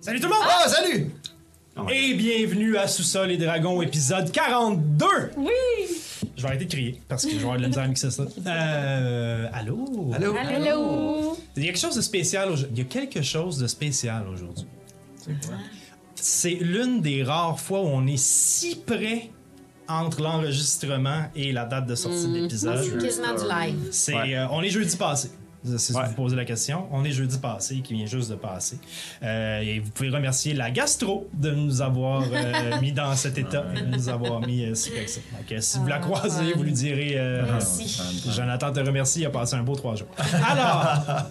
Salut tout le monde! Ah, salut! Et bienvenue à Sous-Sol et Dragons, épisode 42! Oui! Je vais arrêter de crier parce que je vais avoir de la misère à mixer ça. Euh. Allô? Allô? Allô! Il y a quelque chose de spécial aujourd'hui. Il y a quelque chose de spécial aujourd'hui. C'est l'une des rares fois où on est si près entre l'enregistrement et la date de sortie de C'est l'épisode. quasiment du live. C'est, Ouais. euh, on est jeudi passé. Si Ouais. vous posez la question, on est jeudi passé qui vient juste de passer. Euh, et vous pouvez remercier la gastro de nous avoir euh, mis dans cet état, de nous avoir mis euh, si près que ça. Donc, euh, si vous la croisez, vous lui direz euh, Merci. Jonathan te remercie, il a passé un beau trois jours. Alors,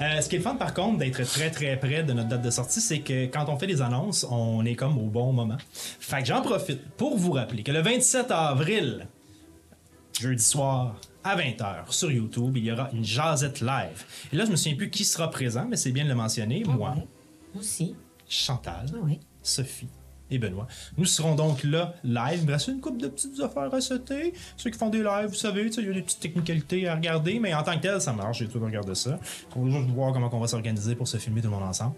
euh, ce qui est le fun par contre d'être très très près de notre date de sortie, c'est que quand on fait des annonces, on est comme au bon moment. Fait que j'en profite pour vous rappeler que le 27 avril, jeudi soir, à 20h sur YouTube, il y aura une jazette live. Et là, je me souviens plus qui sera présent, mais c'est bien de le mentionner. Moi, Moi aussi. Chantal, Ah oui. Sophie et Benoît. Nous serons donc là, live. Il me reste une couple de petites affaires à sauter. Ceux qui font des lives, vous savez, tu sais, il y a des petites technicalités à regarder, mais en tant que tel, ça marche. J'ai tout regardé ça. On va juste voir comment on va s'organiser pour se filmer tout le monde ensemble.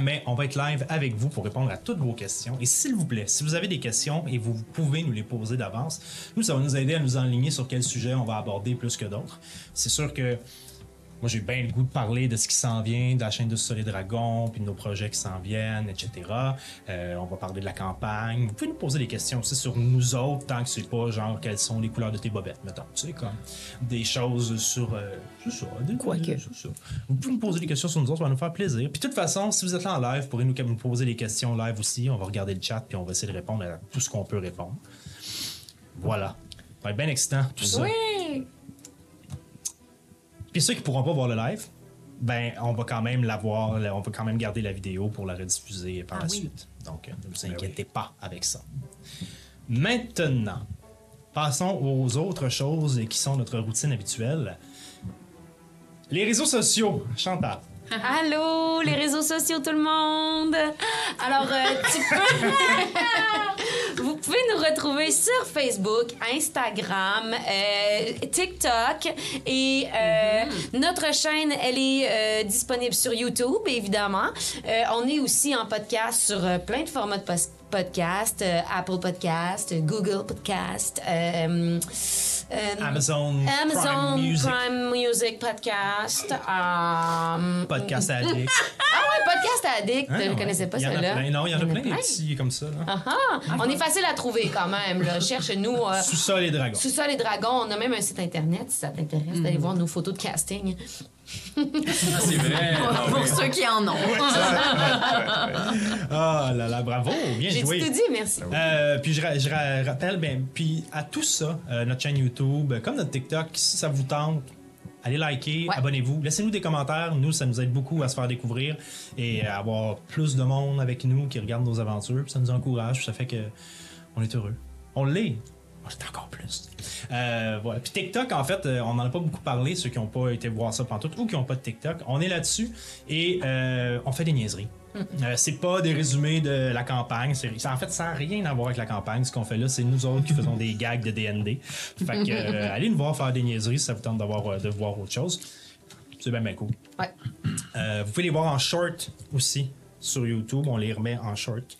Mais on va être live avec vous pour répondre à toutes vos questions. Et s'il vous plaît, si vous avez des questions et vous pouvez nous les poser d'avance, nous, ça va nous aider à nous enligner sur quel sujet on va aborder plus que d'autres. C'est sûr que moi, j'ai bien le goût de parler de ce qui s'en vient, de la chaîne de Soleil Dragon, puis de nos projets qui s'en viennent, etc. Euh, on va parler de la campagne. Vous pouvez nous poser des questions aussi sur nous autres, tant que c'est pas genre quelles sont les couleurs de tes bobettes, mettons. Tu sais, comme des choses sur. euh, c'est ça, des- Quoique. c'est ça. Vous pouvez nous poser des questions sur nous autres, ça va nous faire plaisir. Puis de toute façon, si vous êtes là en live, vous pourrez nous, nous poser des questions live aussi. On va regarder le chat, puis on va essayer de répondre à tout ce qu'on peut répondre. Voilà. Ça va être bien excitant, tout ça. Oui! Puis ceux qui pourront pas voir le live, ben on va quand même l'avoir, la- on va quand même garder la vidéo pour la rediffuser par Ah la oui. Ben suite. Donc euh, ne vous inquiétez pas avec ça. Maintenant, passons aux autres choses qui sont notre routine habituelle. Les réseaux sociaux, Chantal. Mm. Ah. Allô, les réseaux sociaux, tout le monde! Alors, euh, tu peux... Vous pouvez nous retrouver sur Facebook, Instagram, euh, TikTok et euh, notre chaîne, elle est euh, disponible sur YouTube, évidemment. Euh, on est aussi en podcast sur euh, plein de formats de pos- podcast, euh, Apple Podcast, euh, Google Podcast, euh, euh, Amazon, Amazon Prime Music, Prime Music Podcast. euh, Podcast Addict. Ah ouais, Podcast Addict. Hein, je ne ouais. connaissais pas Il y en a celle-là. Mm. plein. Non, il y en a plein des petits comme ça. là. Ah, ah, on est facile à trouver quand même. là. Cherche-nous. euh, Sous-sol et dragons. sous ça, les dragons, on a même un site internet si ça t'intéresse d'aller voir nos photos de casting. C'est vrai. non, Pour mais- ceux qui en ont. Ah là là, bravo, bien J'ai joué. tout dit, merci. Euh, puis je, ra- je ra- rappelle, ben, puis à tout ça, euh, notre chaîne YouTube, euh, comme notre TikTok, si ça vous tente, allez liker, Ouais. abonnez-vous, laissez-nous des commentaires. Nous, ça nous aide beaucoup à se faire découvrir et à avoir plus de monde avec nous qui regarde nos aventures. Puis ça nous encourage, puis ça fait que on est heureux. On l'est. On l'est encore plus. Euh, voilà. Puis TikTok, en fait, euh, on n'en a pas beaucoup parlé, ceux qui n'ont pas été voir ça pendant tout ou qui n'ont pas de TikTok. On est là-dessus et euh, on fait des niaiseries. Euh, c'est pas des résumés de la campagne. c'est- En fait, ça n'a rien à voir avec la campagne. Ce qu'on fait là, c'est nous autres qui faisons des gags de DND. Fait que, euh, allez nous voir faire des niaiseries si ça vous tente d'avoir, euh, de voir autre chose. C'est bien, bien cool. Ouais. Euh, vous pouvez les voir en short aussi sur YouTube. On les remet en short.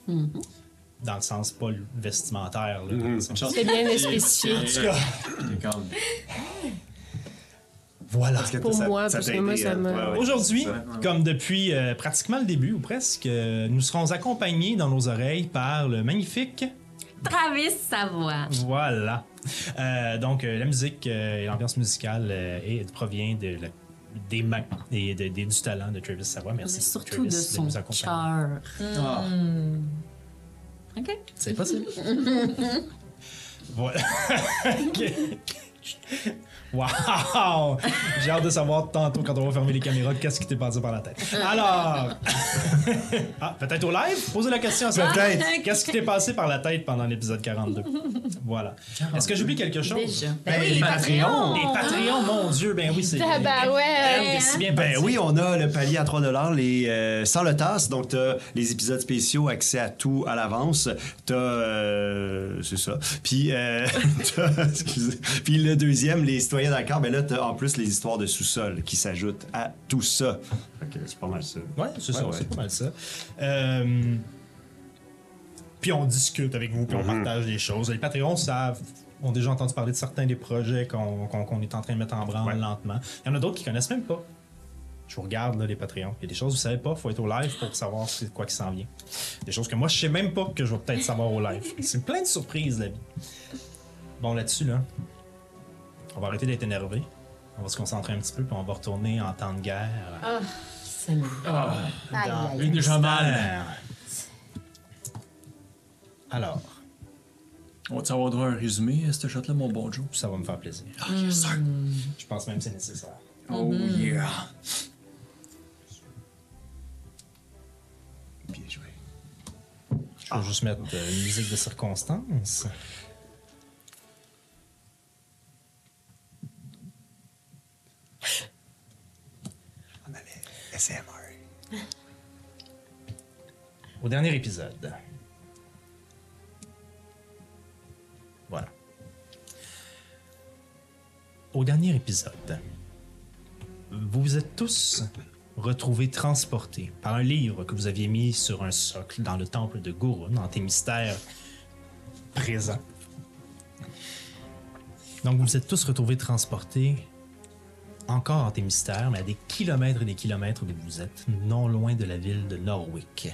Dans le sens pas le vestimentaire. Mm-hmm. là, dans le sens- C'est bien de spécifier. En tout cas. Voilà. Parce que Pour ça- moi, ça parce t'a que moi, aidé, ça hein, me- ouais, ouais. Aujourd'hui, C'est ça, ouais. comme depuis euh, pratiquement le début ou presque, euh, nous serons accompagnés dans nos oreilles par le magnifique Travis Savoie. Voilà. Euh, donc, euh, la musique euh, et l'ambiance musicale euh, est- provient de la- des mains et de- des- du talent de Travis Savoie. Merci. Surtout Travis, de son nous accompagner. cœur. Ah. OK. C'est possible. voilà. Ok. Wow! J'ai hâte de savoir tantôt quand on va fermer les caméras qu'est-ce qui t'est passé par la tête. Alors, ah, peut-être au live, posez la question à ça. Peut-être. Qu'est-ce qui t'est passé par la tête pendant l'épisode 42? Voilà. Est-ce que j'oublie quelque chose? Déjà. Ben, les Patreons! Les Patreons, mon Dieu, ben oui, c'est. Tabarouette! C'est bien Ben parti. oui, on a le palier à 3 les, euh, sans le tasse. Donc, tu les épisodes spéciaux, accès à tout à l'avance. Tu c'est ça. Puis, euh, t'as- excusez. Puis le ben deuxième, les citoyens d'accord. Mais là, tu en plus les histoires de sous-sol qui s'ajoutent à tout ça. Fait Fait que c'est pas mal ça. Ouais, c'est Ouais, ça, ouais. c'est pas mal ça. Euh, puis on discute avec vous, puis on Mm-hmm. partage des choses. Les Patreons savent, ont déjà entendu parler de certains des projets qu'on qu'on- qu'on est en train de mettre en branle lentement. Il y en a d'autres qui connaissent même pas. Je vous regarde, là, les Patreons. Il y a des choses que vous savez pas, faut être au live pour savoir c'est quoi qui s'en vient. Des choses que moi, je sais même pas que je vais peut-être savoir au live. C'est plein de surprises, la vie. Bon, là-dessus, là, on va arrêter d'être énervé. On va se concentrer un petit peu, puis on va retourner en temps de guerre. Ah. Aïe, aïe, aïe. Une jambale. Alors, On va avoir droit à un résumé à ce shot-là, mon bon Joe? ça va me faire plaisir. Hmm. Je pense même que c'est nécessaire. Oh yeah! Bien joué. Je vais juste mettre euh, une musique de circonstance. On avait SMR. Au dernier épisode. Voilà. Au dernier épisode, vous vous êtes tous retrouvés transportés par un livre que vous aviez mis sur un socle dans le temple de Gurun, en tes mystères présents. Donc vous vous êtes tous retrouvés transportés encore en tes mystères, mais à des kilomètres et des kilomètres d'où vous êtes, non loin de la ville de Norwick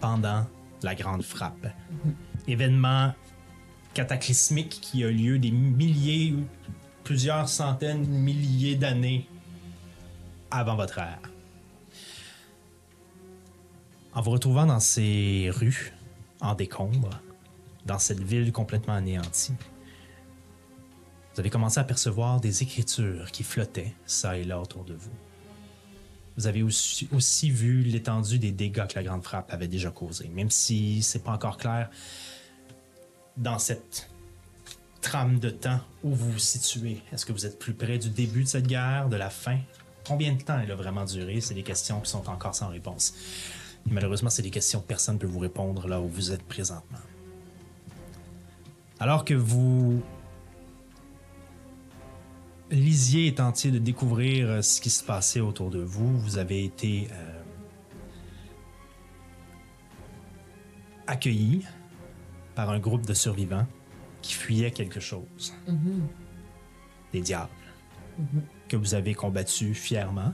pendant la Grande Frappe. Événement cataclysmique qui a lieu des milliers, plusieurs centaines, milliers d'années avant votre ère. En vous retrouvant dans ces rues en décombre, dans cette ville complètement anéantie, vous avez commencé à percevoir des écritures qui flottaient ça et là autour de vous. Vous avez aussi, aussi vu l'étendue des dégâts que la Grande Frappe avait déjà causés, même si c'est pas encore clair dans cette trame de temps où vous vous situez. Est-ce que vous êtes plus près du début de cette guerre, de la fin? Combien de temps elle a vraiment duré? C'est des questions qui sont encore sans réponse. Et malheureusement, c'est des questions que personne ne peut vous répondre là où vous êtes présentement. Alors que vous lisiez et tentiez de découvrir euh, ce qui se passait autour de vous, vous avez été euh, accueilli par un groupe de survivants qui fuyaient quelque chose. Des diables que vous avez combattus fièrement.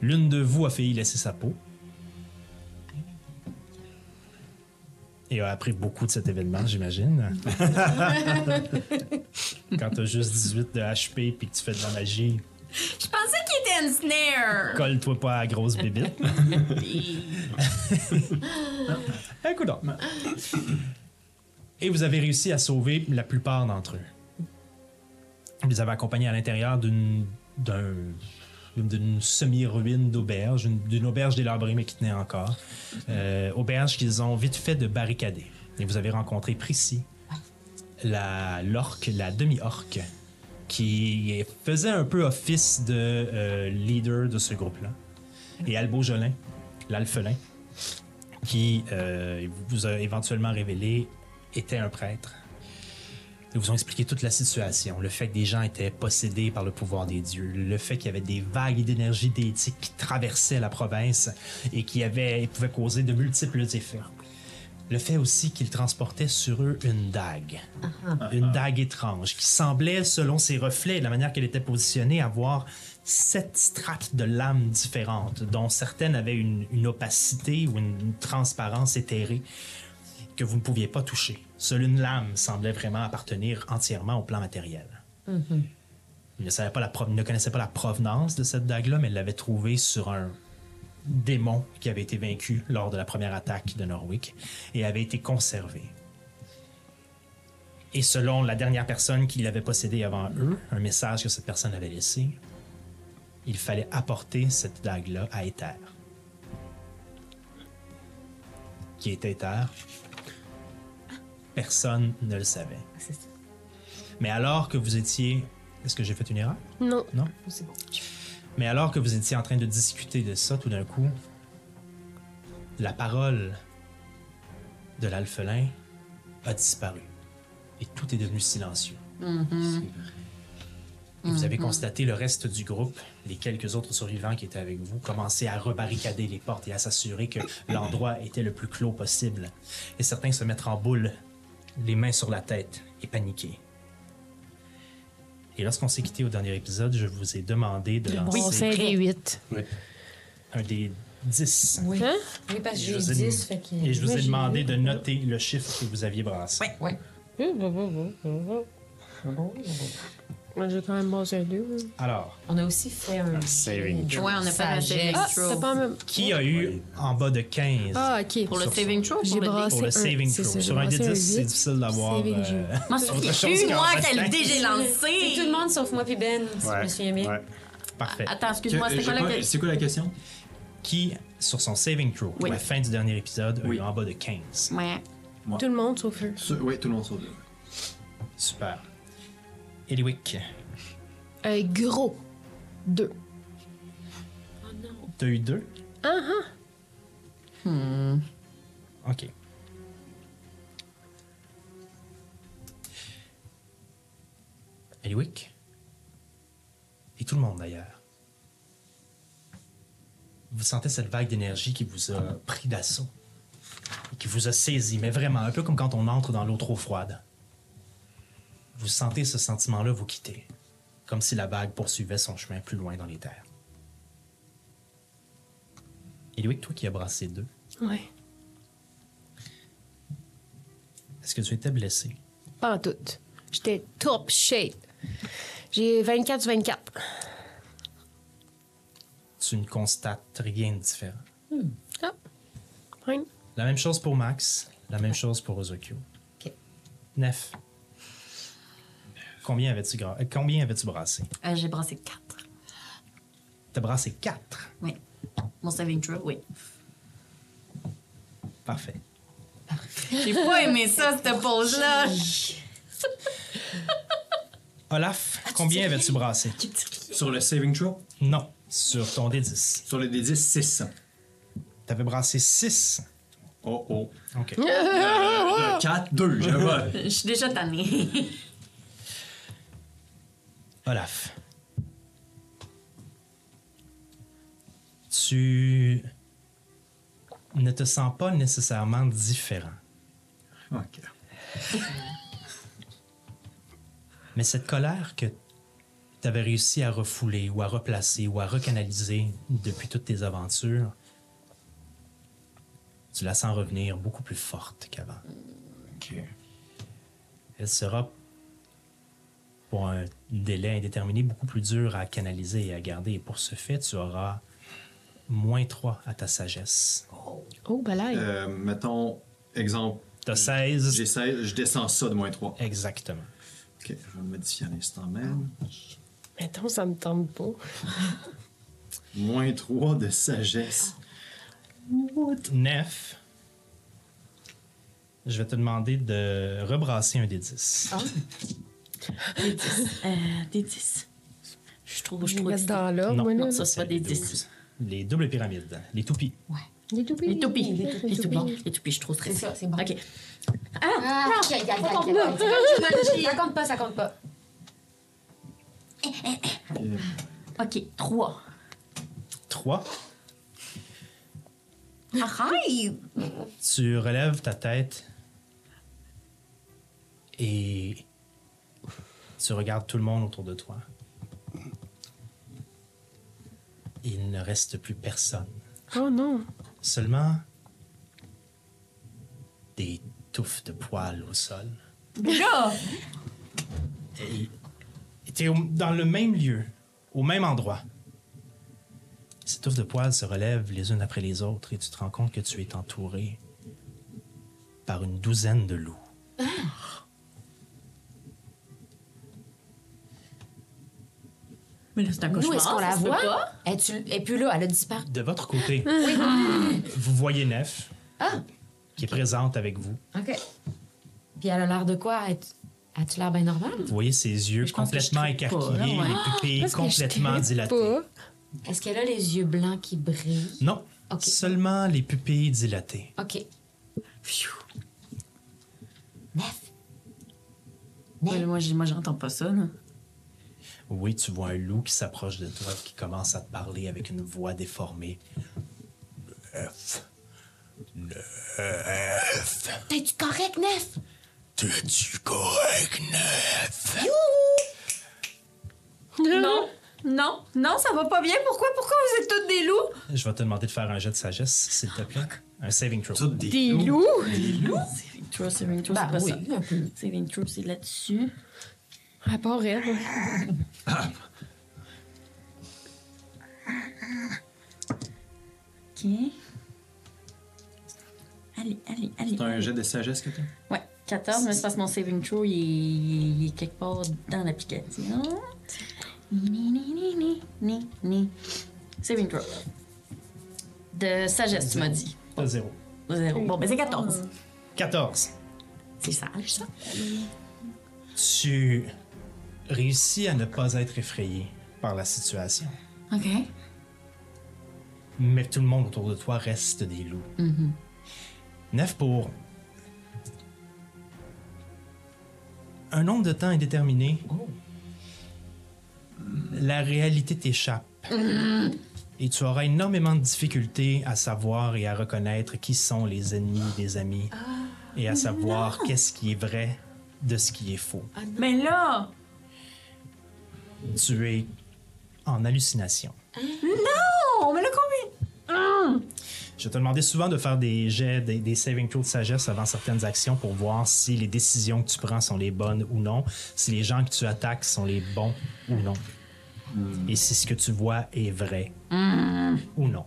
L'une de vous a failli laisser sa peau. Et a appris beaucoup de cet événement, j'imagine. Quand t'as juste 18 de HP puis que tu fais de la magie, Je pensais qu'il était une snare. colle-toi pas à la grosse bébite. Un coup d'homme. Et vous avez réussi à sauver la plupart d'entre eux. Vous les avez accompagnés à l'intérieur d'une d'un- d'une semi-ruine d'auberge, une- d'une auberge délabrée mais qui tenait encore. Euh, auberge qu'ils ont vite fait de barricader. Et vous avez rencontré Prissy, la l'orque, la demi-orque, qui faisait un peu office de euh, leader de ce groupe-là. Et Albo Jolin, l'alphelin, qui euh, vous a éventuellement révélé était un prêtre. Ils vous ont expliqué toute la situation, le fait que des gens étaient possédés par le pouvoir des dieux, le fait qu'il y avait des vagues d'énergie déitique qui traversaient la province et qui avaient, pouvaient causer de multiples effets. Le fait aussi qu'ils transportaient sur eux une dague, une dague étrange, qui semblait, selon ses reflets et la manière qu'elle était positionnée, avoir sept strates de lames différentes, dont certaines avaient une, une opacité ou une, une transparence éthérée que vous ne pouviez pas toucher. Seule une lame semblait vraiment appartenir entièrement au plan matériel. Il, ne savait pas la pro- il ne connaissait pas la provenance de cette dague-là, mais il l'avait trouvée sur un, démon qui avait été vaincu lors de la première attaque de Norwick et avait été conservé. Et selon la dernière personne qui l'avait possédé avant eux, un message que cette personne avait laissé, il fallait apporter cette dague-là à Ether. Qui était Ether Personne ne le savait. Ah, c'est ça. Mais alors que vous étiez... Est-ce que j'ai fait une erreur Non. Non. C'est bon. Mais alors que vous étiez en train de discuter de ça, tout d'un coup, la parole de l'alphelin a disparu. Et tout est devenu silencieux. Et vous avez constaté le reste du groupe, les quelques autres survivants qui étaient avec vous, commencer à rebarricader les portes et à s'assurer que l'endroit était le plus clos possible. Et certains se mettre en boule, les mains sur la tête et paniquer. Et lorsqu'on s'est quitté au dernier épisode, je vous ai demandé de lancer Bon, 5 et 8. un des 10. Oui. Hein? Oui, parce que Je j'ai vous ai 10, fait que... Et je vous ai Imagine. demandé de noter le chiffre que vous aviez brassé. Ouais, ouais. Moi, J'ai quand même brassé un 2. Alors, On a aussi fait Ah, un... Saving Ouais, on a fait un saving Ah, throw. t'as pas même. qui a eu en bas de 15 Ah, ok. Pour le Sur saving throw, J'ai pour le brassé dé. pour le un, saving c'est throw? ça, j'ai Sur un des brassé 10, un c'est huit. diffielle d'avoir. Saving euh, throw. Je m'en souviens Autre chose plus, qu'en moi, fait. quel dé j'ai C'est tout le lancé. monde sauf moi puis Ben, si je me souviens bien. Parfait. Ah, Attends, excuse-moi, Que- c'était quoi je- la ouais, C'est quoi la question? Qui, sur son saving throw, Oui. à la fin du dernier épisode, a Oui. eu en bas de 15. Ouais. Tout le monde sauf eux. Oui, tout le monde sur deux. Super. Eliwick, Un Euh, gros 2. t'as eu 2? Ah, ah. Ok. Eliwick? Et tout le monde d'ailleurs. Vous sentez cette vague d'énergie qui vous a pris d'assaut. et Qui vous a saisi, mais vraiment, un peu comme quand on entre dans l'eau trop froide. Vous sentez ce sentiment-là vous quitter. Comme si la vague poursuivait son chemin plus loin dans les terres. Eliwick, toi qui as brassé deux, Ouais. est-ce que tu étais blessé? Pas en tout. J'étais top shape. J'ai 24 sur 24. tu ne constates rien de différent. Ah. Fine. La même chose pour Max, la même chose pour Ozokyo. Ok. Neuf. Combien avais-tu gra- euh, combien avais-tu brassé? Euh, j'ai brassé 4. T'as brassé quatre. Oui. Mon saving throw, oui. Parfait. J'ai pas aimé ça, cette pause-là. Olaf, combien avais-tu brassé? Sur le saving throw, Non, sur ton D10. sur le D10, 6. T'avais brassé 6. Oh oh. OK. 4, 2, Euh, je vois. Je suis déjà tannée. Olaf. Tu ne te sens pas nécessairement différent. Ok. Mais cette colère que tu avais réussi à refouler ou à replacer ou à recanaliser depuis toutes tes aventures, tu la sens revenir beaucoup plus forte qu'avant. Ok. Elle sera, pour un délai indéterminé, beaucoup plus dure à canaliser et à garder. Et pour ce fait, tu auras moins 3 à ta sagesse. Oh, balaye. Euh, mettons, exemple, T'as 16. j'essaie, je descends ça de moins 3. Ok, Exactement. je vais le modifier à l'instant même. Mettons, ça me tente pas. Moins 3 de sagesse. 9. Je vais te demander de rebrasser un des 10. Ah, Euh, des 10. Je trouve, je Je trouve. reste dans l'ordre, Non, moi, là. non, ça, c'est pas oh, des 10. 12. Les doubles pyramides, les toupies. Les toupies. Les toupies, les toupies, les toupies, toupies. les toupies, je trouve très C'est ça, c'est bon. Ok. Ah, non, ça compte pas, ça compte pas. Ok, 3. 3. Arrête! Tu relèves ta tête et tu regardes tout le monde autour de toi. Il ne reste plus personne. Oh non. Seulement des touffes de poils au sol. Là! T'es au- dans le même lieu, au même endroit. Ces touffes de poils se relèvent les unes après les autres et tu te rends compte que tu es entouré par une douzaine de loups. Mais là, c'est un Nous, cauchemar. est-ce qu'on la ça se peut pas. voit? Es-tu- Elle est plus là, elle a disparu. De votre côté, vous voyez Nef, Ah! qui est présente avec vous. OK. Puis elle a l'air de quoi? Est- As-tu l'air bien normale? Vous voyez ses yeux Je pense que je complètement trippe pas, là, écarquillés, ouais. les pupilles Ah Parce que complètement je t'aime dilatées. pas. Est-ce qu'elle a les yeux blancs qui brillent? Non, Ok. seulement les pupilles dilatées. OK. Pfiou. Neuf. Ouais, Moi, j'ai- moi, j'entends pas ça, là. Oui, tu vois un loup qui s'approche de toi, qui commence à te parler avec une voix déformée. T'es-tu correct, Nef? T'es-tu correct, Non. Non, non, ça va pas bien. Pourquoi, pourquoi vous êtes tous des loups? Je vais te demander de faire un jet de sagesse, s'il te plaît. Un saving throw. Toutes des, Des loups? Saving throw, saving throw, Bah Bah c'est pas ça. Saving throw, c'est là-dessus. À part elle. ouais. OK. Allez, allez, allez. T'as un jet de sagesse que t'as? Ouais, 14, mais c'est parce que mon saving throw, il est, il est quelque part dans l'application. Ni, ni, ni, ni, ni, ni. Saving throw. De sagesse, tu m'as dit. Pas zéro. Zéro. Bon, ben c'est 14. Oh. 14. C'est sage, ça. Tu réussis à ne pas être effrayé par la situation. OK. mais tout le monde autour de toi reste des loups. Neuf pour un nombre de temps indéterminé. La réalité t'échappe. Et tu auras énormément de difficultés à savoir et à reconnaître qui sont les ennemis des amis et à savoir qu'est-ce qui est vrai de ce qui est faux. Mais là, Tu es en hallucination. on me l'a combien? Je te demandais souvent de faire des jets, des, des saving throws de sagesse avant certaines actions pour voir si les décisions que tu prends sont les bonnes ou non, si les gens que tu attaques sont les bons ou non, et si ce que tu vois est vrai ou non.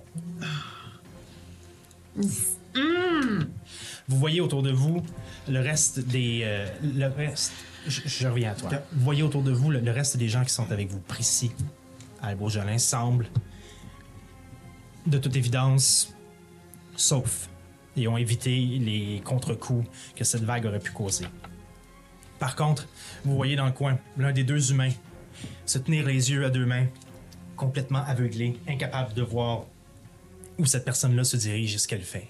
Vous voyez autour de vous le reste des. euh, le reste. Je, je reviens à toi. Vous voyez autour de vous le, le reste des gens qui sont avec vous. Prissy, Albo Jolin semble, de toute évidence, sauf. Ils ont évité les contre-coups que cette vague aurait pu causer. Par contre, vous voyez dans le coin l'un des deux humains se tenir les yeux à deux mains, complètement aveuglé, incapable de voir où cette personne-là se dirige et ce qu'elle fait.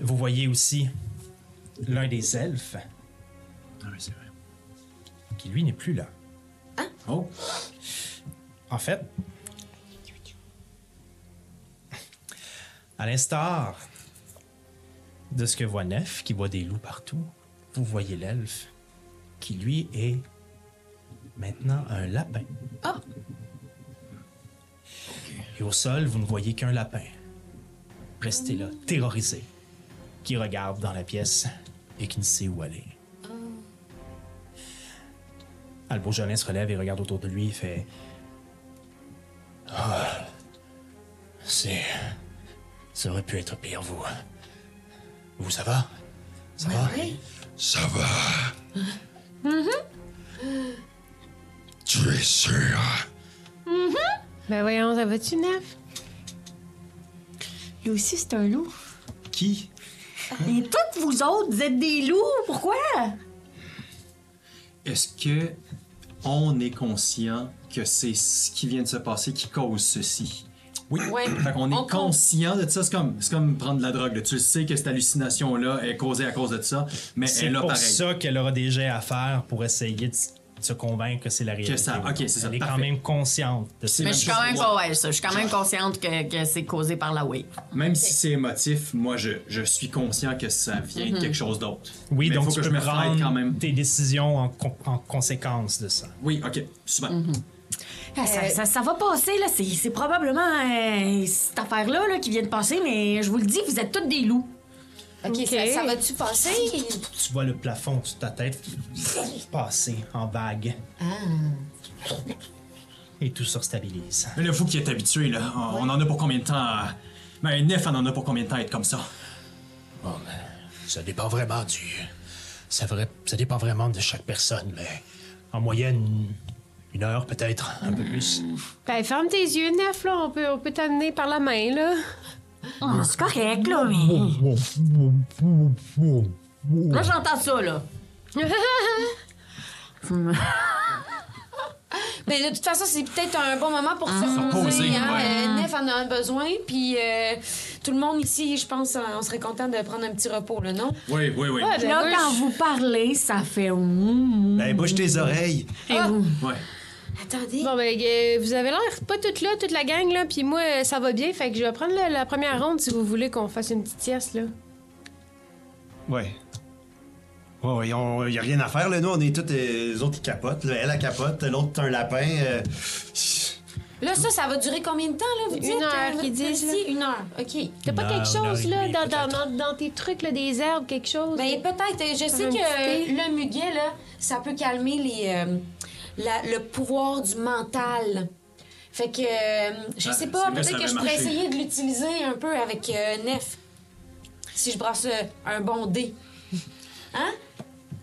Vous voyez aussi l'un des elfes Ah oui, c'est vrai. qui, lui, n'est plus là. Oh! En fait, à l'instar de ce que voit Nef, qui voit des loups partout, vous voyez l'elfe, qui lui est maintenant un lapin. Et au sol, vous ne voyez qu'un lapin. Restez là, terrorisé, qui regarde dans la pièce et qui ne sait où aller. Albo Jolin se relève et regarde autour de lui et fait Ah, C'est. Ça aurait pu être pire, vous. Vous, ça va? Ça va? Ça va. Tu es sûr? Ben voyons, ça va-tu, Neuf? Lui aussi, c'est un loup. qui Mais toutes vous autres, vous êtes des loups. Pourquoi? Est-ce que on est conscient que c'est ce qui vient de se passer qui cause ceci? Oui. Ouais. Fait qu'on est On com- conscient de ça. C'est comme, c'est comme prendre de la drogue. là. Tu le sais que cette hallucination-là est causée à cause de ça, mais C'est elle a pour pareil. ça qu'elle aura des jets à faire pour essayer de s- se convaincre que c'est la réalité. ça- ok, c'est ça, Elle est quand parfait. même consciente de ces Mais je suis choses. quand même, pas- ouais, ça, je suis quand même consciente que, que c'est causé par la wave. Même si c'est émotif, moi, je, je suis conscient que ça vient de quelque chose d'autre. Oui, mais donc faut tu que je peux me prendre fight quand même. tes décisions en, con- en conséquence de ça. Oui, ok, super. Ah, Euh, ça, ça- ça va passer, là. C'est- C'est probablement euh, cette affaire-là là, qui vient de passer, mais je vous le dis, vous êtes tous des loups. Ok. OK, ça, ça va-tu passer? Tu vois le plafond de ta tête passer en vague. Ah. Et tout se stabilise. Mais là, vous qui êtes habitué, là, on on en a pour combien de temps? à- Ben, Nef, on en a pour combien de temps à être comme ça? Bon, ben, ça dépend vraiment du. Ça, vrai- ça dépend vraiment de chaque personne, mais en moyenne, une heure peut-être, un peu plus. Ben ferme tes yeux, Neuf, là. On peut, on peut t'amener par la main, là. Ah, c'est correct, là, mais. Moi, j'entends ça, là. Mais de toute façon, c'est peut-être un bon moment pour se Ah. reposer. reposer, Hein? ouais. Euh, Nef en a besoin, puis euh, tout le monde ici, je pense, euh, on serait content de prendre un petit repos, là, non? Oui, oui, oui. Ouais, ben Là, oui, quand je- vous parlez, ça fait... ouh, ouh. Ben, bouge tes oreilles. Ouais. Attendez. Bon, ben, euh, vous avez l'air pas toute là, toute la gang, là. Puis moi, euh, ça va bien. Fait que je vais prendre la, la première ronde si vous voulez qu'on fasse une petite sieste, là. Ouais. Ouais, ouais, il n'y a rien à faire, là. Nous, on est tous. euh, les autres, ils capotent. là. Elle, elle capote. L'autre, c'est un lapin. euh, Là, ça, ça va durer combien de temps, là, vous Une dites? heure, euh, qu'ils disent, ici? Une heure, OK. T'as pas Non, quelque non, chose, il là, est dans, dans, peut-être. dans, dans tes trucs, là, des herbes, quelque chose? Ben peut-être. Euh, Je sais un que petit euh, le muguet, là, ça peut calmer les, euh, la- le pouvoir du mental. Fait que, euh, je Ah, sais c'est pas, vrai, ça peut-être que avait je pourrais marché. essayer de l'utiliser un peu avec euh, Nef. Si je brasse euh, un bon dé. Hein?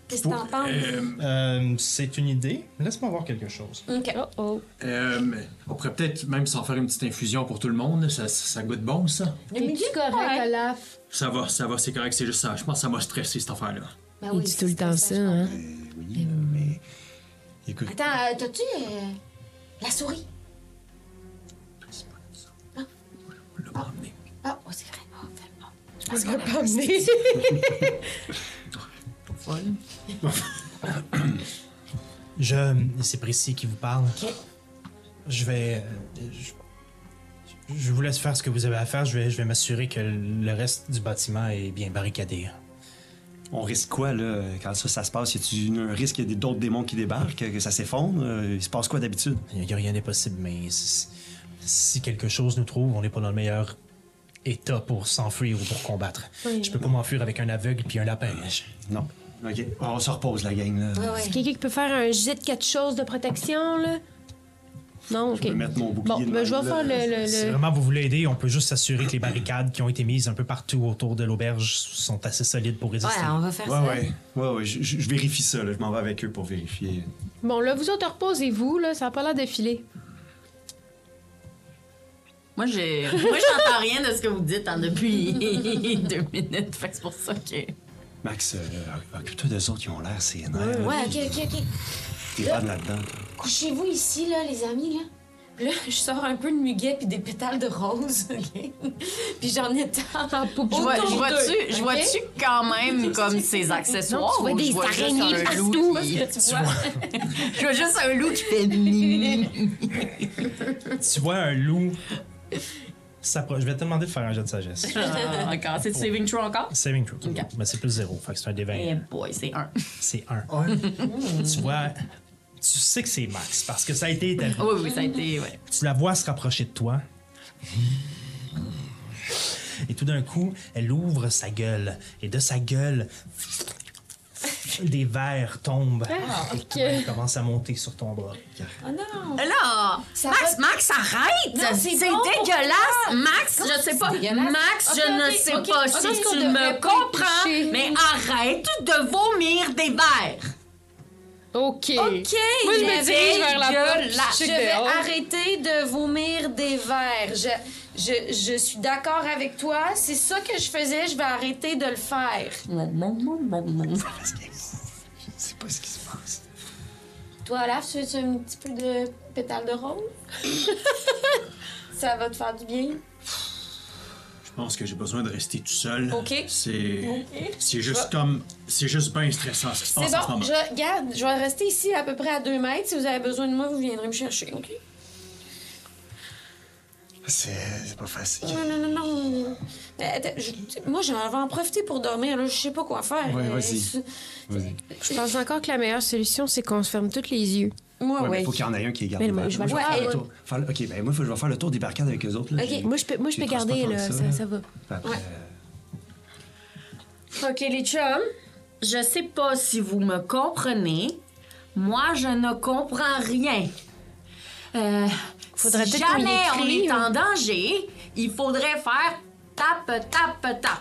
Qu'est-ce que t'en penses? Euh, Euh, c'est une idée. Laisse-moi voir quelque chose. OK. Oh, euh, on pourrait peut-être même s'en faire une petite infusion pour tout le monde. Ça, ça goûte bon, ça. Le muguet, t'es-tu correct, ouais. Olaf? Ça va, ça va, c'est correct. C'est juste ça. Je pense que ça m'a stressé, cette affaire-là. Ah, Ben Il oui, dit c'est tout le temps ça, je comprends. hein? oui, là, mais. Écoute. Attends, euh, t'as-tu euh, la souris? On l'a pas emmené. Ah, oh, c'est vrai. Oh, fait- oh. Je pense Je qu'on vais a- pas amener. Je. C'est précis qui vous parle. Je vais. euh, Je, je vous laisse faire ce que vous avez à faire. Je vais, je vais m'assurer que le reste du bâtiment est bien barricadé. On risque quoi, là, quand ça, ça se passe? Y a-tu un risque qu'il y ait d'autres démons qui débarquent, que ça s'effondre? Euh, Il se passe quoi d'habitude? Il n'y a rien d'impossible, mais si, si quelque chose nous trouve, on n'est pas dans le meilleur état pour s'enfuir ou pour combattre. Je peux pas m'enfuir avec un aveugle puis un lapin. Je- Non. OK. On se repose, la gang, là. Ouais, ouais. Quelqu'un qui peut faire un jet de quelque chose de protection, là? Non, OK. Je peux mettre mon Bon, bouclier. de ben, je vais même, là. faire le... le- Si le- vraiment vous voulez aider, on peut juste s'assurer que les barricades qui ont été mises un peu partout autour de l'auberge sont assez solides pour résister. Ouais, hein. on va faire ça. Ouais, ouais. Ouais, ouais. Je, je- je vérifie ça, là. Je m'en vais avec eux pour vérifier. Bon, là, vous autres, reposez-vous, là. Ça a pas l'air de filer. Moi, j'ai. Moi, j'entends rien de ce que vous dites hein, depuis deux minutes. Fait que c'est pour ça que. Max, euh, occupe-toi d'eux autres qui ont l'air sénères. là, Ouais, puis OK, OK, OK. T'es bonne là-dedans, toi. Couchez-vous ici, là, les amis, là. Puis Là, je sors un peu de muguet puis des pétales de rose, OK? Puis j'en étends en Je vois- je vois-tu je vois-tu quand même comme ces Non, accessoires? tu vois ou des je vois juste araignées un loup partout. qui- tu vois? Je vois juste un loup qui fait ni. Tu vois un loup s'approche. Je vais te demander de faire un jet de sagesse. Ah, Encore. C'est saving throw encore? Saving throw. Ok. Mais c'est plus zéro. Fait que c'est un des 20. Eh boy, c'est un. C'est un. Oh. tu vois, tu sais que c'est Max parce que ça a été établi. Oui, oui, ça a été. Ouais. Tu la vois se rapprocher de toi. Et tout d'un coup, elle ouvre sa gueule. Et de sa gueule, des vers tombent. Ah, Et toi, elle commence à monter sur ton bras. Oh non! Là! Ça Max, va- Max, arrête! Non, c'est c'est bon pour dégueulasse! Max, je sais pas. dégueulasse? Max, Ok, je ne ok, sais ok. pas Je si pense qu'on tu devrait me pas comprends, toucher. mais arrête de vomir des verres! OK. OK! Moi, je mais me dirige vers la porte, puis Je je check vais dehors. arrêter de vomir des verres. Je, je, je suis d'accord avec toi. C'est ça que je faisais. Je vais arrêter de le faire. C'est pas ce qui se passe. Toi, Olaf, tu veux un petit peu de pétale de rose? ça va te faire du bien? Je pense que j'ai besoin de rester tout seul. Ok. C'est. Ok. C'est juste comme. C'est juste bien stressant ce qui se Ah, C'est passe en ce bon, moment. je, garde, je vais rester ici à peu près à 2 mètres. Si vous avez besoin de moi, vous viendrez me chercher, OK? C'est c'est pas facile. Non, non, non, non. Mais attends, je- moi, j'en vais en profiter pour dormir. Là. Je sais pas quoi faire. Ouais, Euh, vas-y. c'est- Vas-y. Je pense encore que la meilleure solution, c'est qu'on se ferme tous les yeux. Moi, Ouais, Ah, ouais. mais faut qu'il y en ait un qui les garde. Mais les moi, barres. je Moi, je vais vois- faire le Ouais. tour. Faire le- OK, ben moi, faut- je vais faire le tour des barricades avec eux autres. Là. OK, J'ai- Moi, je peux, moi, je j'ai peux transporte garder, tant là. que Ça, ça va. Puis après, Ouais. euh, OK, les chums, je sais pas si vous me comprenez. Moi, je ne comprends rien. Euh, Faudrait si peut-être qu'on y jamais on écrive. est en danger, il faudrait faire tape, tape, tape.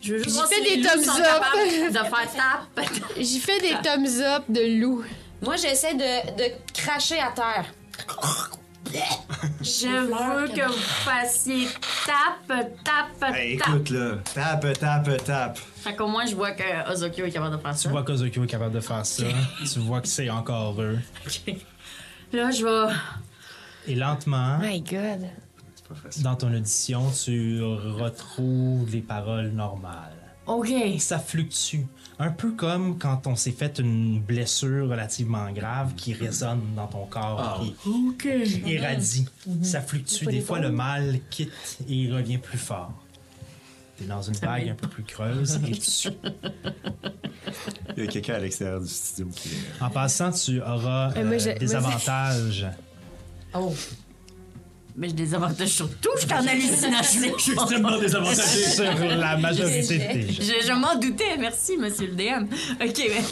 Je veux juste J'y voir fais si des les loups thumbs sont up. capables de faire tape, tape. J'y fais des thumbs up de loup. Moi, j'essaie de, de cracher à terre. Je veux que vous fassiez tape, tape, Hey, tape. écoute, là. Tape, tape, tape. Fait qu'au moins, je vois que Ozokyo est capable de faire Tu ça. vois qu'Ozokyo est capable de faire ça. tu vois que c'est encore eux. Là, je vais. Et lentement, My God. C'est pas facile. dans ton audition, tu retrouves les paroles normales. OK. Ça fluctue. Un peu comme quand on s'est fait une blessure relativement grave qui résonne dans ton Ah corps, qui OK. irradie. Mhm. Ça fluctue. Des fois, le mal quitte et il revient plus fort. T'es dans une vague un peu plus creuse et tu Il y a quelqu'un à l'extérieur du studio qui. euh, En passant, tu auras Euh, moi, euh, j'ai- des moi, j'ai- avantages. Mais je désavantage surtout, je suis en hallucination. extrêmement désavantagé. sur la majorité de tes je jeux. je m'en doutais, merci, monsieur le DM. OK, mais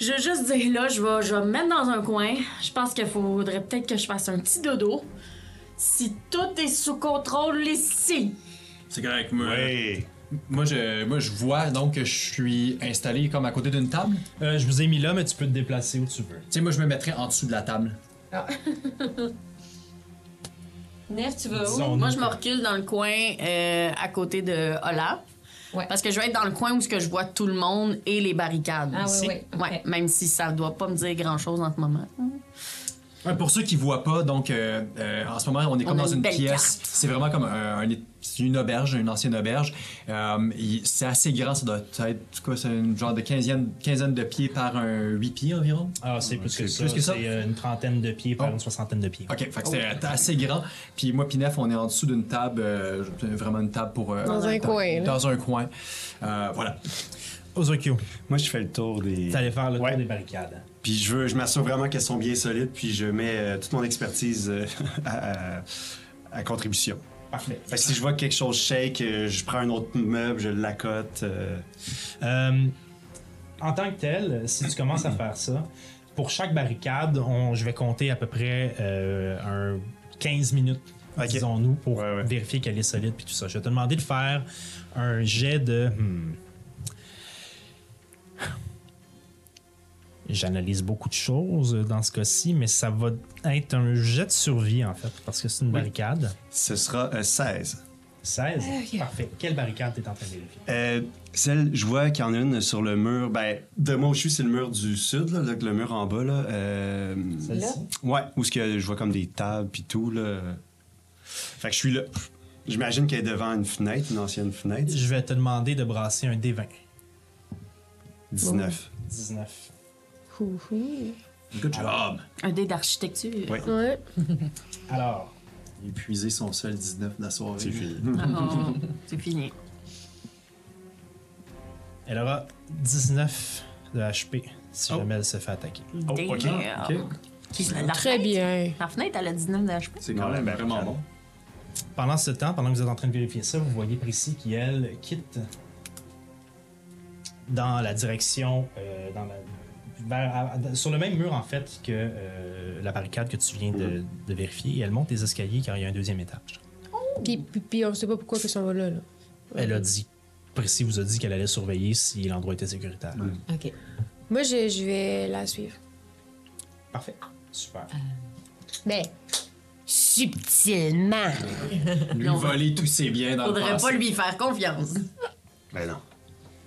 je veux juste dire, là, je vais, je vais me mettre dans un coin. Je pense qu'il faudrait peut-être que je fasse un petit dodo. Si tout est sous contrôle ici. C'est correct, moi. Oui. Moi, je, moi, je vois donc que je suis installé comme à côté d'une table. Euh, je vous ai mis là, mais tu peux te déplacer où tu veux. Tu sais, moi, je me mettrais en dessous de la table. Nef, tu vas où? Disons-nous Moi, je me que- recule dans le coin euh, à côté de Olaf. Ouais. Parce que je vais être dans le coin où ce que je vois tout le monde et les barricades. Ah oui, ici. oui, ok. Ouais, même si ça doit pas me dire grand-chose en ce moment. Ouais, pour ceux qui voient pas, donc euh, euh, en ce moment, on est comme On a dans une une, belle pièce. C'est vraiment comme euh, un- un- c'est une auberge, une ancienne auberge. Euh, il- c'est assez grand, ça doit être quoi, c'est une genre de quinzaine, quinzaine de pieds par un 8 pieds environ. Ah, c'est plus que c'est ça. plus que ça. C'est euh, une trentaine de pieds par Oh. une soixantaine de pieds. Ok, fait que c'est euh, assez grand. Puis moi, puis Nef, on est en dessous d'une table, euh, vraiment une table pour. euh, Dans un coin, là. Dans un coin. Euh, voilà. Ozokyo, Moi, je fais le tour des. t'allais faire le Ouais. tour des barricades. Puis je veux, je m'assure vraiment qu'elles sont bien solides, puis je mets euh, toute mon expertise euh, à, à- à contribution. Parfait. Fait que si je vois que quelque chose shake, euh, je prends un autre meuble, je l'accote. euh, Euh, en tant que tel, si tu commences à faire ça, pour chaque barricade, on- je vais compter à peu près euh, un 15 minutes, Ok. disons-nous, pour Ouais, ouais. vérifier qu'elle est solide puis tout ça. Je vais te demander de faire un jet de. hmm. J'analyse beaucoup de choses dans ce cas-ci, mais ça va être un jet de survie en fait, parce que c'est une barricade. ce sera euh, 16. 16. Parfait. Quelle barricade t'es en train de vérifier? Euh, celle, je vois qu'il y en a une sur le mur. Ben, de moi où je suis, c'est le mur du sud, là, là, le mur en bas. Là, euh, Celle-ci? ouais, où ce que je vois comme des tables puis tout. Là. Fait que je suis là. J'imagine qu'elle est devant une fenêtre, une ancienne fenêtre. Je vais te demander de brasser un D20. 19. 19. Good Ah, job. Un dé d'architecture. Ouais. Ouais. Alors, Épuiser son seul 19 de la soirée. C'est fini. Oh, C'est fini. elle aura 19 de HP si jamais elle se fait attaquer. Damn. Oh, ok. Qui- la- la Très fenêtre- bien. La fenêtre, elle a 19 de HP. C'est quand Ouais, même ben, vraiment bon. Pendant ce temps, pendant que vous êtes en train de vérifier ça, vous voyez Prissy qui, elle, quitte dans la direction, euh, dans la- vers- à- à- sur le même mur, en fait, que euh, la barricade que tu viens de, de vérifier. Et elle monte les escaliers car il y a un deuxième étage. Puis, puis, puis on sait pas pourquoi que ça va là. là. Elle a dit, Prissy vous a dit qu'elle allait surveiller si l'endroit était sécuritaire. OK. Moi, je, je vais la suivre. Parfait. Super. Ben, subtilement. Lui Non, voler tous ses biens dans le Faudrait passé. pas lui faire confiance. Ben non.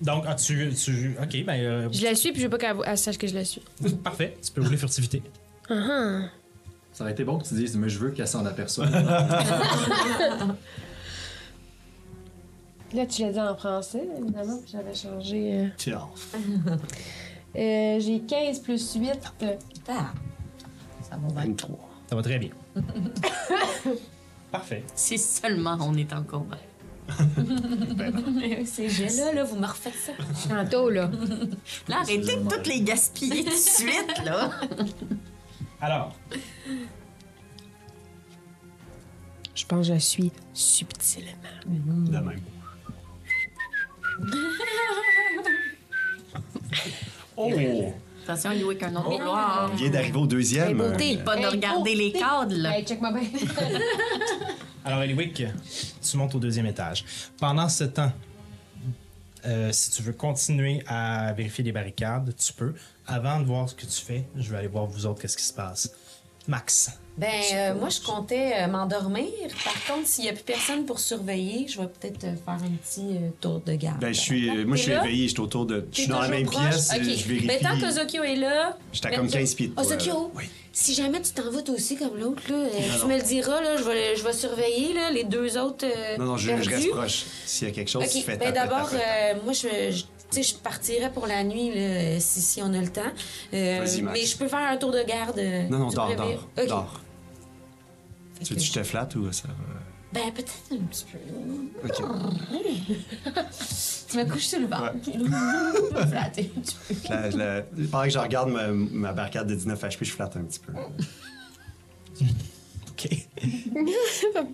Donc, ah, tu, tu- Ok, ben. euh, Je la suis, puis je veux pas qu'elle elle sache que je la suis. parfait. Tu peux rouler furtivité. Ah ah. Ça aurait été bon que tu dises, mais je veux qu'elle s'en aperçoive. Là, tu l'as dit en français, évidemment, puis j'avais changé. euh. Tiens. Euh, J'ai 15 plus 8. Ça va bien. 23. Ça va très bien. Parfait. Si seulement on est en combat. Ben Ces jets-là, là, vous me refaites ça. Tantôt, là. Là, arrêtez de toutes les gaspiller tout de suite, là. Alors, Je pense que je la suis subtilement. De même. oh! Attention, il avec un nom de gloire. On vient d'arriver au deuxième. Euh, Pas de Hey, regarder oh, les hey. cadres, là. Hey, check-moi bien. alors Eliwick, tu montes au deuxième étage. Pendant ce temps, euh, si tu veux continuer à vérifier les barricades, tu peux. Avant de voir ce que tu fais, je vais aller voir vous autres qu'est-ce qui se passe. Max, Ben, euh, moi, je comptais euh, m'endormir. Par contre, s'il n'y a plus personne pour surveiller, je vais peut-être euh, faire un petit euh, tour de garde. Ben, je suis, euh, T'es moi, je suis là? éveillé, je suis autour de. Je T'es suis dans la toujours même proche? pièce, Ok. euh, je vérifie. Ben, tant qu'Ozokyo est là. J'étais à ben, comme 15 pieds de toi, Ozokyo, là. Oui. si jamais tu t'en vas toi aussi comme l'autre, là, euh, tu me le diras, là, je vais, je vais surveiller là, les deux autres. euh, Non, non, je, je reste perdus. proche. S'il y a quelque chose, tu Ok, fais ben taper, d'abord, taper. euh, moi, je, je- tu sais, je partirais pour la nuit, là, si, si on a le temps. Euh, Vas-y, Max. mais je peux faire un tour de garde. euh, Non, non, du dors, prévenu. dors, Ok. dors. Fait Tu veux que- que je te flatte ou ça? Ben, peut-être un petit peu. Ok. Tu me couches sur le ventre. Je vais flatter un petit peu. La- la- Pendant que je regarde ma, ma barricade de 19 HP, je flatte un petit peu. Ok.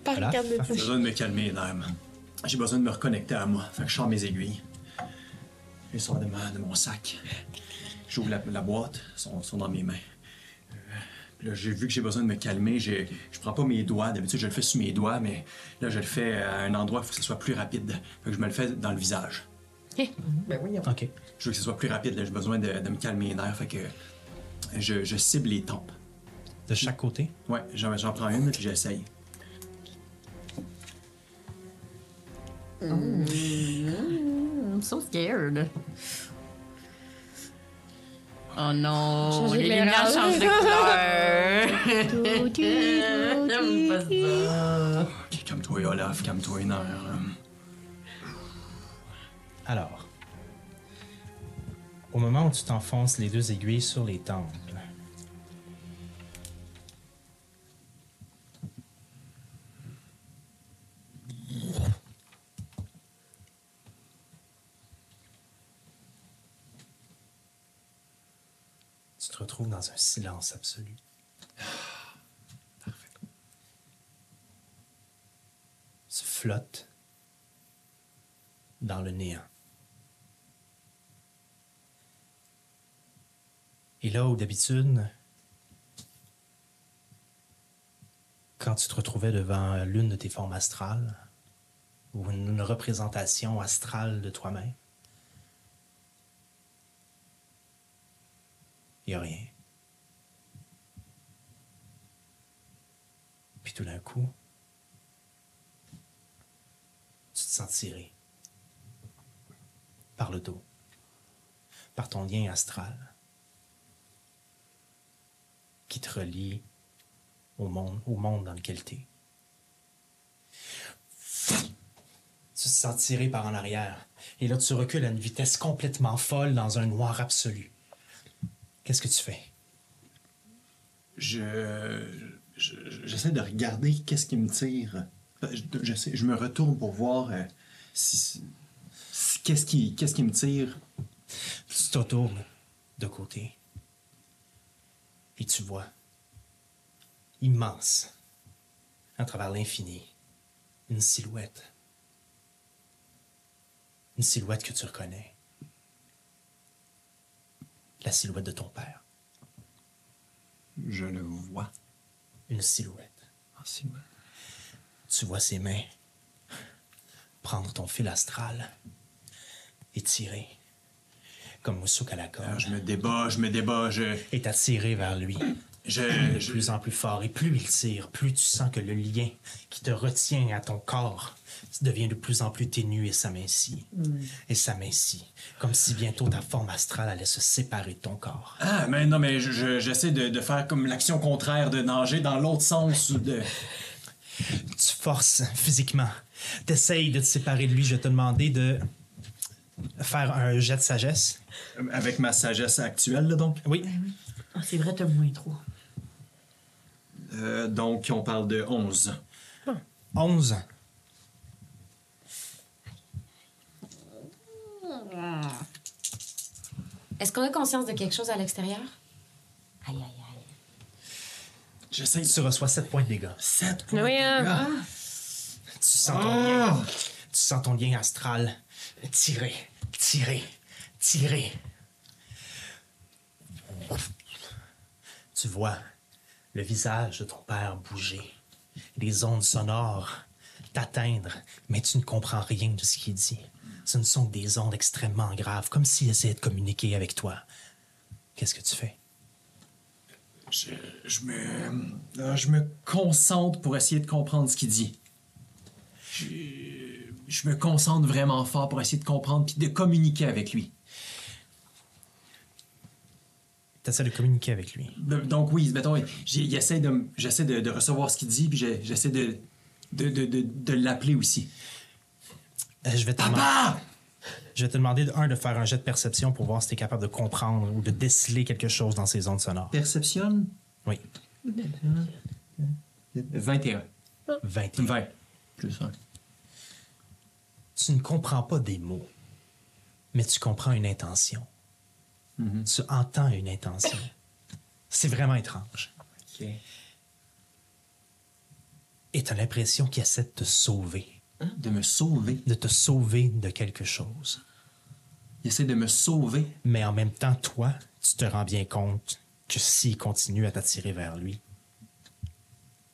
Par Voilà. carte de J'ai besoin de me calmer les nerfs, man. J'ai besoin de me reconnecter à moi. Fait que je sors mes aiguilles. Elles sont de, ma- de mon sac. J'ouvre la, la boîte, elles sont, sont dans mes mains. Euh, puis là, j'ai vu que j'ai besoin de me calmer. J'ai- Je prends pas mes doigts. D'habitude, je le fais sous mes doigts, mais là, je le fais à un endroit où il faut que ce soit plus rapide. Fait que je me le fais dans le visage. Ben oui, Ok. Je veux que ce soit plus rapide. là. J'ai besoin de, de me calmer les nerfs. Fait que je, je cible les tempes. De chaque côté. Ouais, j'en j'en prends une, puis j'essaye. I'm so scared. Oh non, Changer les lumières d'éclairage. changent de couleur. J'aime pas ça. Ok, calme-toi, Olaf, calme-toi une heure. hein. Alors, au moment où tu t'enfonces les deux aiguilles sur les temples, tu te retrouves dans un silence absolu. Tu flottes dans le néant. Et là où d'habitude, quand tu te retrouvais devant l'une de tes formes astrales, ou une, une représentation astrale de toi-même, il n'y a rien. Puis tout d'un coup, tu te sens tiré par le dos, par ton lien astral qui te relie au monde, au monde dans lequel tu es. Tu te sens tiré par en arrière. Et là, tu recules à une vitesse complètement folle dans un noir absolu. Qu'est-ce que tu fais? Je. je- J'essaie de regarder qu'est-ce qui me tire. Euh, Je, je sais- je me retourne pour voir euh, si, si- qu'est-ce qui, qu'est-ce qui me tire. Tu te tournes de côté. Et tu vois, immense, à travers l'infini, une silhouette. Une silhouette que tu reconnais. La silhouette de ton père. Je le vois. Une silhouette. Ah, c'est bon. Tu vois ses mains prendre ton fil astral et tirer, comme Moussouk à la Alors, gorge, je me débat, je me débat, je. et t'attirer vers lui. je, de je- plus en plus fort. Et plus il tire, plus tu sens que le lien qui te retient à ton corps devient de plus en plus ténu et s'amincit. Et s'amincit. Comme si bientôt ta forme astrale allait se séparer de ton corps. Ah, mais non, mais je- je- j'essaie de, de faire comme l'action contraire, de nager dans l'autre sens. ou De... Tu forces physiquement. T'essayes de te séparer de lui. Je vais te demander de faire un jet de sagesse. Avec ma sagesse actuelle, là, donc. Ben Oui. Ah, c'est vrai, t'as moins trop. Euh, donc, on parle de 11. 11. Est-ce qu'on a conscience de quelque chose à l'extérieur? Aïe, aïe, aïe. J'essaie Tu sur reçois 7 points de dégâts. 7 Mais oui, hein. Tu sens ton Ah! lien. Tu sens ton lien astral tirer, tirer, tirer. Tu vois le visage de ton père bouger, les ondes sonores t'atteindre, mais tu ne comprends rien de ce qu'il dit. Ce ne sont que des ondes extrêmement graves, comme s'il essayait de communiquer avec toi. Qu'est-ce que tu fais? Je, je me, euh, je me concentre pour essayer de comprendre ce qu'il dit. Je, je me concentre vraiment fort pour essayer de comprendre puis de communiquer avec lui. T'essaies de communiquer avec lui. De- donc oui, mettons, j'ai- il essaie de, m- j'essaie de, de recevoir ce qu'il dit puis j'ai- j'essaie de, de, de, de, de l'appeler aussi. Euh, je vais te demander- Papa! Je vais te demander, de- un, de faire un jet de perception pour voir si t'es capable de comprendre ou de déceler quelque chose dans ces ondes sonores. Perception Oui. 21. 20. 20. Plus un. Tu ne comprends pas des mots, mais tu comprends une intention. Mm-hmm. Tu entends une intention. C'est vraiment étrange. OK. Et tu as l'impression qu'il essaie de te sauver, De me sauver. de te sauver de quelque chose. Il essaie de me sauver. Mais en même temps, toi, tu te rends bien compte que s'il continue à t'attirer vers lui,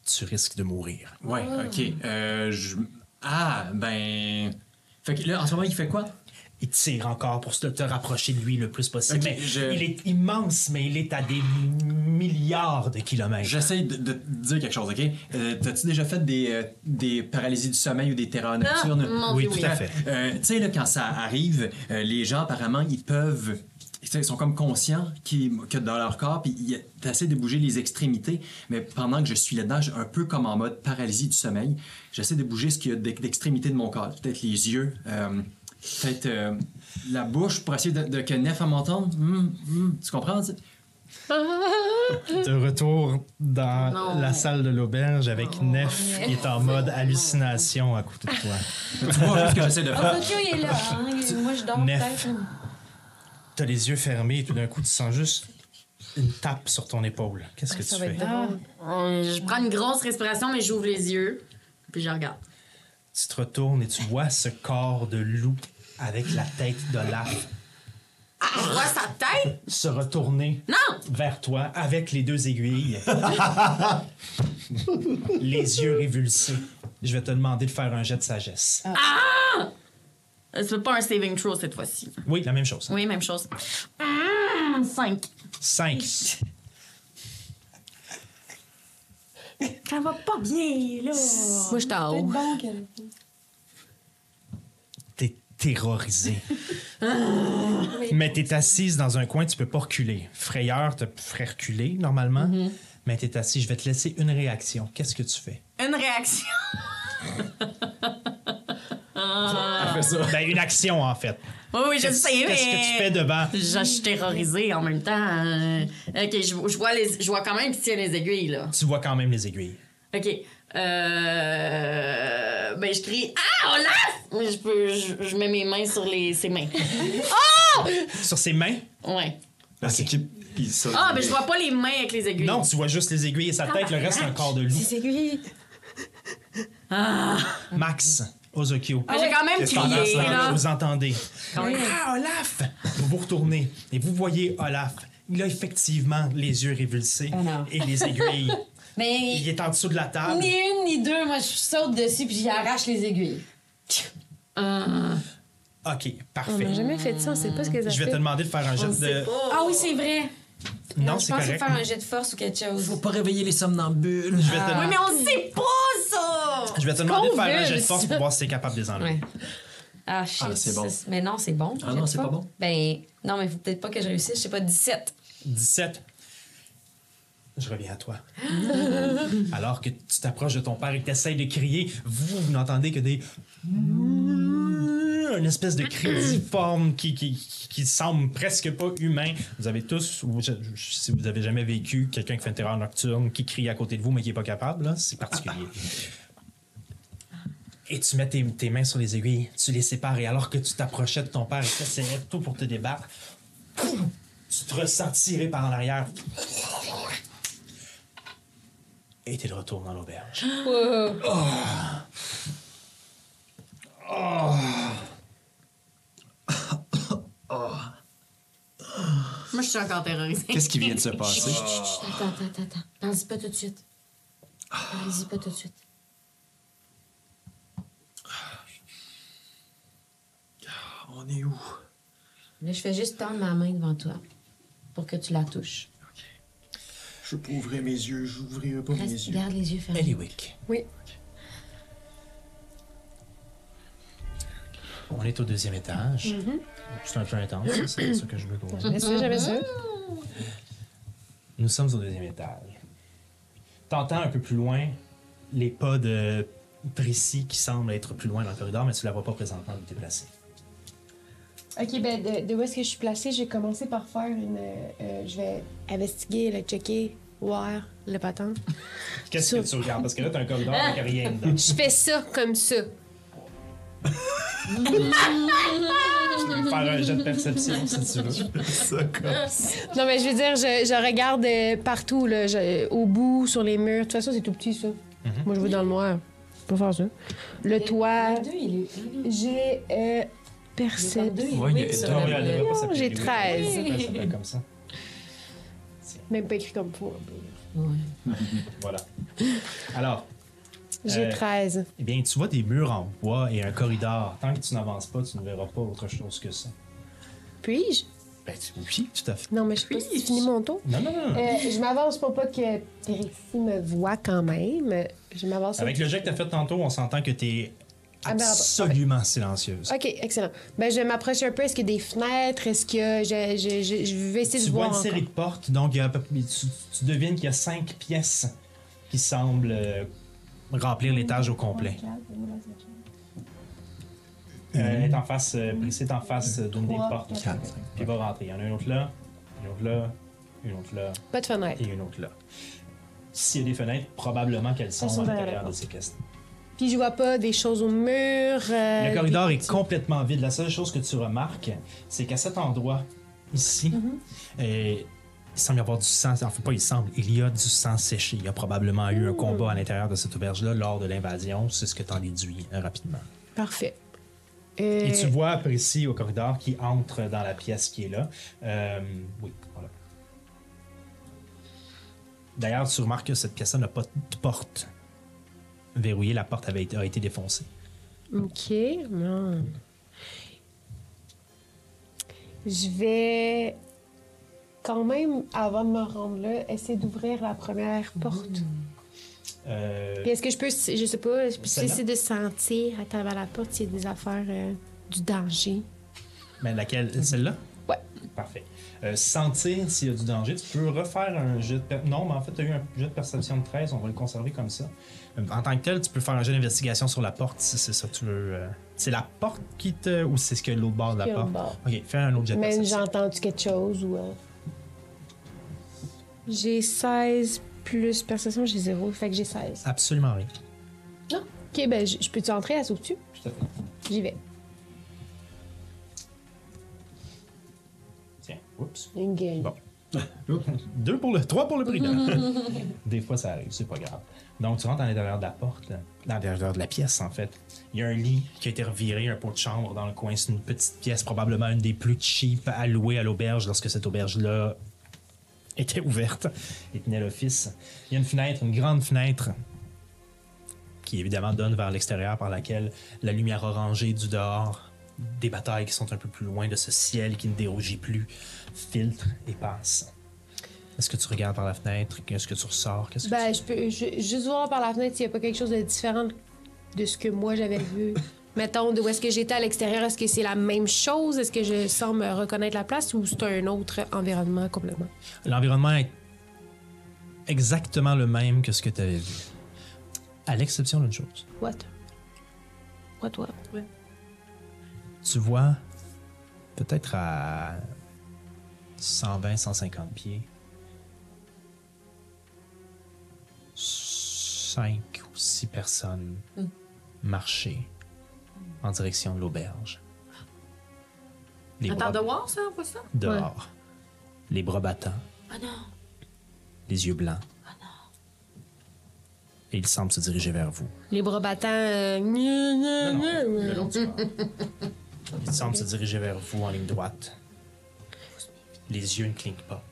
tu risques de mourir. Ouais, ok. Euh, je... Ah, ben. Fait que là, en ce moment, il fait quoi? Il tire encore pour se- te rapprocher de lui le plus possible. Ok, mais je- Il est immense, mais il est à des milliards de kilomètres. J'essaie de, de te dire quelque chose, ok? Euh, T'as-tu déjà fait des, euh, des paralysies du sommeil ou des terreurs nocturnes? mon Oui, Dieu, tout à fait. Euh, tu sais, là, quand ça arrive, euh, les gens, apparemment, ils peuvent. tu sais, Ils sont comme conscients qu'ils- que dans leur corps, puis ils essaient de bouger les extrémités. Mais pendant que je suis là-dedans, j'ai un peu comme en mode paralysie du sommeil. J'essaie de bouger ce qu'il y a d'ex- d'extrémité de mon corps. Peut-être les yeux, euh, peut-être euh, la bouche pour essayer de, de- que Nef à m'entende. Hum, hum, tu comprends? tu sais? De retour dans Non. la salle de l'auberge avec Oh. Nef qui est en mode hallucination à côté de toi. Tu vois juste ce que j'essaie de Ah. faire. Tokyo il est là. hein. Moi, je dors Neuf. peut-être. T'as les yeux fermés et tout d'un coup tu sens juste une tape sur ton épaule. Qu'est-ce que tu Ah, Ça va fais? être drôle. On- Je prends une grosse respiration, mais j'ouvre les yeux, puis je regarde. Tu te retournes et tu vois ce corps de loup avec la tête de l'âme Ah, je vois sa tête? se retourner Non! vers toi avec les deux aiguilles. les yeux révulsés. Je vais te demander de faire un jet de sagesse. Ah. Euh, C'est pas un saving throw cette fois-ci. Oui, la même chose. Oui, même chose. Mmh, cinq. 5. Ça va pas bien, là. Moi, j'étais en haut. Bon, quel- T'es terrorisé. Ah. mais t'es assise dans un coin, tu peux pas reculer. Frayeur te ferait reculer normalement, Mm-hmm. mais t'es assise. Je vais te laisser une réaction. Qu'est-ce que tu fais? Une réaction. Ah. Ben, une action en fait. Oui, oui, je le sais, mais... Qu'est-ce que tu fais devant? Je je suis terrorisée en même temps. euh, Ok, je, je vois les, je vois quand même qu'il tient les aiguilles, là. Tu vois quand même les aiguilles. Ok. Euh... Ben, je crie Ah, Olaf! Mais je peux. Je, je mets mes mains sur les, ses mains. Sur ses mains? Ouais. Parce Ok. qu'il il saute. Ah, ben, je vois pas les mains avec les aiguilles. Non, tu vois juste les aiguilles et sa Ah, tête, le reste c'est un corps de loup. Les aiguilles. Max, Ah. Ozokyo. Mais Ben, j'ai quand même Qu'est-ce qu'on crié, a, ça? là. Vous entendez. Ah, Olaf! Vous vous retournez et vous voyez Olaf. Il a effectivement les yeux révulsés non. et les aiguilles. Mais Il est en dessous de la table. Ben, ni une ni deux, moi, je saute dessus puis j'y arrache les aiguilles. Euh, OK, On parfait. n'a jamais fait ça, on sait pas ce que ça Je vais te fait. demander de faire un jet de. Ah oui, c'est vrai. Non, je c'est pensais correct. faire un jet de force ou quelque chose. Faut pas réveiller les somnambules. Je vais, te... Ah. Oui, mais on le sait pas, ça! je vais te demander de faire un jet de Convulse. force pour voir si t'es capable de les enlever. Ouais. Ah, shit. Ah, c'est bon. ça, Mais non, c'est bon. Ah non, c'est pas bon. Ben, non, mais faut peut-être pas que je réussisse. Je sais pas, 17. 17. Je reviens à toi. Alors que tu t'approches de ton père et que tu essaies de crier, vous, vous n'entendez que des. Une espèce de cri difforme qui, qui, qui semble presque pas humain. Vous avez tous, ou je- je- si vous avez jamais vécu quelqu'un qui fait une terreur nocturne, qui crie à côté de vous mais qui est pas capable, là, c'est particulier. Et tu mets tes, tes mains sur les aiguilles, tu les sépares, et alors que tu t'approchais de ton père et que tu essayais tout pour te débattre, tu te ressens tiré par en arrière. Et t'es de retour dans l'auberge. moi, je suis encore terrorisée. Qu'est-ce qui vient de se passer? Ah. Attends, attends, attends, attends. Pense-y pas tout de suite. Allez-y pas tout de suite. Ah, On est où? Là, je fais juste tendre ma main devant toi pour que tu la touches. Je peux ouvrir mes yeux, j'ouvrirai pas mes Reste, yeux. garde les yeux fermés. Eliwick. Oui. On est au deuxième étage. C'est un peu intense, c'est ça que je veux qu'on dise. Jamais ça, jamais ça. Nous sommes au deuxième étage. T'entends un peu plus loin les pas de Prissy qui semblent être plus loin dans le corridor, mais tu la vois pas présentement te déplacer. Ok, ben de, de où est-ce que je suis placée? J'ai commencé par faire une. euh, euh, je vais investiguer, le checker, voir le patent. Qu'est-ce que tu regardes? Parce que là, t'as un corridor avec rien dedans. Je fais ça comme ça. Tu peux me faire un jet de perception si tu veux. Ça, comme Non, mais je veux dire, je, je regarde euh, partout, là, je- au bout, sur les murs. De toute façon, c'est tout petit, ça. Mhm. Moi, je vais dans le noir. Je peux faire ça. Le toit. Deux, il est. J'ai euh, C'est deux, perception. il est. Ouais, il y a- sur non, le- il y a les- Non, j'ai 13. Ça s'appelle comme ça. Même pas écrit comme pour. Voilà. Alors, J'ai Euh, 13. eh bien, tu vois des murs en bois et un corridor. Tant que tu n'avances pas, tu ne verras pas autre chose que ça. Puis-je? Ben, tu- oui, tout à fait. Non, mais je peux si fini mon tour. Non, non, non. non. Euh, je m'avance pour pas que Perixie me voit quand même. Je m'avance. Avec le jet que t'as fait tantôt, on s'entend que t'es Eh, Ah, merde. absolument silencieuse. Ok, excellent. Ben, je m'approche un peu. Est-ce qu'il y a des fenêtres? Est-ce que je, je, je, je vais essayer Tu de vois voir. une série de portes, donc il y a à peu- tu, tu devines qu'il y a cinq pièces qui semblent euh, remplir l'étage au complet. Euh, elle est en face, euh, Brice est en face euh, d'une des portes. Puis quatre. elle va rentrer. Il y en a une autre là, une autre là, une autre là encore. Pas de fenêtre. et une autre là. S'il y a des fenêtres, probablement qu'elles sont sont à derrière l'intérieur les de ces pièces. Puis je vois pas des choses au mur. euh, Le corridor des- est complètement vide. La seule chose que tu remarques, c'est qu'à cet endroit, ici, Mhm. euh, il semble y avoir du sang. Enfin, pas il semble, il y a du sang séché. Il y a probablement eu un Mm. combat à l'intérieur de cette auberge-là lors de l'invasion. C'est ce que t'en déduis euh, rapidement. Parfait. Euh, Et tu vois Précis au corridor qui entre dans la pièce qui est là. Euh, oui, voilà. D'ailleurs, tu remarques que cette pièce-là n'a pas de porte. Verrouillée, la porte avait été- a été défoncée. Euh, Ok. hmm. non. Je vais quand même, avant de me rendre là, essayer d'ouvrir la première porte. Euh, Puis est-ce que je peux, je sais pas, je peux Celle-là? essayer de sentir à travers la porte s'il y a des affaires euh, du danger? Mais laquelle Celle-là Ouais. Parfait. Euh, sentir s'il y a du danger, tu peux refaire un jet de. per- Non, mais en fait, tu as eu un jet de perception de 13, on va le conserver comme ça. Euh, En tant que tel, tu peux faire un jet d'investigation sur la porte si c'est ça que tu veux. euh, C'est la porte qui te. Ou c'est ce qu'il y a de l'autre bord de la Qui est au porte bord. Ok, fais un autre jet de Même j'ai perception. entendu quelque chose ou. euh, J'ai 16 plus perception, j'ai 0, fait que j'ai Ah. 16. Absolument rien. Non? Ok, ben je je peux-tu entrer, elle s'ouvre-tu? Tout à fait. J'y vais. Tiens, oups. Une gueule. Bon. Deux pour le. Trois pour le prix. d'un. Des fois, ça arrive, c'est pas grave. Donc, tu rentres à l'intérieur de la porte, euh, dans l'intérieur de la pièce, en fait. Il y a un lit qui a été reviré, un pot de chambre dans le coin. C'est une petite pièce, probablement une des plus cheap à louer à l'auberge lorsque cette auberge-là était ouverte et tenait l'office. Il y a une fenêtre, une grande fenêtre, qui évidemment donne vers l'extérieur par laquelle la lumière orangée du dehors, des batailles qui sont un peu plus loin de ce ciel qui ne dérougit plus, filtre et passe. Est-ce que tu regardes par la fenêtre? Est-ce que tu ressors? Qu'est-ce que Ben, je peux je- juste voir par la fenêtre s'il y a pas quelque chose de différent de ce que moi j'avais vu. Mettons, de où est-ce que j'étais à l'extérieur, est-ce que c'est la même chose? Est-ce que je semble reconnaître la place ou c'est un autre environnement complètement? L'environnement est exactement le même que ce que tu avais vu. À l'exception d'une chose. What? What, what? Tu vois, peut-être à 120, 150 pieds, 5 ou 6 personnes Mm. marcher en direction de l'auberge. Les bras Attends de voir ça, pas ça? dehors, les bras battants, Ah non. Ah les yeux blancs. Et ils semblent se diriger vers vous. Les bras battants. euh, gna, gna, gna, gna. Il semble se diriger vers vous en ligne droite. Les yeux ne clignent pas.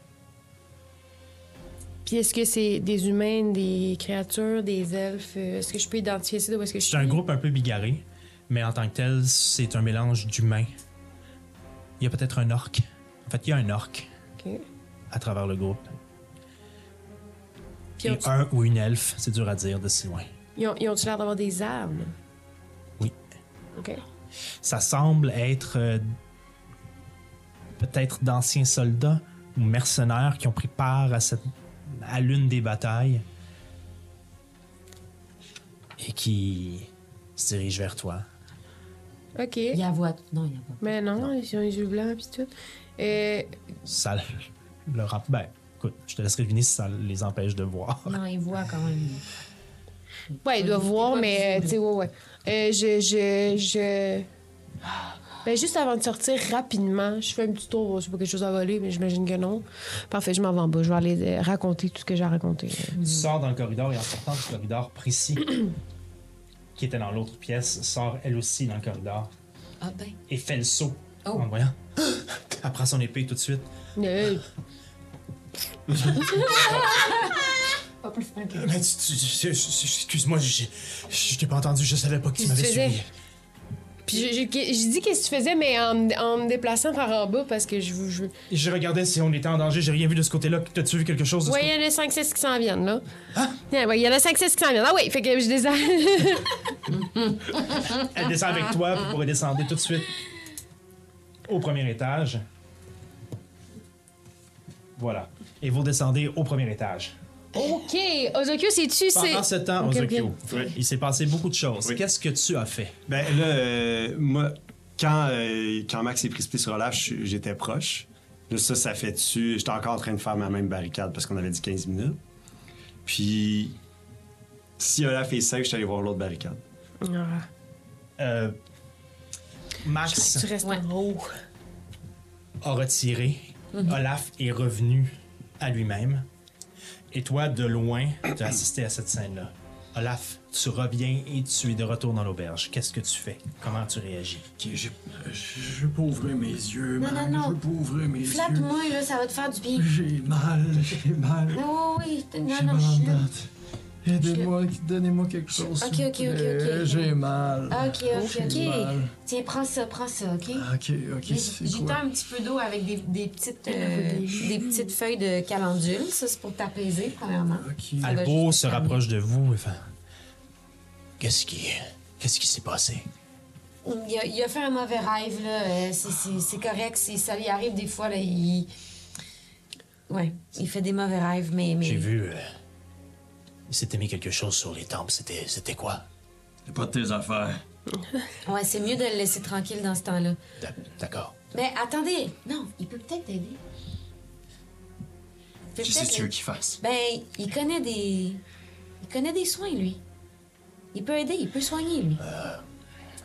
Puis est-ce que c'est des humains, des créatures, des elfes? euh, Est-ce que je peux identifier ça d'où est-ce que je suis? C'est un groupe un peu bigarré, mais en tant que tel, c'est un mélange d'humains. Il y a peut-être un orc. En fait, il y a un orc Ok. à travers le groupe. Puis Et ont-tu- un ou une elfe, c'est dur à dire de si loin. Ils ont, ils ont-tu l'air d'avoir des armes? Oui. OK. Ça semble être euh, peut-être d'anciens soldats ou mercenaires qui ont pris part à, cette, à l'une des batailles et qui se dirigent vers toi. OK. Il y a voix. Non, il y a voix. Mais non, ils ont les yeux blancs puis tout. Euh, Ça leur em- Ben, écoute, je te laisserai deviner si ça les empêche de voir. Non, il voit quand même. ouais, ils doivent voir, pas mais euh, tu sais, ouais, ouais. Euh, je, je, je... Ben, juste avant de sortir, rapidement, je fais un petit tour. Je sais pas quelque chose à voler, mais j'imagine que non. Parfait, je m'en vais en bas. Je vais aller euh, raconter tout ce que j'ai à raconter. Tu sors dans le corridor et en sortant du corridor, Prissy, qui était dans l'autre pièce, sort elle aussi dans le corridor Ah ben. et fait le saut en le voyant. Elle prend son épée tout de suite. Euh, Mais tu- tu- tu- excuse-moi, j'ai- je t'ai pas entendu, je savais pas que tu Qu'est-ce m'avais que tu faisais? suivi. Puis je, je, je dis qu'est-ce que tu faisais, mais en, me- en me déplaçant par en bas parce que je veux. Je... veux- Je regardais si on était en danger, j'ai rien vu de ce côté-là. T'as-tu vu quelque chose de ce Ouais, il côté- y en a 5-6 qui s'en viennent, là. Hein? Ah? Ouais, il y en a 5-6 qui s'en viennent. Ah oui, fait que je désarme. Elle descend avec toi, puis pourrait descendre tout de suite au premier étage. Voilà. Et vous descendez au premier étage. OK, Ozokyo, c'est-tu. c'est... Pendant ce temps, Ok, Ozokyo, ok. il s'est passé beaucoup de choses. Oui. Qu'est-ce que tu as fait? Ben là, euh, moi, quand, euh, quand Max est précipité sur la lâche, j'étais proche. Là, ça, ça fait dessus. J'étais encore en train de faire ma même barricade parce qu'on avait dit 15 minutes. Puis, si Olaf est safe, je suis allé voir l'autre barricade. Ah, Euh, tu Max restes Ouais. en haut. a retiré. Mhm. Olaf est revenu à lui-même. Et toi, de loin, tu as assisté à cette scène-là. Olaf, tu reviens et tu es de retour dans l'auberge. Qu'est-ce que tu fais? Comment tu réagis? Ok, j'ai- euh, je veux pas ouvrir mes yeux, Non, man. non, non. Je veux pas ouvrir mes yeux. Flatte-moi, là, ça va te faire du bien. J'ai mal, j'ai mal. Non, oui, oui, non, J'ai non, mal je en suis là. date. Aidez-moi, donnez-moi quelque chose. Ok, s'il ok, vous ok, plaît. ok. Euh, J'ai mal. Ah, Ok, ok, J'ai ok. mal. Ah, Tiens, prends ça, prends ça, ok? Ok, ok, Mais c'est J'étais quoi? un petit peu d'eau avec des, des petites, euh, des petites feuilles de calendule. Ça, c'est pour t'apaiser, premièrement. Ok. Ah, Albo ben, se je- rapproche de vous et fait Qu'est-ce qui. Qu'est-ce qui s'est passé? Il a, il a fait un mauvais rêve, là. euh, c'est- C'est c'est correct. c'est- Ça lui arrive des fois, là. Il... Ouais, il fait des mauvais rêves, mais... mais... J'ai vu. euh, il s'était mis quelque chose sur les tempes. C'était, c'était quoi? C'est pas de tes affaires. Ouais, c'est mieux de le laisser tranquille dans ce temps-là. D'ac- D'accord. Mais attendez! Non, il peut peut-être t'aider. Peut-être Qu'est-ce que que- tu veux qu'il fasse? Ben, il connaît des... Il connaît des soins, lui. Il peut aider, il peut soigner, lui. Euh.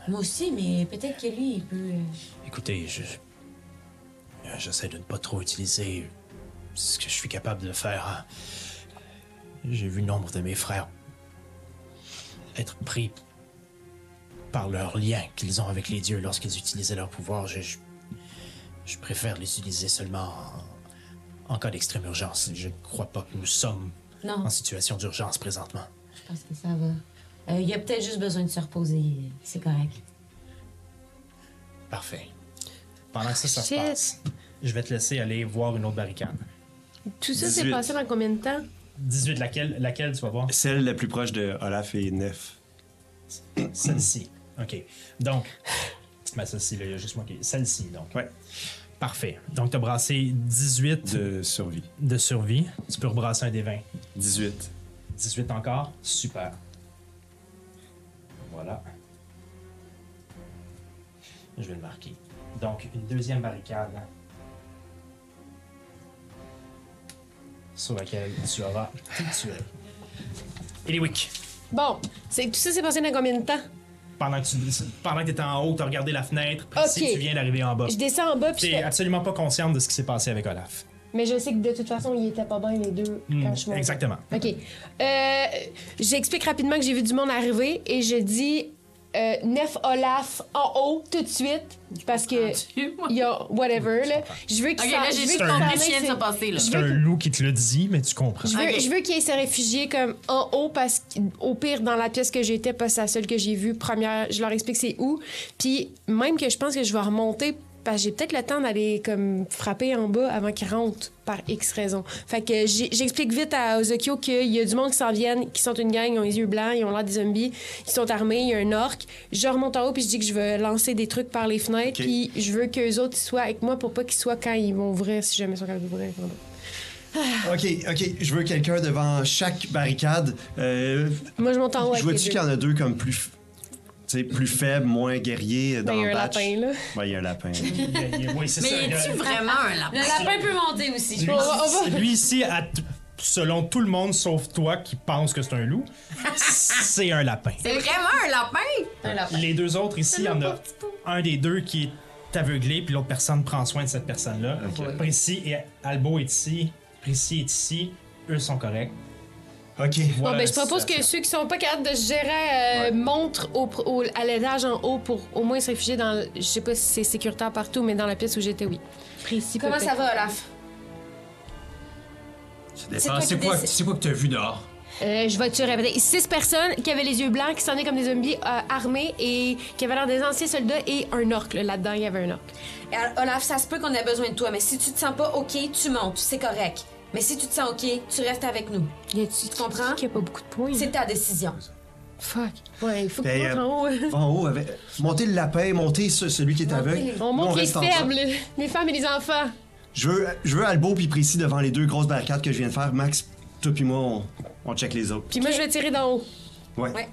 Moi aussi, mais peut-être que lui, il peut... euh, Écoutez, je. euh, J'essaie de ne pas trop utiliser ce que je suis capable de faire. hein. J'ai vu nombre de mes frères être pris par leur lien qu'ils ont avec les dieux lorsqu'ils utilisaient leur pouvoir. Je, je- je préfère les utiliser seulement en, en cas d'extrême urgence. Je ne crois pas que nous sommes Non, Ah. en situation d'urgence présentement. je pense que ça va. Euh, il a peut-être juste besoin de se reposer. euh, C'est correct. Parfait. Pendant que ça, ça se Shit. passe, je vais te laisser aller voir une autre barricade. Tout ça s'est 18. passé dans combien de temps? 18, laquelle, laquelle tu vas voir? Celle la plus proche de Olaf et Nef. Celle-ci. OK. Donc, ben celle-ci, là, il y a juste moi qui. Celle-ci, donc. Ouais. Parfait. Donc, tu as brassé 18 de... De survie. survie. Tu peux rebrasser un des 20. 18. 18 encore. Super. Voilà. Je vais le marquer. Donc, une deuxième barricade sur laquelle tu auras tué. Eliwick, Bon, c'est tout ça s'est passé dans combien de temps? pendant que tu pendant que étais en haut, tu as regardé la fenêtre, précis, Ok. tu viens d'arriver en bas. Je descends en bas, puis je T'es fais- absolument pas consciente de ce qui s'est passé avec Olaf. Mais je sais que de toute façon, ils étaient pas bien les deux Hmm, quand je suis montée. exactement. OK. Euh, J'explique rapidement que j'ai vu du monde arriver et je dis euh, Nef Olaf en haut tout de suite parce que. Il y a whatever, là. Je veux Ok, qu'ils là, j'ai s'en- je veux tout qu'ils compris ce s'en qui vient de aillent, se passer, là. Je C'est veux un loup qui te le dit, mais tu comprends. Je veux, Ok. je veux qu'ils se réfugient comme en haut parce qu'au pire dans la pièce que j'étais parce que c'est la seule que j'ai vue première je leur explique c'est où puis même que je pense que je vais remonter parce que j'ai peut-être le temps d'aller comme frapper en bas avant qu'il rentre par X raison. Fait que j'ai- j'explique vite à Ozokyo qu'il y a du monde qui s'en viennent, qui sont une gang, ils ont les yeux blancs, ils ont l'air des zombies, ils sont armés, il y a un orc. Je remonte en haut puis je dis que je veux lancer des trucs par les fenêtres Ok. puis je veux que les autres ils soient avec moi pour pas qu'ils soient quand ils vont ouvrir si jamais ils sont capables d'ouvrir. pardon. Ok, ok, je veux quelqu'un devant chaque barricade. Euh, Moi je monte en je haut avec vois-tu les qu'il y deux. en a deux comme plus, f- tu sais, plus faibles, moins guerriers dans Ben, il y a le un batch? lapin là. Ouais, il y a un lapin. Oui, c'est Mais ça. y a-tu gars. vraiment un lapin? Ah, Le lapin peut monter aussi. Lui, lui ici, à t- selon tout le monde sauf toi qui pense que c'est un loup, c'est un lapin. C'est vraiment un lapin? Un lapin. Les deux autres ici, il y en a un des deux qui est aveuglé, puis l'autre personne prend soin de cette personne-là. Ok. Précis et Albo est ici, Précis est ici, eux sont corrects. Ok. Bon, Voilà ben, la je propose que situation. ceux qui sont pas capables de se gérer euh, montrent au, pro- au- à l'étage en haut pour au moins se réfugier dans. le- Je sais pas si c'est sécuritaire partout, mais dans la pièce où j'étais, oui. Précis. Comment peut-être. ça va, Olaf? Ça C'est toi dépend. qui C'est quoi, décides. c'est quoi que t'as vu dehors? Euh, je vais te répéter. Six personnes qui avaient les yeux blancs, qui sonnaient comme des zombies euh, armés et qui avaient l'air des anciens soldats et un orc. là. Là-dedans, il y avait un orc. Et alors, Olaf, ça se peut qu'on ait besoin de toi, mais si tu te sens pas OK, tu montes, c'est correct. Mais si tu te sens OK, tu restes avec nous. Y a-tu Tu comprends? qui a pas beaucoup de points? là? C'est ta décision. Fuck. Ouais, il faut que Ben, tu montes euh, en haut. Va en haut avec. Montez le lapin, montez ce- celui qui est aveugle. On Nous, montre les reste ensemble. faibles, les femmes et les enfants. Je veux, je veux Albo puis Précis devant les deux grosses barricades que je viens de faire. Max, toi puis moi, on, on check les autres. Puis moi, je vais tirer d'en haut. Ouais. Ouais. ouais.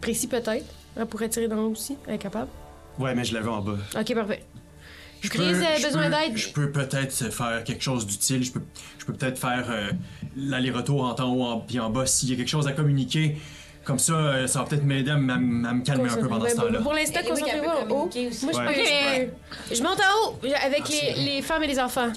Précis, peut-être. On pourrait tirer d'en haut aussi. Incapable. mais je l'avais en bas. Ok, parfait. Je peux- crise euh, je besoin peux- d'aide. Je peux peut-être faire quelque chose d'utile. Je peux, je peux peut-être faire euh, l'aller-retour en temps haut en- puis en bas s'il y a quelque chose à communiquer. Comme ça, euh, ça va peut-être m'aider à, m- à m- à me calmer un peu pendant ce Ben, temps-là. Pour l'instant, Elle est où qu'elle peut concentrez-vous en haut. communiquer aussi? Moi, je, Ouais. peux- je peux- je monte en haut avec les, les femmes et les enfants.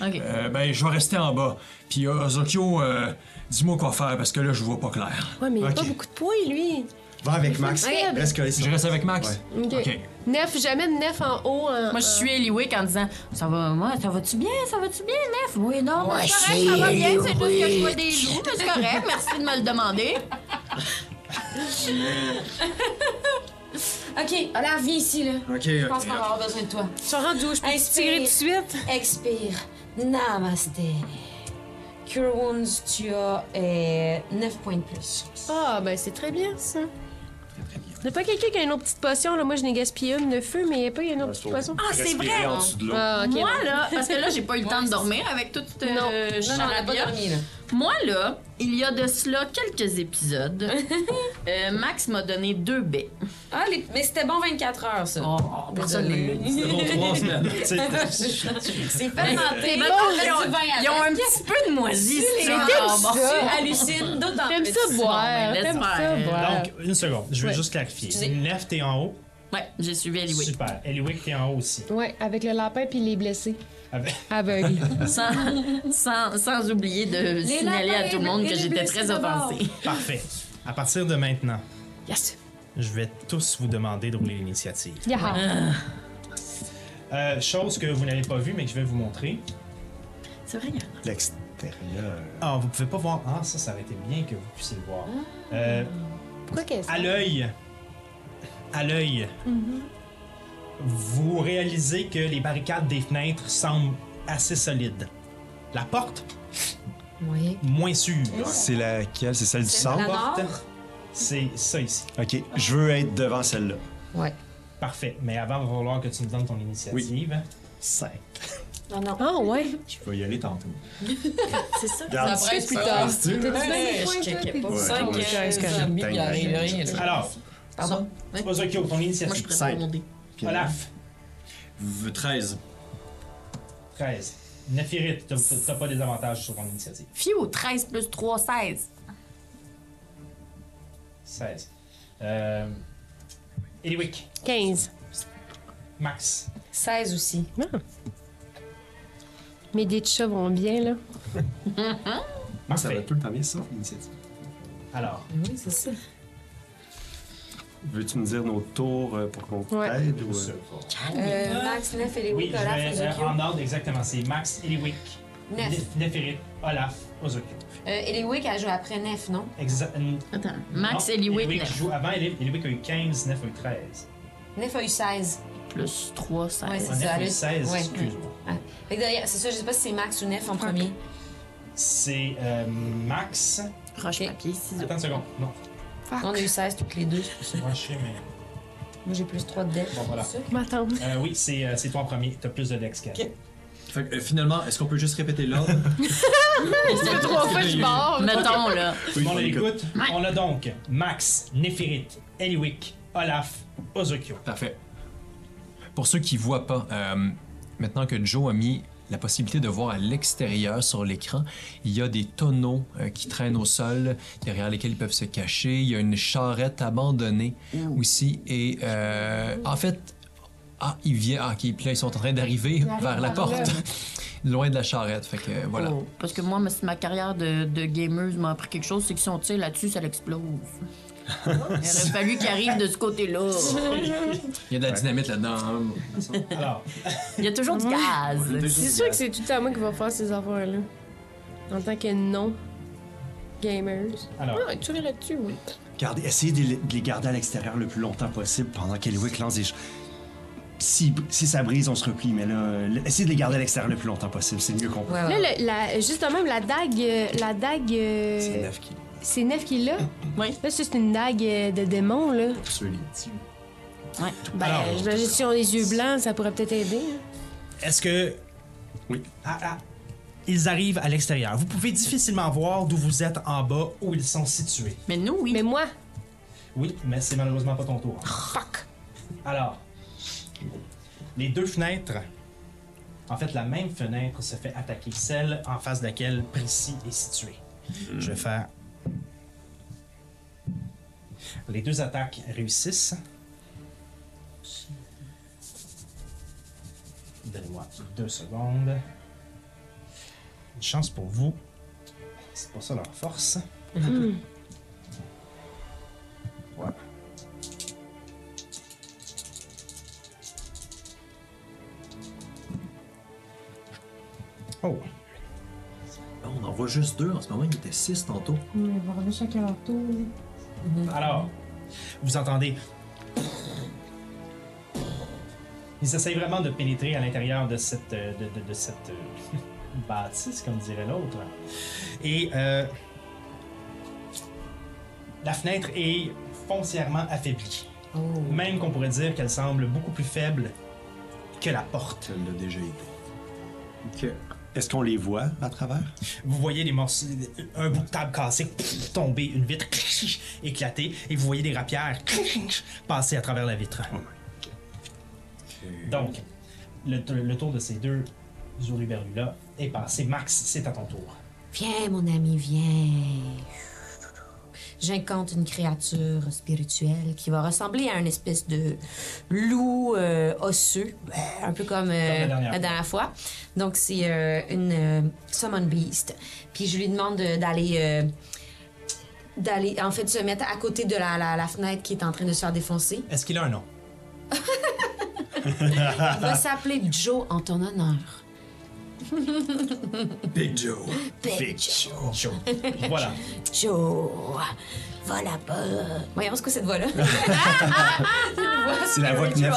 Ok. Euh, ben, je vais rester en bas. Puis euh, Ozokyo, euh, dis-moi quoi faire parce que là, je vois pas clair. Ouais, mais il a Ok. pas beaucoup de points, lui. Va avec Max. faibles. Reste collé sur- Je reste avec Max. Ouais. Ok. Ok. Neuf, j'amène neuf en haut. euh, En, Moi, je suis Eliwick en disant Ça va, moi, ça va-tu bien Ça va-tu bien, Nef Oui, non, moi, c'est correct, ça va bien, c'est juste que je vois des loups, mais c'est correct, merci de me le demander. OK, Olaf, viens ici, là. Ok, Je pense ok, qu'on va ok. avoir besoin de toi. Je suis rendue où? Je peux Inspire. tirer tout de suite? Expire. Namaste. Cure Wounds, tu as euh, 9 points de plus. Ah, ben c'est très bien, ça. Y'a pas quelqu'un qui a une autre petite potion, là. Moi, je n'ai gaspillé une de feu, mais y'a pas une autre petite potion. Ah, c'est vrai Respirer en dessous de l'eau. Ah, ok. Moi, là, parce que là, j'ai pas eu le temps de dormir avec toute euh, Non. Non, non, on n'a pas charabia. dormi, là. Moi, là, il y a de cela quelques épisodes, euh, Max m'a donné deux baies. Ah, les- mais c'était bon 24 heures, ça. Oh, personne Désolée. l'a eu. C'était bon trois semaines. C'est vraiment T'es bon. bon, ils ont, ils ont un petit peu de moisi, c'est encore bon. Tu hallucines, d'autres dans T'aimes ben. ça boire. bon, ben, T'aimes laisse ça faire. boire. Donc, une seconde, je veux Euh, Ouais. juste clarifier. Excusez. Nef, t'es en haut. Ouais, j'ai suivi Eliwick. Super. Eliwick, t'es en haut aussi. Ouais, avec le lapin puis les blessés. Avec- Aveugle. Sans, sans, sans oublier de signaler à tout le monde que j'étais très offensée. Parfait. À partir de maintenant, yes. je vais tous vous demander de rouler l'initiative. Yeah. Euh, chose que vous n'avez pas vue, mais que je vais vous montrer. C'est vrai, hein. L'extérieur. Ah, vous pouvez pas voir. Ah, ça, ça aurait été bien que vous puissiez le voir. Euh, Pourquoi qu'est-ce à l'œil, à l'œil, vous réalisez que les barricades des fenêtres semblent assez solides. La porte, Oui. moins sûre. Ah, C'est laquelle C'est celle du la centre nord? Porte, C'est ça ici. Ok, je veux être devant celle-là. Ouais. Parfait. Mais avant, il va falloir que tu me donnes ton initiative. 5. Non, non. Ah, ouais. Je vais y aller tantôt. Ah, c'est ça. Garde. Après, plus tard. Je checkais pas. Cinq, Ouais. euh, zombies, il arrive rien, là. Alors, Pardon? Ouais. vas ton Moi, je initiative. préfère mon dé. Olaf, V- 13. 13. Nefirit, t'as- t'as pas des avantages sur ton initiative. Fiu, 13 plus 3, 16. 16. Euh, Eliwick, 15. Max. 16 aussi. Mes dés de chat vont bien, là. Ça va Parfait. tout le temps bien, ça, l'initiative. Alors, Oui, c'est ça. Veux-tu me dire nos tours euh, pour qu'on Ouais. t'aide ou, euh, Euh, Max, 9 et les oui, je Olaf, vais euh, Ozokyo. en ordre exactement. C'est Max, Eliwick, Neuf. Nef- Nefirit, Olaf, Ozokyo. Euh, et les Wick, elle joue après Nef, non? Exa- n- Attends, Max non, Eliwick, neuf. joue avant Eli- Eliwick a eu 15, Nef a eu 13. Nef a eu 16. plus 3, 16. Ouais, c'est Ah, Un ça. F le- 16, ouais. excuse-moi. Fait que derrière- C'est ça, je sais pas si c'est max ou nef en premier. C'est euh, Max. Roche, papier, ciseaux. Attends une seconde. Non, On a eu 16 toutes les deux. c'est moi, je sais, mais. Moi, j'ai plus 3 de deck. Bon, voilà. M'attendre. Euh, oui, c'est euh, c'est toi en premier. T'as plus de dex qu'elle. Ok. Fait que, euh, finalement, est-ce qu'on peut juste répéter l'ordre? Ça fait trois fois que je barre. Mettons, là. Tout le monde Oui, je l'écoute. Ouais. On a donc Max, Neferit, Eliwick, Olaf, Ozokyo. Parfait. Pour ceux qui voient pas, euh, maintenant que Joe a mis la possibilité de voir à l'extérieur sur l'écran, il y a des tonneaux euh, qui traînent au sol, derrière lesquels ils peuvent se cacher. Il y a une charrette abandonnée aussi. Et euh, en fait, ah, ils viennent. Ah, ok, puis là, ils sont en train d'arriver vers la par là. porte, loin de la charrette. Fait que euh, voilà. Oh, Parce que moi, ma- si ma carrière de, de gameuse m'a appris quelque chose, c'est que si on tire là-dessus, ça l'explose. Il aurait fallu qu'il arrive de ce côté-là. Il y a de la dynamite là-dedans. hein. Alors, Il y a toujours du gaz. C'est sûr que c'est tout à moi qui va faire ces affaires-là. En tant que non-gamers. alors. Non, Ah, tu verrais dessus, oui. Gardez, essayez de les, de les garder à l'extérieur le plus longtemps possible pendant qu'Eliwick lance des... ch- Si, si ça brise, on se replie, mais là, euh, essayez de les garder à l'extérieur le plus longtemps possible, c'est le mieux qu'on peut. Là, le- la, justement, la dague. euh, La dague. euh, C'est neuf qui C'est Nef qui l'a. Oui. Là, ça, c'est une dague euh, de démon, là. sur les petits. Ouais. Ben, Ah, Alors, j'imagine si on a les yeux blancs, ça pourrait peut-être aider. hein. Est-ce que. Oui. Ah, ah, Ils arrivent à l'extérieur. Vous pouvez difficilement voir d'où vous êtes en bas, où ils sont situés. Mais nous, oui. Mais moi, Oui, mais c'est malheureusement pas ton tour. fuck. Alors, les deux fenêtres. En fait, la même fenêtre se fait attaquer, celle en face de laquelle Prissy est située. Je vais faire. Les deux attaques réussissent. Donnez-moi deux secondes. Une chance pour vous. C'est pas ça leur force. Voilà. Oh, on en voit juste deux en ce moment, il était six tantôt. Alors, vous entendez. Ils essayent vraiment de pénétrer à l'intérieur de cette, euh, de, de- de cette euh, bâtisse, comme dirait l'autre. Et euh, la fenêtre est foncièrement affaiblie. Même qu'on pourrait dire qu'elle semble beaucoup plus faible que la porte. Elle l'a déjà été. Est-ce qu'on les voit à travers? Vous voyez des morceaux, un bout de table cassé tomber, une vitre éclater, et vous voyez des rapières passer à travers la vitre. Donc, le, t- le tour de ces deux Zuluberlus-là est passé. Max, c'est à ton tour. Viens, mon ami, viens. J'incante une créature spirituelle qui va ressembler à une espèce de loup euh, osseux, un peu comme, euh, Comme la dernière la dernière fois. Donc, c'est euh, une euh, Summon Beast. Puis, je lui demande de- d'aller. euh, d'aller en fait se mettre à côté de la, la- la fenêtre qui est en train de se faire défoncer. Est-ce qu'il a un nom? Il va s'appeler Joe en ton honneur. Big Joe. Big Joe. voilà. Joe, va là-bas. Voyons ce que cette voix-là. C'est la voix qui neuf.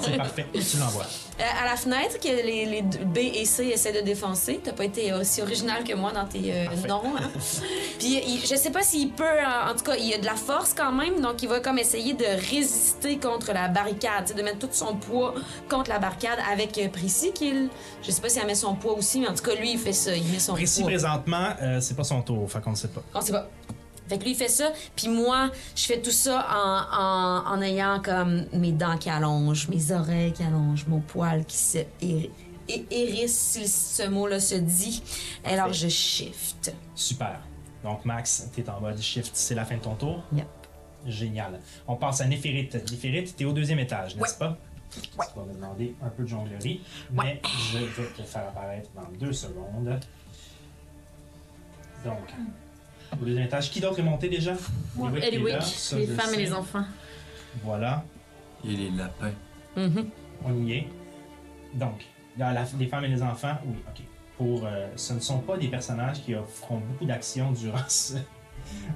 C'est parfait. Tu l'envoies. Euh, à la fenêtre que les, les deux- B et C essaient de défoncer. T'as pas été aussi original que moi dans tes euh, noms. hein. Puis il- je sais pas s'il peut, en, en tout cas, il a de la force quand même, donc il va comme essayer de résister contre la barricade, tu sais, de mettre tout son poids contre la barricade avec euh, Prissy qui, est- je sais pas si elle met son poids aussi, mais en tout cas lui il fait ça, il met son Précis poids. présentement, euh, c'est pas son tour, fait qu'on ne sait pas. On sait pas. Fait que lui, il fait ça, puis moi, je fais tout ça en, en- en ayant comme mes dents qui allongent, mes oreilles qui allongent, mon poil qui se hé- hé- hérisse, si ce mot-là se dit. Alors, je shift. Super. Donc, Max, t'es en mode shift. C'est la fin de ton tour? Yep. Génial. On passe à Néphérite. Néphérite, t'es au deuxième étage, n'est-ce pas? Tu vas me demander un peu de jonglerie, mais je vais te faire apparaître dans deux secondes. Donc, au deuxième étage, qui d'autre est monté déjà? Eliwick est là, ça, je sais. enfants. Voilà, Et les lapins. on y est. Donc, dans la- les femmes et les enfants, oui, ok. Pour, euh, ce ne sont pas des personnages qui offront beaucoup d'action durant, ce-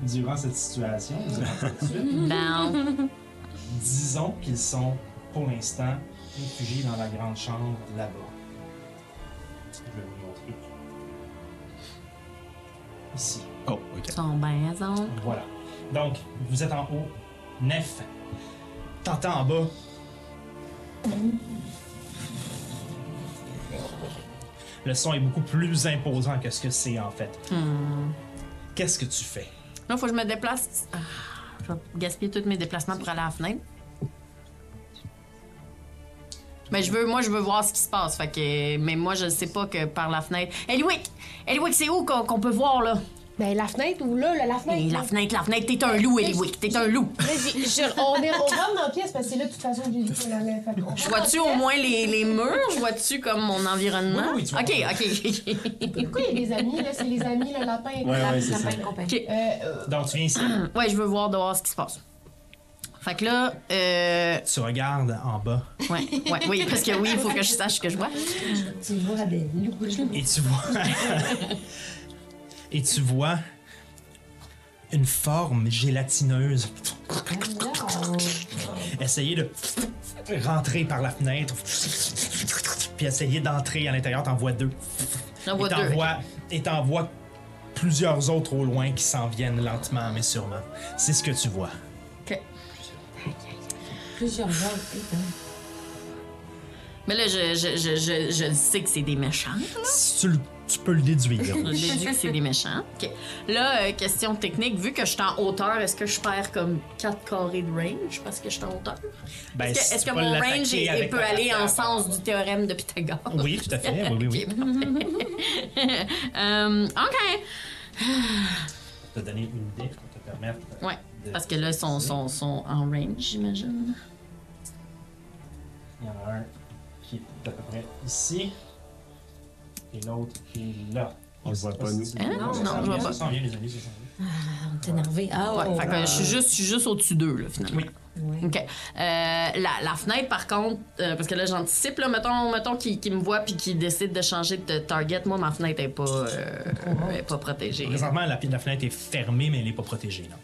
durant cette situation, durant cette suite. Down. disons qu'ils sont pour l'instant réfugie dans la grande chambre là-bas. Je vais vous montrer. Ici. Oh, ok. Son baison. Voilà. Donc, vous êtes en haut, nef. T'entends en bas. Le son est beaucoup plus imposant que ce que c'est en fait. Hmm. Qu'est-ce que tu fais? Là, faut que je me déplace. Ah, je vais gaspiller tous mes déplacements pour aller à la fenêtre. Mais je veux, moi, je veux voir ce qui se passe. Fait que, mais moi, je sais pas que par la fenêtre. Eliwick! Eliwick, c'est où qu'on qu'on peut voir, là? Ben, la fenêtre ou là, là, la Et fenêtre. la là. fenêtre, la fenêtre, t'es un loup, Eliwick, t'es un loup. Là, j'ai- je- on, est, on rentre dans la pièce parce que c'est là, de toute façon, j'ai vu qu'on allait. Fait qu'on- Je vois-tu au moins les, les murs? Je vois-tu comme mon environnement? Oui, oui, tu vois. ok, ok, Et pourquoi il y a des amis, là? C'est les amis, le lapin et Ouais, la ouais, c'est ça. Euh, euh, Donc, tu viens ici. ouais, je veux voir dehors ce qui se passe. Fait que là, euh, Tu regardes en bas ouais, ouais, oui, parce que oui, il faut que je sache ce que je vois. Tu vois ben, des loups. et tu vois. et tu vois une forme gélatineuse essayer de rentrer par la fenêtre, puis essayer d'entrer à l'intérieur, t'en vois deux. J'en vois Et t'en deux. vois- Et t'en vois plusieurs autres au loin qui s'en viennent lentement mais sûrement. C'est ce que tu vois. Ok. Plusieurs gens. Mais là, je, je, je, je, je le sais que c'est des méchants. Si tu, le- tu peux le déduire. Je l'ai dit que c'est des méchants. Ok. Là, euh, question technique, vu que je suis en hauteur, est-ce que je perds comme 4 carrés de range parce que je suis en hauteur? Ben, Est-ce si que, est-ce tu que vas mon l'attaquer range est- avec peut ta aller en rapière. sens du théorème de Pythagore? Oui, tout à fait. Oui, oui, oui. Euh, ok. T'as donné une idée pour te permettre. Ouais. Parce que là, ils sont, sont, sont en range, j'imagine. Il y en a un qui est à peu près ici. Et l'autre qui est là. On se voit pas, nous. si- Hein? Non, ça non, s'en je vois vient, pas. Ça s'en vient, les amis, ça s'en vient. T'es énervé. Ah Ouais, ouais. fait que je Oh. suis juste, je suis juste au-dessus d'eux, là, finalement. Oui. OK. Euh, la, la fenêtre, par contre, euh, parce que là, j'anticipe, là, mettons, mettons qu'ils qu'ils me voient puis qu'ils décident de changer de target. Moi, ma fenêtre n'est pas, euh, est pas protégée. Présentement, la, la fenêtre est fermée, mais elle n'est pas protégée. Non?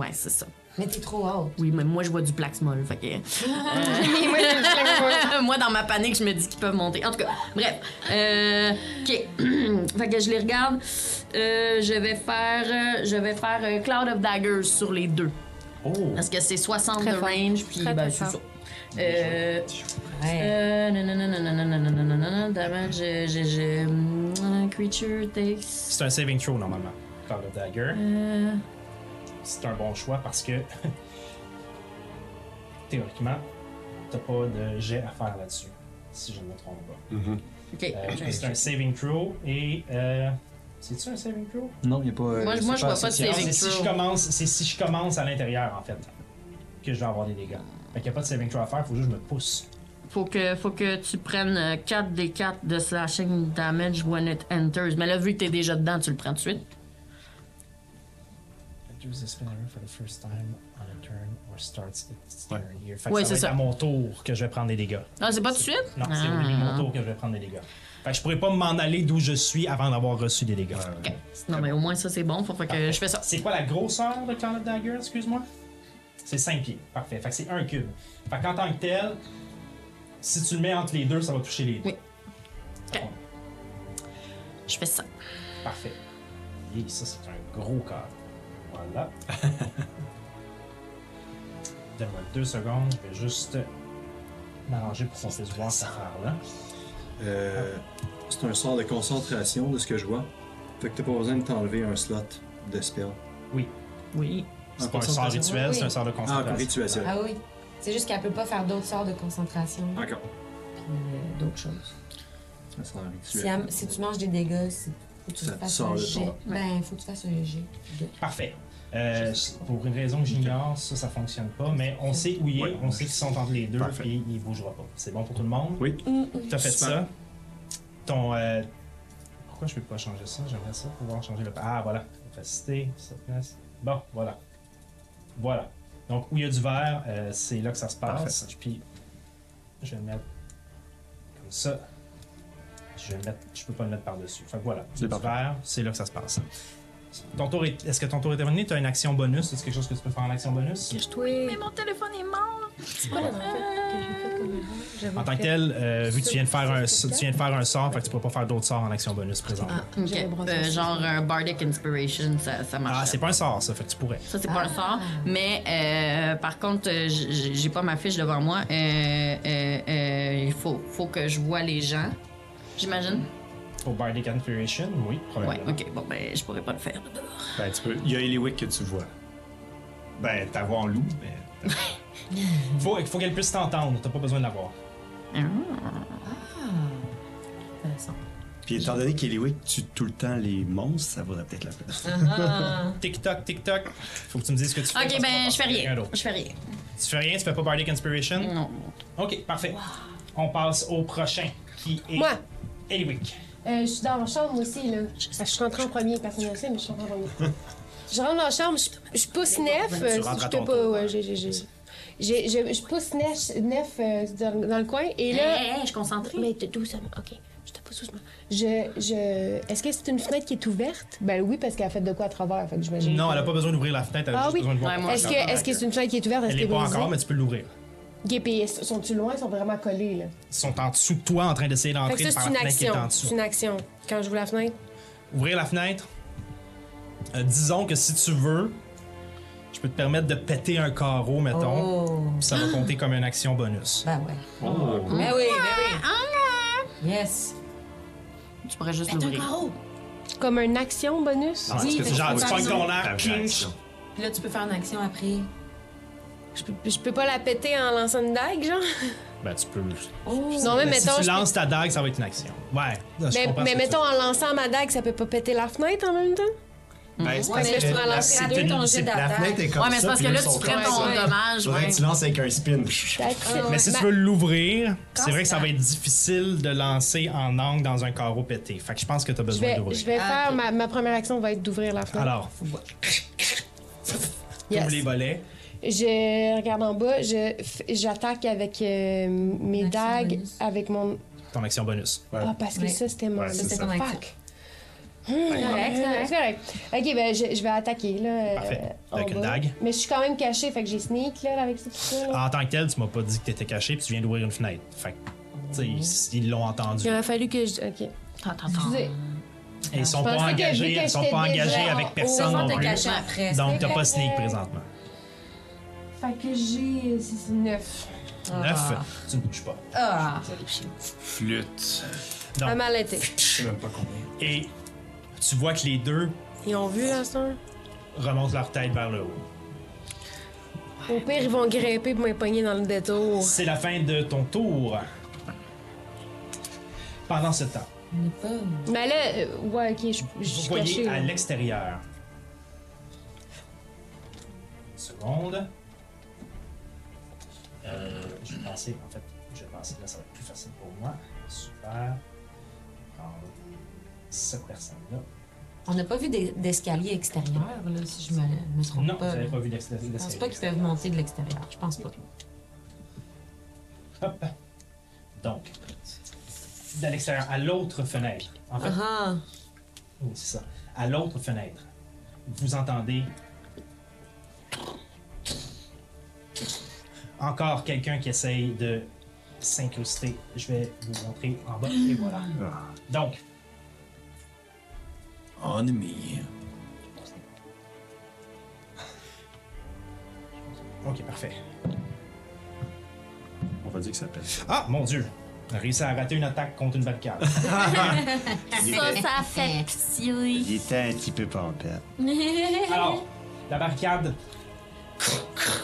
Ouais, c'est ça. Mais t'es trop haut. Oui, mais moi, je vois du plaxmol. Fait que... Moi, dans ma panique, je me dis qu'ils peuvent monter. En tout cas, bref. Euh, OK. fait que je les regarde. Euh, je vais faire, euh, je vais faire euh, Cloud of Daggers sur les deux. Oh! Parce que c'est 60 Très de fort. range, puis Très, ben, très c'est fort. ça. Euh, euh, non, non, non, non, non, non, non, non, non, non, non, damage, je, je, je, hum, creature takes. C'est un saving throw normalement. Par le dagger. Euh, C'est un bon choix parce que théoriquement, t'as pas de jet à faire là-dessus, si je ne me trompe pas. ok. Euh, c'est un saving throw et. euh, C'est-tu un saving throw? Non, il n'y a pas. euh, Moi, je- c'est moi, je vois pas de associé. Non, saving c'est si je throw. commence, c'est si je commence à l'intérieur en fait que je vais avoir des dégâts. Fait qu'il n'y a pas de saving throw à faire, faut juste que je me pousse. Faut que, faut que tu prennes euh, 4 des 4 de slashing damage when it enters. Mais là, vu que t'es déjà dedans, tu le prends tout de suite. Ouais. Fait que Ouais, c'est ça va être ça. à mon tour que je vais prendre des dégâts. Ah, c'est pas tout de suite? Non, c'est au Ah. début de mon tour que je vais prendre des dégâts. Fait que je pourrais pas m'en aller d'où je suis avant d'avoir reçu des dégâts. Ok. Non, mais au moins, ça, c'est bon. Faut, faut que je fais ça. C'est quoi la grosseur de Clan of Dagger, excuse-moi? C'est 5 pieds. Parfait. Fait que c'est un cube. Fait qu'en tant que tel, si tu le mets entre les deux, ça va toucher les deux. Oui. Je fais ça. Parfait. Et ça, c'est un gros cadre. Voilà. Donne-moi deux secondes. Je vais juste m'arranger pour qu'on puisse voir cette affaire-là. Euh, c'est un sort de concentration de ce que je vois. Fait que t'as pas besoin de t'enlever un slot de spell. Ah, Oui. C'est pas un sort concentration? rituel, c'est un sort de Ah, encore concentration. rituel, c'est vrai. Ah oui. C'est juste qu'elle peut pas faire d'autres sorts de concentration Ah. Encore. puis euh, d'autres choses. Un sort Si, rituel. elle- si tu manges des dégâts, c'est- faut que tu Ça fasses sort un de ton- jet. Ben, faut que tu fasses un jet. Parfait. Euh, pour une raison que j'ignore, ça, ça fonctionne pas, mais on sait où il est, Ouais. on sait qu'ils sont entre les deux Parfait. et il bougera pas. C'est bon pour tout le monde? Oui. T'as fait Super. ça. Ton. euh, Pourquoi je peux pas changer ça? J'aimerais ça pouvoir changer le. Ah, voilà. Opacité, softness. Bon, voilà. Voilà. Donc, où il y a du vert, euh, c'est là que ça se passe. Puis, je vais le mettre comme ça. Je vais le mettre. Je peux pas le mettre par-dessus. Fait que voilà. C'est Il y a du parfait. vert, c'est là que ça se passe. Ton tour est... Est-ce que ton tour est terminé? Tu as une action bonus? Est-ce quelque chose que tu peux faire en action bonus? Mais mon téléphone est mort. En tant que tel, euh, vu que tu viens de faire un, tu viens de faire un sort, fait que tu peux pas faire d'autres sorts en action bonus présent. Ok. Euh, genre un Bardic Inspiration, ça, ça marche. Ah, c'est pas un sort, ça, fait que tu pourrais. Ça, c'est pas un sort. Mais euh, par contre, euh, j- j- j'ai pas ma fiche devant moi. Euh, euh, euh, Il faut, faut que je vois les gens, j'imagine. Pour Bardic Inspiration, oui, Ouais, probablement. ok. Bon, ben, je pourrais pas le faire. Ben, tu peux. Il y a Eliwick que tu vois. Ben, t'as voir loup, mais. Faut, faut qu'elle puisse t'entendre, t'as pas besoin de la voir. Puis étant donné qu'Eliwick tue tout le temps les monstres, ça vaudrait peut-être la peine. Tic-toc, tic-toc. Faut que tu me dises ce que tu fais. parce Ok, qu'on ben, va je fais faire rien. d'autre. Je fais rien. Tu fais rien, tu fais pas Bardic Inspiration? Non. Ok, parfait. On passe au prochain, qui est Moi, Eliwick. euh, je suis dans ma chambre aussi, là. Parce que Je suis rentrée en premier, personne ne le sait, mais je suis rentrée en premier. Je rentre dans la chambre, je, je pousse nef. euh, si rentres à je ton peux pas, tour. ouais, j'ai- j'ai- j'ai- j'ai- Je je pousse nef, nef euh, dans, dans le coin, et là. Hey, hey, Eh, je concentre. Mais d- doucement, ok. Je te pousse doucement. Je, je... Est-ce que c'est une fenêtre qui est ouverte? Ben oui, parce qu'elle a fait de quoi à travers, fait que j'imagine. Non, que- elle a pas besoin d'ouvrir la fenêtre, elle a Ah juste oui. besoin de voir. Ouais, moi, Est-ce que est-ce que c'est une fenêtre qui est ouverte? Est-ce Elle qu'elle est est pas brisée? encore, mais tu peux l'ouvrir. Ok, puis est-ce- sont-tu loin? Ils sont vraiment collés, là. Ils sont en dessous de toi en train d'essayer Fait que d'entrer ça, par c'est la une fenêtre qui est en action. C'est dessous. une action. Quand j'ouvre la fenêtre. Ouvrir la fenêtre. euh, disons que si tu veux, je peux te permettre de péter un carreau, mettons. Oh. puis Ça va compter comme une action bonus. Ben ouais. Oh, Ben oui, Ah, ben oui. Yes. Tu pourrais juste l'ouvrir. Comme une action bonus? Ah, est-ce que mais ça Genre, tu vaut- pognes ton Ben, Ah, air, j'ai pinch, l'action. Puis là, tu peux faire une action après. Je peux, je peux pas la péter en lançant une dague, genre? Ben, tu peux. non, mais Mais si mettons. tu je peux- lances ta dague, ça va être une action. Ouais. je mais comprends ce mais que mettons, en lançant ma dague, ça peut pas péter la fenêtre en même temps? Ben, c'est Ouais, parce mais que je pourrais la- lancer à c'est deux une- ton jet c'est- La d'attaque. fenêtre est comme Ouais, mais c'est ça, parce puis que eux là, tu sont ferais comme ton ça. dommage. Faudrait ouais. que tu lances avec un Ah, spin. That's it. tu- Mais si tu veux l'ouvrir, c'est vrai que ça va être difficile de lancer en angle dans un carreau pété. Fait que je pense que t'as Je besoin vais, je d'ouvrir. vais Ah, faire ok. ma, ma première action va être d'ouvrir la fenêtre. Alors, ouvre Yes. les volets. Je regarde en bas, je f- j'attaque avec euh, mes Action dagues, bonus. avec mon. Ton action bonus. Ah, parce que Ouais. ça, c'était mon. Ouais, Ça, c'est ton action. Fuck. Correct, Euh, correct. C'est correct. Ok, ben je, je vais attaquer, là. euh, Parfait. en Avec une bas. dague. Ah. Mais je suis quand même cachée, fait que j'ai sneak, là, avec ça, tout ça. là. En tant que tel, tu m'as pas dit que t'étais caché, puis tu viens d'ouvrir une fenêtre. Fait que, tu sais, ils- ils l'ont entendu. Il aurait fallu que je. Ok. Attends, attends, attends. Excusez. Et ils sont Je pas pensais que engagés, vu que ils sont j'étais pas déjà engagés en avec haut, personne Sans non te plus. cacher après. Donc t'as pas correct. sneak présentement. Fait que j'ai. C'est c'est neuf. Ah. Neuf, tu ne bouges pas. Ah. Flûte. Pas Donc, mal été. et tu vois que les deux Ils ont vu, là, ça? remontent leur tête vers le haut. Au pire, ils vont grimper pour m'épogner dans le détour. C'est la fin de ton tour. Pendant ce temps, Mais là, euh, ouais, ok, je je vous suis voyez cachée. à là. l'extérieur. Une Seconde. Euh, je vais penser, en fait, je vais penser, là, ça va être plus facile pour moi. Super. Prendre cette personne-là. On n'a pas vu d'e- d'escalier extérieur, là, si je me, me trompe Non, vous pas. n'avez là. pas vu l'extérieur. Je pense pas qu'ils peuvent monter de l'extérieur. Je pense pas. Hop. Donc, de l'extérieur à l'autre fenêtre. En fait, Ah oui, c'est ça. À l'autre fenêtre, vous entendez encore quelqu'un qui essaye de s'incruster. Je vais vous montrer en bas et voilà. Donc, On me. ok, parfait. On va dire que ça s'appelle. Ah, mon Dieu! On a réussi à rater une attaque contre une barricade. Ça, Ah, ça fait psy. Il était un petit peu pampette. Alors, la barricade,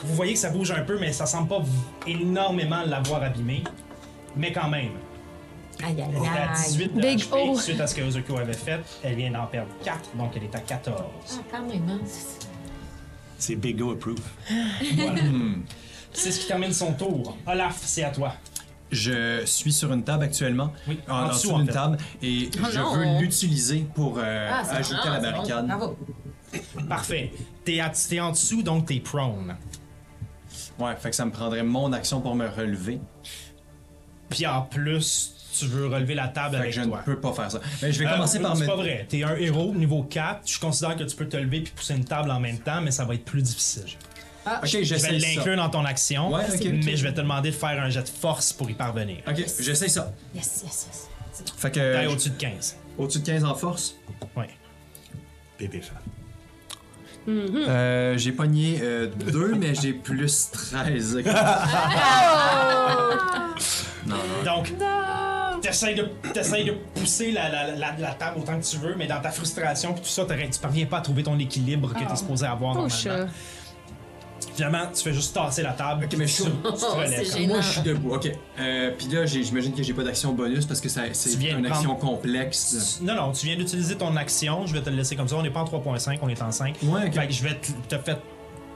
vous voyez que ça bouge un peu, mais ça semble pas v- énormément l'avoir abîmé. Mais quand même, Aïe, aïe, elle était à aïe. 18 de Big HP, O. suite à ce que Ozuko avait fait. Elle vient d'en perdre 4, donc elle est à 14. Ah, quand même, hein. C'est Big O approve. Voilà. c'est ce qui termine son tour. Olaf, c'est à toi. Je suis sur une table actuellement, Oui, en, en en dessous, dessous en d'une fait. table, et je non. veux L'utiliser pour euh, Ah, c'est ajouter bon, à c'est la bon. barricade. Bravo. Parfait. T'es à- t'es en dessous, donc t'es prone. Ouais, fait que ça me prendrait mon action pour me relever. Puis en plus, tu veux relever la table Fait que avec je toi. ne peux pas faire ça. Mais je vais Euh, commencer par C'est me. pas vrai. T'es un héros niveau 4. Je considère que tu peux te lever puis pousser une table en même temps, mais ça va être plus difficile. Ok, je vais j'essaie ça. l'inclure dans ton action, Ouais, ok, ok. mais je vais te demander de faire un jet de force pour y parvenir. Ok, j'essaie ça. Yes, yes, yes. Fait T'es que. au-dessus de 15. Au-dessus de 15 en force. Ouais. Bébé fan. Euh, j'ai pogné 2, mais j'ai plus 13. Donc, t'essayes de, t'essayes de pousser la, la- la- la table autant que tu veux, mais dans ta frustration et tout ça, t'aurais- tu parviens pas à trouver ton équilibre que t'es supposé avoir Oh, normalement. chat. Finalement, tu fais juste tasser la table. Ok, mais je suis- tu, tu te relèves. C'est Moi, gênant. je suis debout, ok. Euh, Puis là, j'ai- j'imagine que j'ai pas d'action bonus parce que ça- c'est Tu viens une de action complexe. Tu- Non, non, tu viens d'utiliser ton action. Je vais te le laisser comme ça. On n'est pas en 3.5, on est en 5. Ouais, ok. Fait que je vais te t'as fait,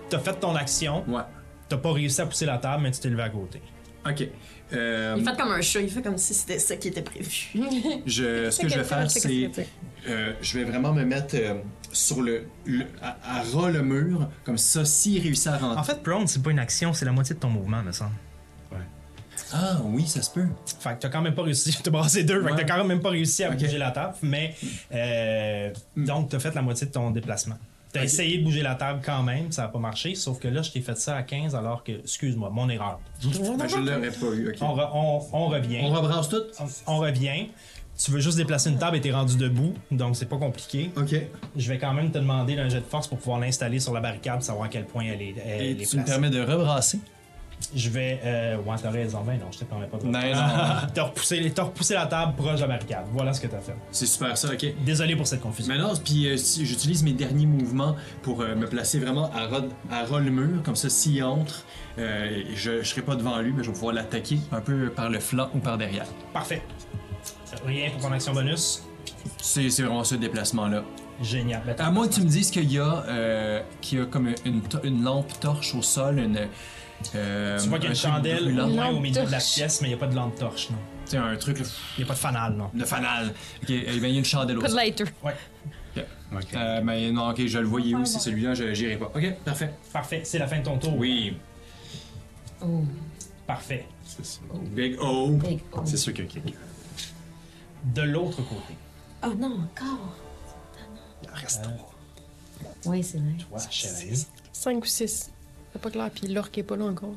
t'as fait ton action. Ouais. T'as pas réussi à pousser la table, mais tu t'es levé à côté. Ok. Euh, Il fait comme un chat, il fait comme si c'était ça qui était prévu. je, ce que je vais faire, c'est. euh, je vais vraiment me mettre euh, sur le. le- à, à ras le mur, comme ça, s'il réussit à rentrer. En fait, prone, c'est pas une action, c'est la moitié de ton mouvement, me semble. Ah oui, ça se peut. Fait que t'as quand même pas réussi. T'as brassé deux, fait que Ouais. t'as quand même pas réussi à Ok. bouger la table, mais euh, donc t'as fait la moitié de ton déplacement. T'as essayé de bouger la table quand même, ça a pas marché, sauf que là, je t'ai fait ça à 15 alors que, excuse-moi, mon erreur. Ben, je l'aurais pas eu, ok. On, re- on- on revient. On rebrasse tout? On, on revient. Tu veux juste déplacer une table et t'es rendu debout, donc c'est pas compliqué. Ok. Je vais quand même te demander d'un jet de force pour pouvoir l'installer sur la barricade, savoir à quel point elle est, elle Et est placée. tu me permets de rebrasser. Je vais. Euh, ouais, t'as raison, ben non, je te permets pas de. Non, Ah, non. T'as repoussé, t'as repoussé la table proche de la barricade. Voilà ce que t'as fait. C'est super ça, ok. Désolé pour cette confusion. Maintenant, puis euh, si- j'utilise mes derniers mouvements pour euh, me placer vraiment à ras, à ras le mur, comme ça, s'il entre, euh, je, je serai pas devant lui, mais je vais pouvoir l'attaquer un peu par le flanc ou par derrière. Parfait. Rien pour ton action bonus. C'est c'est vraiment ce déplacement-là. Génial. Ben, t'as- À moins que tu me dises qu'il y a, euh, qu'il y a comme une, to- une lampe torche au sol, une. euh, tu vois qu'il y un a une truc chandelle brûlant. au loin au Lampe milieu de la torche. pièce, mais il n'y a pas de lampe torche, non. Tu sais, un truc là, pff, Il n'y a pas de fanal, non. de fanal. Ok, eh ben, il y a une chandelle au Pas de sol. lighter. Euh, mais non, ok, je le voyais où, c'est celui-là, je- j'irai pas. Ok, parfait. Parfait, c'est la fin de ton tour. Oui, Oh. Parfait. C'est sûr. Big O. Big O. C'est sûr qu'il y a quelqu'un. De l'autre côté. Oh non, encore. Il en reste trois. Oui, c'est vrai. Toi, Chevalier, 5 ou 6. C'est pas clair, puis l'orque est pas là encore.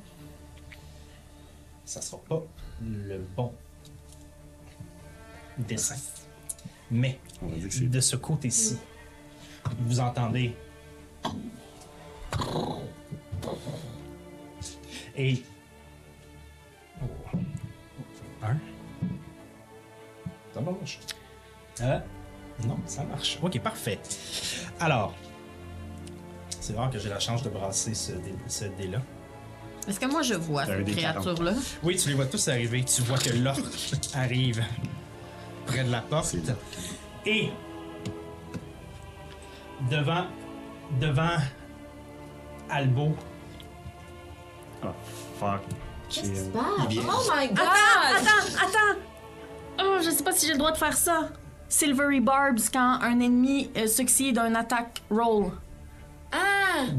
ça sera pas le bon dessin. Mais On va dire que c'est. de ce côté-ci, vous entendez. Et. Oh. Un. Ça marche. Euh, non, ça marche. Ok, parfait. Alors. C'est rare que j'ai la chance de brasser ce dé- ce dé-là. Est-ce que moi je vois T'as un cette des quarante. créature-là? Oui, tu les vois tous arriver. Tu vois que l'orque arrive près de la porte. Et devant, devant Albo, Ah, fuck. Qu'est-ce qui se euh, Il passe? vient. Oh my god! Attends, attends! Oh, je sais pas si j'ai le droit de faire ça. Silvery Barbs, quand un ennemi euh, succeed un attack roll.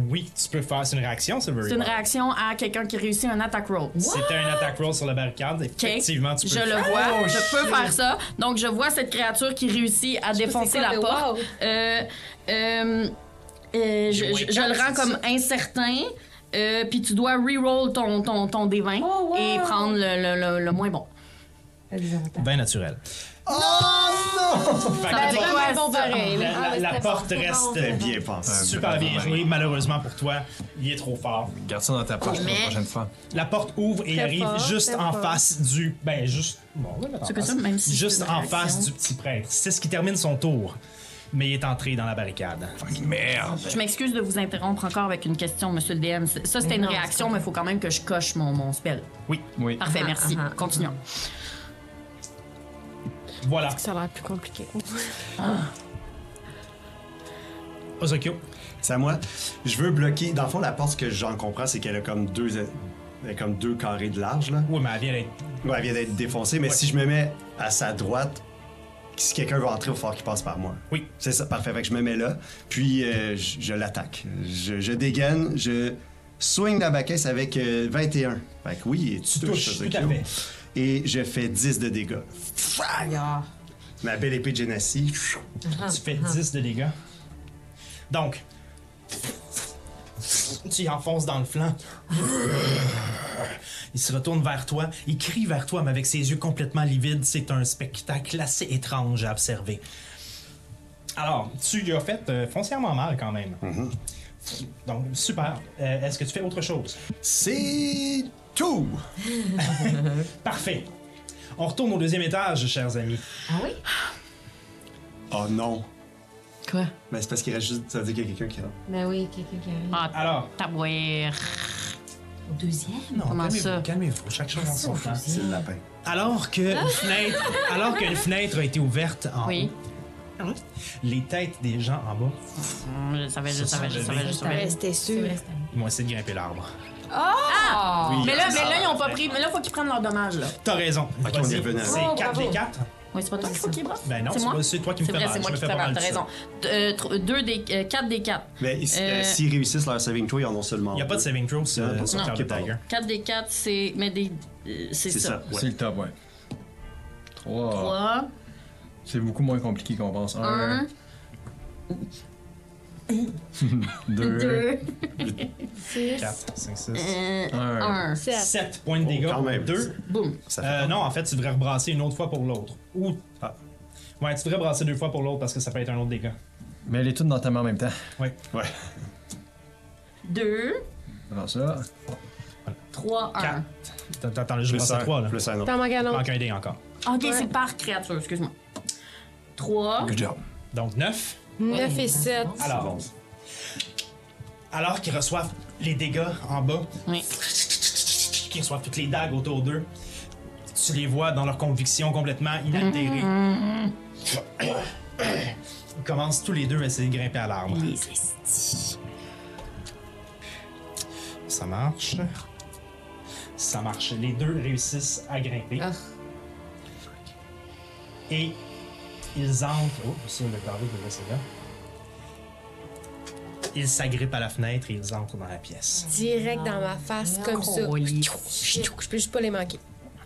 oui, tu peux faire. C'est une réaction, Silvery. C'est une réaction à quelqu'un qui réussit un attack roll. C'était un attack roll sur la barricade. Effectivement, tu peux. Je le faire. Oh, vois, je peux faire ça. Donc, je vois cette créature qui réussit à défoncer la porte. Euh, euh, euh, je, je- je le rends comme incertain. euh, Puis tu dois reroll ton, ton, ton D20 Oh, wow. et prendre le, le- le- le moins bon. Exactement. Bien naturel. Oh non! Ça veut dire quoi, bon ben, ça? pareil. là. la, la porte reste euh, C'était bien pensé. super bien jouée. Malheureusement pour toi, il est trop fort. Garde ça dans ta poche pour la prochaine fois. La porte ouvre et Très arrive fort, juste très en fort. face du. Ben, juste. Bon, on va le mettre en C'est que face. ça, même si juste c'est une en réaction. face du petit prêtre. C'est ce qui termine son tour. Mais il est entré dans la barricade. Merde! Je m'excuse de vous interrompre encore avec une question, monsieur le DM. C'est- Ça, c'était une réaction, mais il faut quand même que je coche mon, mon spell. Oui, Oui. Parfait, merci. Continuons. voilà. Ça a l'air plus compliqué. Ozokyo. C'est à moi. Je veux bloquer. Dans le fond, la porte, ce que j'en comprends, c'est qu'elle a comme deux, elle a comme deux carrés de large, là. Oui, mais elle vient d'être. Ouais, elle vient d'être défoncée, mais Ouais. si je me mets à sa droite, si quelqu'un veut entrer, il va falloir qu'il passe par moi. Oui. C'est ça, parfait. Fait que je me mets là, puis euh, je, je l'attaque. Je, je dégaine, je swing la baquette avec euh, 21. Fait que oui, tu touches, touches, tout à Tokyo. fait. Et je fais 10 de dégâts. Fang! Yeah. Ma belle épée de Ah, Genasi. Tu fais 10 de dégâts. Donc, Tu y enfonces dans le flanc. Il se retourne vers toi, il crie vers toi, mais avec ses yeux complètement livides, c'est un spectacle assez étrange à observer. Alors, tu lui as fait euh, foncièrement mal quand même. Mm-hmm. Donc, super. Euh, Est-ce que tu fais autre chose? C'est tout! Parfait. On retourne au deuxième étage, chers amis. Ah oui? Oh non! Quoi? Mais Ben, c'est parce qu'il reste juste. Ça veut dire qu'il y a quelqu'un qui rentre. Ben oui, quelqu'un qui arrive. Ah, Alors, tabouère. Au deuxième? non, Comment calmez-vous, ça? calmez-vous, chaque chose en son temps. C'est le lapin. Alors que une fenêtre, alors qu'une fenêtre a été ouverte en Oui. haut, les têtes des gens en bas Hum, Je savais, je Ça savais, sent je le savais, je vide. savais. C'était sûr. vont essayer de grimper l'arbre. Ah! Oui, Ah! Mais là, c'est mais ça. là, ils ont pas pris. Mais là, faut qu'ils prennent leur dommage, là. T'as raison. Ok, on y Vas-y, revenait. C'est Oh, 4 bravo. des 4. Oui, c'est pas toi qu'il faut qu'ils brassent. Ben non, C'est c'est moi. pas- c'est toi qui me C'est fais vrai, mal. c'est je moi me qui fais fais pas mal, mal t'as du raison. tout Euh, tr- Deux des. euh, Quatre des quatre. Mais ils- euh, Euh, s'ils réussissent leur saving throw, ils en ont seulement. ça. Y a pas de deux. saving throw sur Non, euh, pas sur ça. Cœur de Ok, pardon. Tiger. 4 des 4, c'est. Mais des. euh, C'est C'est ça. ça, C'est ouais. le top, ouais. 3. 3, C'est beaucoup moins compliqué qu'on pense. 1, 1, 2, 4, 5, 6. 1. 1. 7 points de Oh, dégâts. quand même. 2. euh, Boum. Ça fait Euh, non, en fait, tu devrais rebrasser une autre fois pour l'autre. Ou. ah. Ouais, tu devrais brasser deux fois pour l'autre parce que ça peut être un autre dégât. Mais elle est toute dans ta main en même temps. Ouais. Ouais. 2, Alors ça. 3, 1. Quatre. T'as- T'attends, je Plus brasse un, à 3 là. Plus un autre. T'en manques un autre. Manque un dé encore. Ah, Ok, c'est par créature, excuse-moi. 3. Good job. Donc 9. 9 et 7. Alors. Alors qu'ils reçoivent les dégâts en bas, Oui. qu'ils reçoivent toutes les dagues autour d'eux, tu les vois dans leur conviction complètement inaltérée. Ils commencent tous les deux à essayer de grimper à l'arbre. Ça marche. Ça marche. Les deux réussissent à grimper. Et ils entrent. Oh, c'est le carré de laisser là. Ils s'agrippent à la fenêtre et ils entrent dans la pièce. Direct dans ma face, Ah comme ça. Holy Je peux juste pas les manquer.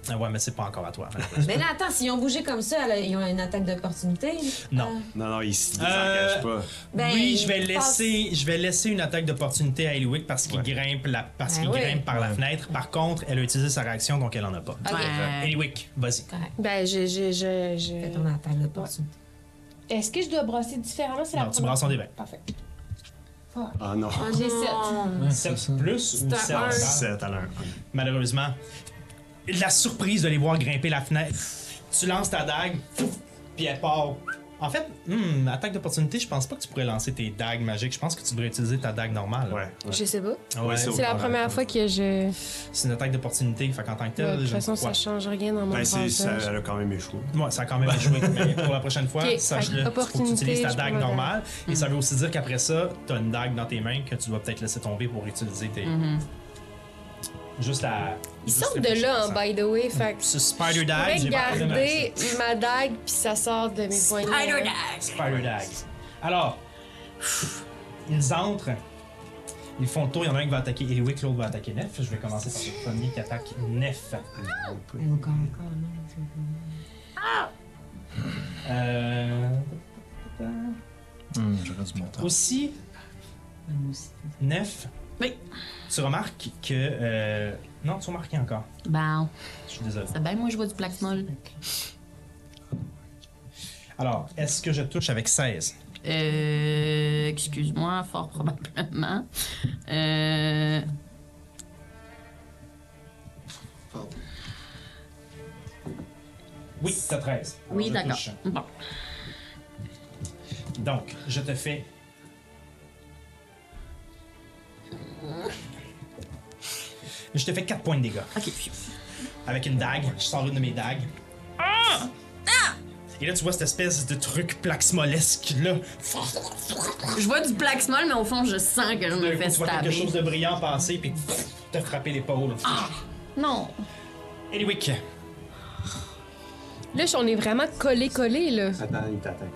Ah ouais, mais c'est pas encore à toi. Mais là, Ben attends, s'ils ont bougé comme ça, là, ils ont une attaque d'opportunité. Non. Non, non, ils se désengagent Euh, pas. Ben, oui, je vais il passe. laisser, je vais laisser une attaque d'opportunité à Eliwick parce qu'il grimpe, la, parce Ben qu'il oui. grimpe par la fenêtre. Par contre, elle a utilisé sa réaction, donc elle en a pas. Ouais. Eliwick, vas-y. Ben, je. je, je, Fais je... ton attaque d'opportunité. Est-ce que je dois brasser différemment? C'est la Non, tu première brasses en fois. débat. Parfait. Ah non. Un G7. Oh. 7 plus ou C'est un un. 7 7 à l'un. Malheureusement, la surprise de les voir grimper la fenêtre. Tu lances ta dague, pouf, puis elle part. En fait, hmm, attaque d'opportunité, je pense pas que tu pourrais lancer tes dagues magiques. Je pense que tu devrais utiliser ta dague normale. Ouais. Je sais pas. Ah ouais, c'est C'est la première fois que je. C'est une attaque d'opportunité, fait qu'en tant que Ouais, telle, de toute je ne façon, ça crois- change rien dans mon Ben, c'est, ça, avantage. elle a quand même échoué. Ouais, ça a quand même à jouer. Mais pour la prochaine fois, Ok, sache-le, fait faut que tu utilises ta opportunité, je dague Mm. prends la normale. Et ça veut aussi dire qu'après ça, tu as une dague dans tes mains que tu dois peut-être laisser tomber pour utiliser tes. Juste à. Mm-hmm. Ils juste sortent de réfléchir à là, ça. hein, by the way. Fait que Ce Spider je Dag, pourrais j'ai pas de problème avec garder ma dague, puis ça sort de mes poignets. Spider ça. Dag. Spider Dag. Alors, ils entrent. Ils font le tour, il y en a un qui va attaquer Eliwick, l'autre va attaquer Nef. Je vais commencer par le premier qui attaque Nef. Mais encore, encore. Euh, Hum, J'aurais du montant. aussi, Nef, Oui. tu remarques que. euh, non, tu remarques encore. Bon, Je suis désolé. c'est bien, ben, moi je vois du black mold. Alors, est-ce que je touche avec 16 Euh, excuse-moi, fort probablement. Euh... Oui, t'as 13. Alors, Oui, je d'accord. touche. Bon. Donc, je te fais. Je te fais 4 points de dégâts. Ok. Avec une dague, je sors une de mes dagues. Et là, tu vois cette espèce de truc plaxmolesque là. Je vois du black small, mais au fond, je sens que je D'un me coup, fais tu vois quelque stabber. chose de brillant passer, puis te frapper l'épaule. Non. Eliwick, Là, on est vraiment collé-collé, là. Attends, il t'attaque.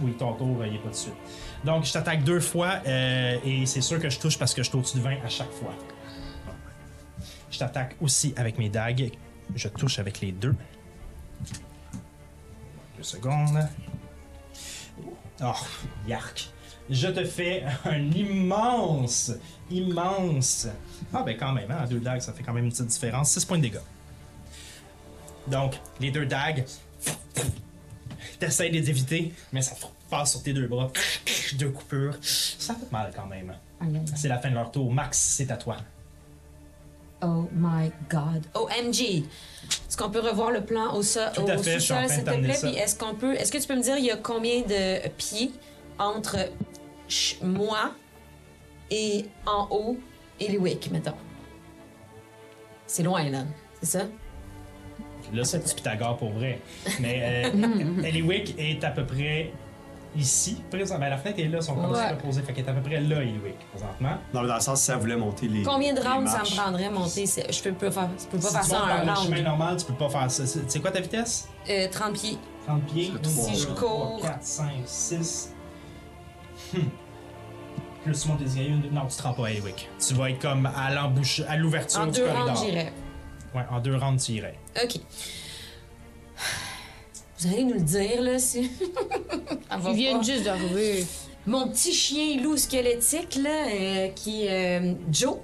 Oui, ton tour, il est pas dessus. Donc, je t'attaque deux fois euh, et c'est sûr que je touche parce que je suis au-dessus de 20 à chaque fois. Je t'attaque aussi avec mes dagues. Je touche avec les deux. Deux secondes. Oh, yark. je te fais un immense, immense. Ah, ben quand même, hein, à deux dagues, ça fait quand même une petite différence. 6 points de dégâts. Donc, les deux dagues, t'essayes de les éviter, mais ça passe sur tes deux bras. Deux coupures. Ça fait mal quand même. C'est la fin de leur tour. Max, c'est à toi. Oh my god. OMG! Est-ce qu'on peut revoir le plan au, sol, Tout à au fait, je suis en train sous-sol, de s'il te t'amener plaît? ça. Puis est-ce qu'on peut. Est-ce que tu peux me dire il y a combien de pieds entre ch- moi et en haut et Lewick, mettons? C'est loin, là. C'est ça? Là, c'est un petit Pythagore pour vrai. Mais euh, Eliwick est à peu près ici, présent. Ben, la fenêtre est là, sont comme Ouais. ça posés. Fait qu'elle est à peu près là, Eliwick, présentement. Non, mais dans le sens, si ça voulait monter les. Combien de les rounds ça me marches. prendrait monter? C'est- Je peux pas faire, je peux pas si faire tu ça vas en par un le chemin round. normal, tu peux pas faire ça. C'est c'est quoi ta vitesse? Euh, 30 pieds. 30 pieds. trois, Si je là. cours. 4, 5, 6. Hum. Plus tu montes les escaliers, une- non, tu te rends pas à Eliwick. Tu vas être comme à l'embouche, à l'ouverture En du deux corridor. rounds, j'irais. Ouais, en deux rounds, tu irais. OK. Vous allez nous le dire, là, si. Ça va Ils viennent pas. juste d'arriver. Mon petit chien loup squelettique, là, euh, qui est euh, Joe,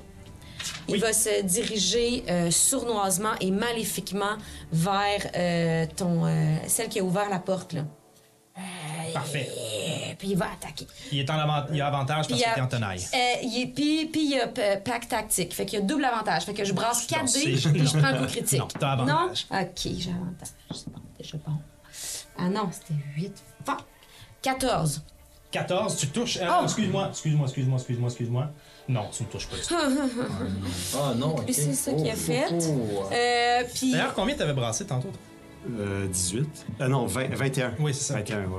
il va se diriger euh, sournoisement et maléfiquement vers euh, ton, euh, celle qui a ouvert la porte, là. Euh, Parfait. Et puis il va attaquer. Il est en avant- il a avantage Puis parce il qu'il y a- est en tenaille. Euh, il est- puis, puis il y a euh, pack tactique. Fait qu'il y a double avantage. Fait que je brasse Non, 4 c'est- dés et je non. prends un coup critique. Non, t'as avantage. Non? Ok, j'ai avantage. C'est bon, déjà bon. Ah non, c'était 8. Fuck! 14. 14, tu touches. Euh, Oh! Excuse-moi, excuse-moi, excuse-moi, excuse-moi, excuse-moi. Non, tu ne touches pas. du tout. Ah non, ok. Et c'est ça qu'il a Oh, fait. oh, oh. Euh, puis D'ailleurs, combien t'avais brassé tantôt? toi? Euh, 18. Ah non, 20, 21. Oui, c'est ça. 21, ouais, ouais.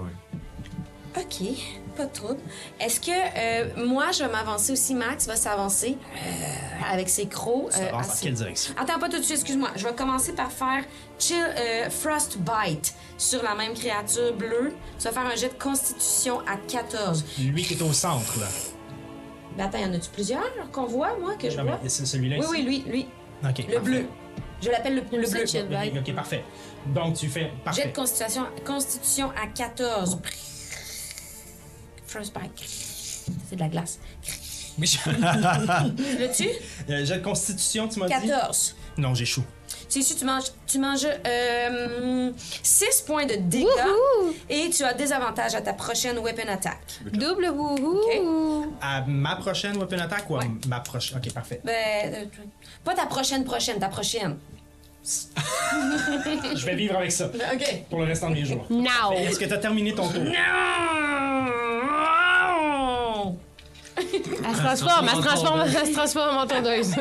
OK, pas de trouble. Est-ce que euh, moi, je vais m'avancer aussi, Max va s'avancer euh, avec ses crocs. Tu euh, t'avances à dans ses- quelle direction? Attends, pas tout de suite, excuse-moi. Je vais commencer par faire Chill euh, Frostbite sur la même créature bleue. Tu vas faire un jet de constitution à 14. Lui qui est au centre, là. Ben attends, y en a-tu plusieurs qu'on voit, moi, que je Non, vois? Ah, mais c'est celui-là Oui, ici. oui, lui, lui. OK, Le bleu. Je l'appelle le, le bleu. Chill parfait. vibe. OK, ok, parfait. Donc, tu fais. Jet Parfait. de constitution, constitution à 14. Frostbite. C'est de la glace. Mais je- Le tu? Euh, jet de constitution, tu m'as dit? 14. Non, j'échoue. C'est sûr, tu manges, tu manges 6 points de dégâts et tu as des avantages à ta prochaine weapon attack. Double wouhou! À ma prochaine weapon attack ou à ma prochaine? OK, parfait. Ben, euh, pas ta prochaine prochaine, ta prochaine. Je vais vivre avec ça OK. pour le restant de mes jours. Now! Est-ce que t'as terminé ton tour? Elle se transforme, elle se transforme, elle se transforme en tondeuse.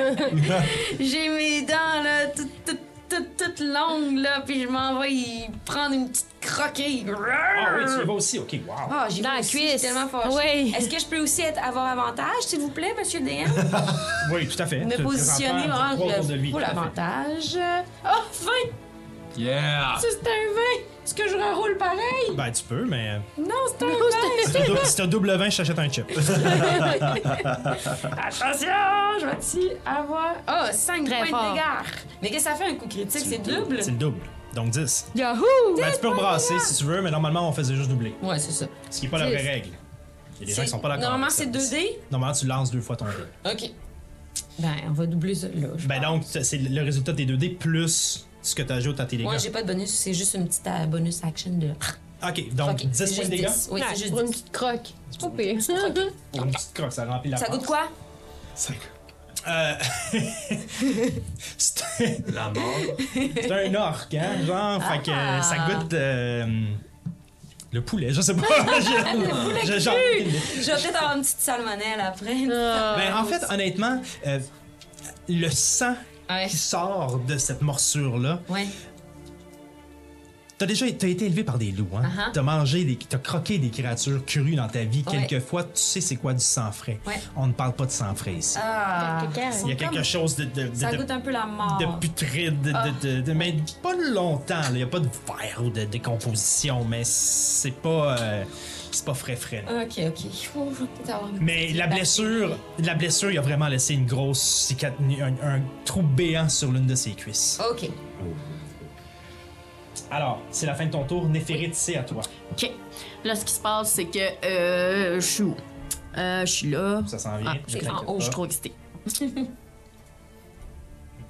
J'ai mes dents là, toutes toutes toutes- toutes longues là, puis je m'en vais y prendre une petite croquée. Ah oui, tu y vas aussi? OK, wow. Ah, j'y Dans vais la aussi, cuisse. je suis tellement fâchée. Oui. Est-ce que je peux aussi être, avoir avantage, s'il vous plaît, monsieur le DM? Oui, tout à fait. Tu Me te positionner présentes vraiment trois autour de lui, pour tout à fait. l'avantage. Oh, 20! Yeah! Ça, c'est un 20! Est-ce que je reroule pareil? Ben, tu peux, mais. Non, c'est un 20! Si t'as dou- si t'as double 20, je t'achète un chip. Attention! Je vais-tu avoir... Oh, 5 Très points fort. de dégâts! Mais que ça fait un coup critique, c'est double? C'est le double. Donc 10. Yahoo! Ben, tu peux brasser si tu veux, mais normalement, on faisait juste doubler. Ouais, c'est ça. Ce qui n'est pas la Dix. vraie règle. Il y a des gens qui sont pas d'accord. Normalement, avec ça. c'est 2D. Normalement, tu lances deux fois ton dé. OK. Ben, on va doubler ça, là. je Ben pense. donc, c'est le résultat des 2D plus ce que tu ajoutes à tes dégâts. Moi, j'ai pas de bonus, c'est juste une petite euh, bonus action de... ok, Ah, donc Ok, 10 c'est points de juste dégâts. 10. Oui, Ouais, c'est juste pour une 10. petite croque. C'est pas pire. Pour une petite croque, ça remplit la Ça panse. goûte quoi? Euh, C'est La mort. c'est un orc, hein, genre, fait que Ah! euh, ça goûte... euh, le poulet, je sais pas. le poulet Je vais peut-être avoir une petite salmonelle après. Ah. Ben, Ah, en fait, honnêtement, euh, le sang Ouais. qui sort de cette morsure-là, Ouais. T'as déjà t'as été élevé par des loups, hein? Uh-huh. T'as mangé, des, t'as croqué des créatures crues dans ta vie. Ouais. Quelquefois, tu sais c'est quoi du sang frais. Ouais. On ne parle pas de sang frais ici. Ah, Il y a quelque chose de, de, de, ça de- goûte un peu la mort. de putride, de, de- de- de- mais pas longtemps. là. Il n'y a pas de verre ou de décomposition, mais c'est pas, euh, c'est pas frais frais. là. Ok, ok. Oh, je vais peut-être avoir une Mais petite la bactérie. blessure, la blessure, il a vraiment laissé une grosse cicat- un, un trou béant sur l'une de ses cuisses. Ok. Alors, c'est la fin de ton tour. Néphérite, c'est à toi. Ok. Là, ce qui se passe, c'est que euh, je suis où? Euh, je suis là. Ça s'en vient. Ah, ne c'est en t'inquiète haut, je suis pas. trop excitée.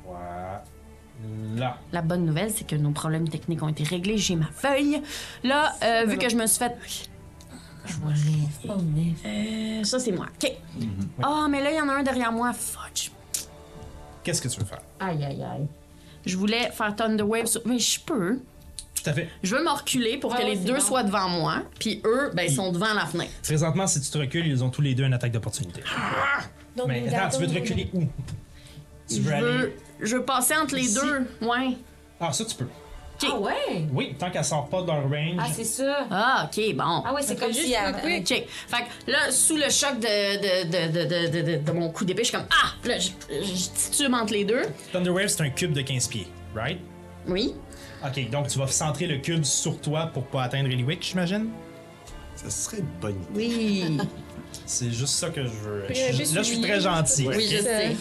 Voilà. La bonne nouvelle, c'est que nos problèmes techniques ont été réglés. J'ai ma feuille. Là, euh, vu que je me suis fait. Euh, ça, c'est moi. OK. Mhm. Ah, mais là, il y en a un derrière moi. Fudge. Qu'est-ce que tu veux faire? Aïe, aïe, aïe. Je voulais faire Thunder Wave sur. Mais je peux. Tout à fait. Je veux me reculer pour Ouais, que Ah ouais, les c'est deux bon. soient devant moi, puis eux, ben, ils sont devant la fenêtre. Présentement, si tu te recules, ils ont tous les deux une attaque d'opportunité. Donc, Mais nous attends, tu veux te attendons- reculer où? Tu Je veux aller. veux, je veux passer entre les Ici. deux. Ouais. Ah, ça, tu peux. Ah ouais? Oui, tant qu'elle sort pas de leur range. Ah, c'est ça. Ah, ok, bon. Ah ouais, c'est Ça comme fait si. juste à- un quick. Ok. Fait que là, sous le choc de, de, de, de, de, de, de mon coup d'épée, je suis comme Ah! Puis Là, je, je titube entre les deux. Thunderwave, c'est un cube de 15 pieds, right? Oui. Ok, donc tu vas centrer le cube sur toi pour pas atteindre Eliwick, j'imagine? Ça serait une bonne idée. Oui. C'est juste ça que je veux. Puis, Je- juste là, je suis souligner, très gentil. oui, je ok? sais.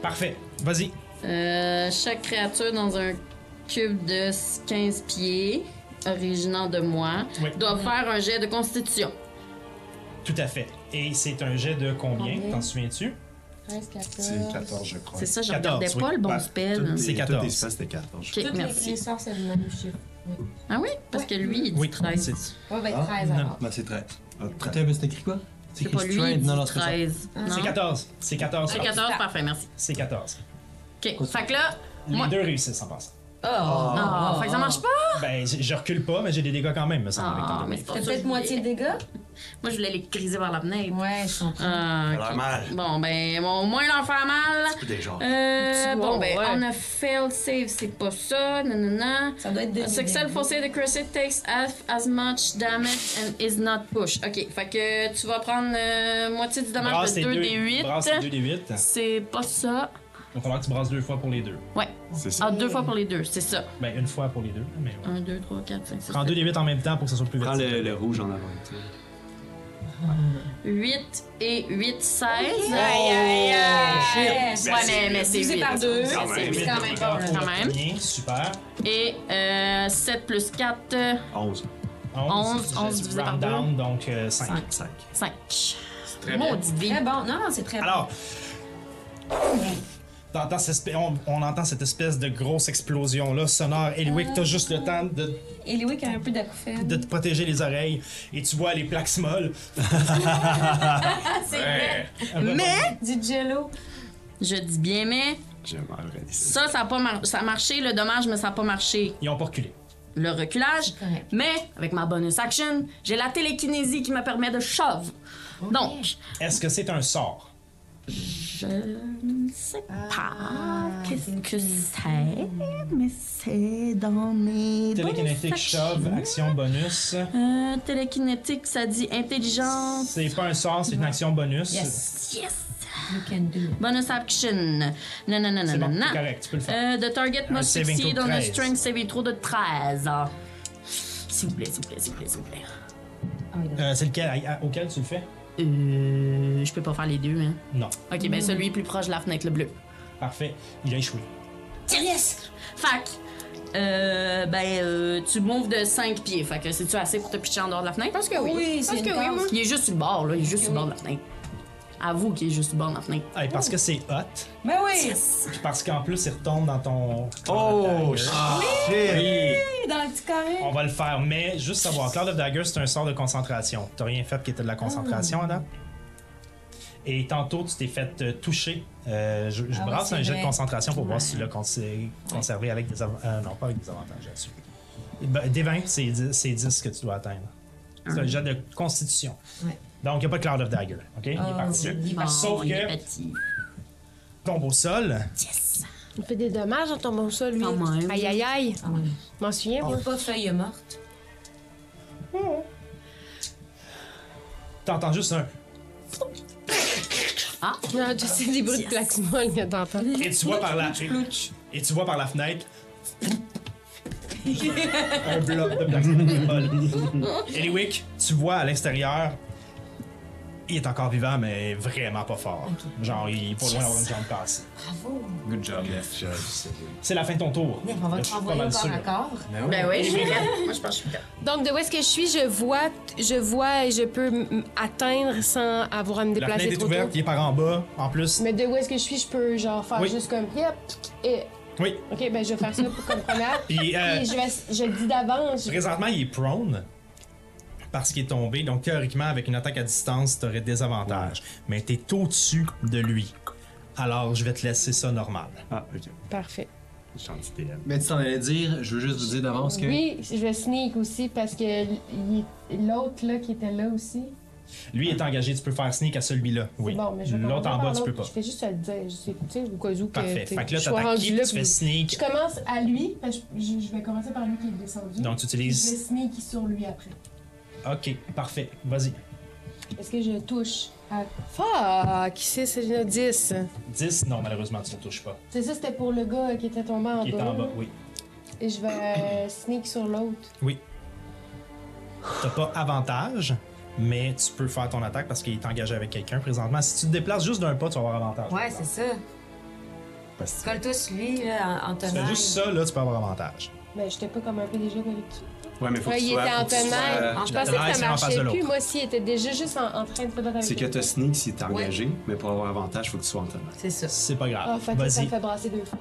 Parfait. Vas-y. Euh, chaque créature dans un cube de 15 pieds, originant de moi, Oui. doit faire un jet de constitution. Tout à fait. Et c'est un jet de combien? Combien? T'en souviens-tu? C'est 14, je crois. C'est ça, je 14, regardais oui. pas le bon Bah, spell. toutes les- C'est Toutes 14. les espèces, c'était 14. je Ok, Toutes les- merci. les sorts, c'est le même chiffre. Ah oui? Parce que lui, il dit 13. c'est- Ouais, ben Ah, 13 non. alors. Bah, c'est 13. crois. Ah, Attends, mais c'est écrit quoi? C'est pas lui, straight. il dit Non, non, c'est pas ça. 13. Non? C'est 14. C'est 14. C'est 14, parfait, merci. C'est 14. OK, fait que là... Les Moi- deux réussissent en passant. Oh! Ah, fait que ça marche pas! Ben, je, je recule pas, mais j'ai des dégâts quand même, me semble. avec Ah, Thunderwave. mais c'est pas T'as ça, je peut-être voulais- moitié de dégâts? Moi, je voulais les griser vers la fenêtre. Ouais, je comprends. Ah, Ça a ok. l'air mal. Bon, ben, bon, au moins, il en fait mal. Des gens. Euh, Petit bon, bon, ben, ouais. on a failed save, c'est pas ça, nanana. Ça doit être deux. Successful forcé de crusade takes half as much damage and is not pushed. Ok, fait que tu vas prendre euh, moitié du dommage Brasse de les 2 deux- d Brasse les 2 8. des 8. C'est pas ça. Il va falloir que tu brasses deux fois pour les deux. Ouais. C'est ça. Ah, deux fois pour les deux, c'est ça. Ben, une fois pour les deux. Mais ouais. 1, 2, 3, 4, 5, 6. Prends deux des 8 en même temps pour que ça soit plus Prends vite. le, le rouge en avant. tu sais. 8 et 8, 16. Aïe, aïe, aïe! Ouais, ben, mais, mais c'est 8. Divisé par deux, Quand c'est même. c'est quand même Quand pas. là. même. Super. Et euh, 7 plus 4, 11. 11. Onze, onze divisé par down, donc euh, 5. 5. 5. Très bien. Maudit dé. Très bon. Non, non, c'est très bon. Alors, t'entends cette espèce- on, on entend cette espèce de grosse explosion-là sonore. Eliwick, t'as juste le temps de, Et Louis qui a un peu d'acouphène. de te protéger les oreilles et tu vois les plaques molles. Mais, Du jello. je dis bien, mais J'aimerais ça. ça, ça a, pas mar- ça a marché, le dommage, mais ça a pas marché. Ils ont pas reculé. le reculage, correct. mais avec ma bonus action, j'ai la télékinésie qui me permet de shove. Donc, Est-ce que c'est un sort? je ne sais pas qu'est-ce que c'est, mais c'est dans mes Télékinétique, bonus shove, actions. action bonus. Euh, télékinétique, ça dit intelligence. C'est pas un sort, Mhm. c'est une action bonus. Yes! You can do it. Bonus action. Non, non, non, non, C'est bon, non, c'est non. correct, tu peux le faire. Euh, the target Un must saving succeed throw de on a 13. strength saving throw de 13. S'il vous plaît, s'il vous plaît, s'il vous plaît, s'il vous plaît. Euh, c'est lequel à- à- auquel tu le fais? Euh, je peux pas faire les deux, hein. Non. Ok, ben celui plus proche de la fenêtre, le bleu. Parfait. Il a échoué. Yes! Fac! Euh, ben, euh, tu m'ouvres de 5 pieds. Fait que c'est-tu assez pour te pitcher en dehors de la fenêtre? Parce que oui. Ah Oui, Parce c'est que une oui, case. moi. Il est juste sur le bord, là. Il est juste sur le bord de la fenêtre. Avoue qu'il est juste sur le bord de la fenêtre. Hey, parce que c'est hot, Ben oui! puis parce qu'en plus, il retombe dans ton. Oh, shit! Dans le petit carré. On va le faire, mais juste savoir, Cloud of Dagger, c'est un sort de concentration. T'as rien fait qui était de la concentration, Adam? Et tantôt, tu t'es fait euh, toucher. Euh, je je Ah oui, brasse c'est un jet de vrai. concentration pour voir si tu l'as cons- conservé avec des avantages. non, pas avec des avantages là-dessus. Ben, des 20, c'est 10, c'est 10 que tu dois atteindre. C'est un jet de constitution. Ouais. Donc, il n'y a pas de Cloud of Dagger. OK? Il est parti. Ah, Sauf il est que petit. tombe au sol. Il fait des dommages en tombant au sol, lui. Quand même. Aïe, aïe, aïe. Ah ouais. Je m'en souviens, moi. Ou pas feuille morte. T'entends juste un. Non, Oh. tu sais, des bruits de plaques molles que t'entends. Et tu vois par la. Et tu vois par la fenêtre. un bloc de plastique de bol. Eliwick, tu vois à l'extérieur il est encore vivant, mais vraiment pas fort. Genre, il est pas loin d'avoir une jambe cassée. Bravo. Good job, Jeff. C'est la fin de ton tour. Mais on va Là, te je suis pas renvoyer mal encore sûr. un corps. Ben oui, je suis là. Moi, je pense que je suis là. Donc, de où est-ce que je suis, je vois, je vois et je peux m- m- atteindre sans avoir à me La déplacer fenêtre est trop tôt. ouverte, il est par en bas. En plus, Mais de où est-ce que je suis, je peux genre faire Oui. juste comme yep et oui. ok ben je vais faire ça pour comme première. Puis, euh, Puis je, vais- je le dis d'avance. je- Présentement, il est prone parce qu'il est tombé. Donc, théoriquement, avec une attaque à distance, t'aurais des avantages. Mais t'es au-dessus de lui. Alors, je vais te laisser ça normal. Ah, ok. Parfait. Gentil DM. Mais tu t'en allais dire, Je veux juste vous dire d'avance que. Oui, je vais sneak aussi parce que l- il- l'autre là qui était là aussi. Lui est engagé, tu peux faire sneak à celui-là. c'est Oui. Bon, mais je vais L'autre commencer en bas, par tu peux l'autre. pas. Je fais juste le dire, je sais, tu sais, au cas où que Parfait. t'es- Fait que là, je sois t'attaques qui, rendu là, tu fais puis- sneak. Je commence à lui, parce que je, je vais commencer par lui qui est descendu. Donc, tu je vais utilises. sneak sur lui après. Ok, parfait. Vas-y. Est-ce que je touche à. Fuck! C'est c'est 10. 10, non, malheureusement, tu ne touches pas. C'est ça, c'était pour le gars qui était tombé en Il est bas. en bas, oui. Et je vais euh, sneak sur l'autre. Oui. T'as pas avantage, mais tu peux faire ton attaque parce qu'il est engagé avec quelqu'un présentement. Si tu te déplaces juste d'un pas, tu vas avoir avantage. Ouais, c'est ça. Colle-toi sur lui, là, en, en Tu fais tenaille. juste ça, là, tu peux avoir avantage. Ben, j'étais pas comme un peu déjà avec Ouais, mais faut que Ouais, tu il sois- était faut en que tu sois- tenaille. Je pensais tenaille, que c'est ça en face de marchait plus. l'autre. Moi aussi, il était déjà juste en, en train de se battre avec C'est que l'autre. t'as sneak si t'es engagé, mais pour avoir avantage, faut que tu sois en tenaille. C'est ça. C'est pas grave. Ah, fait que ça Vas-y. me fait brasser deux fois.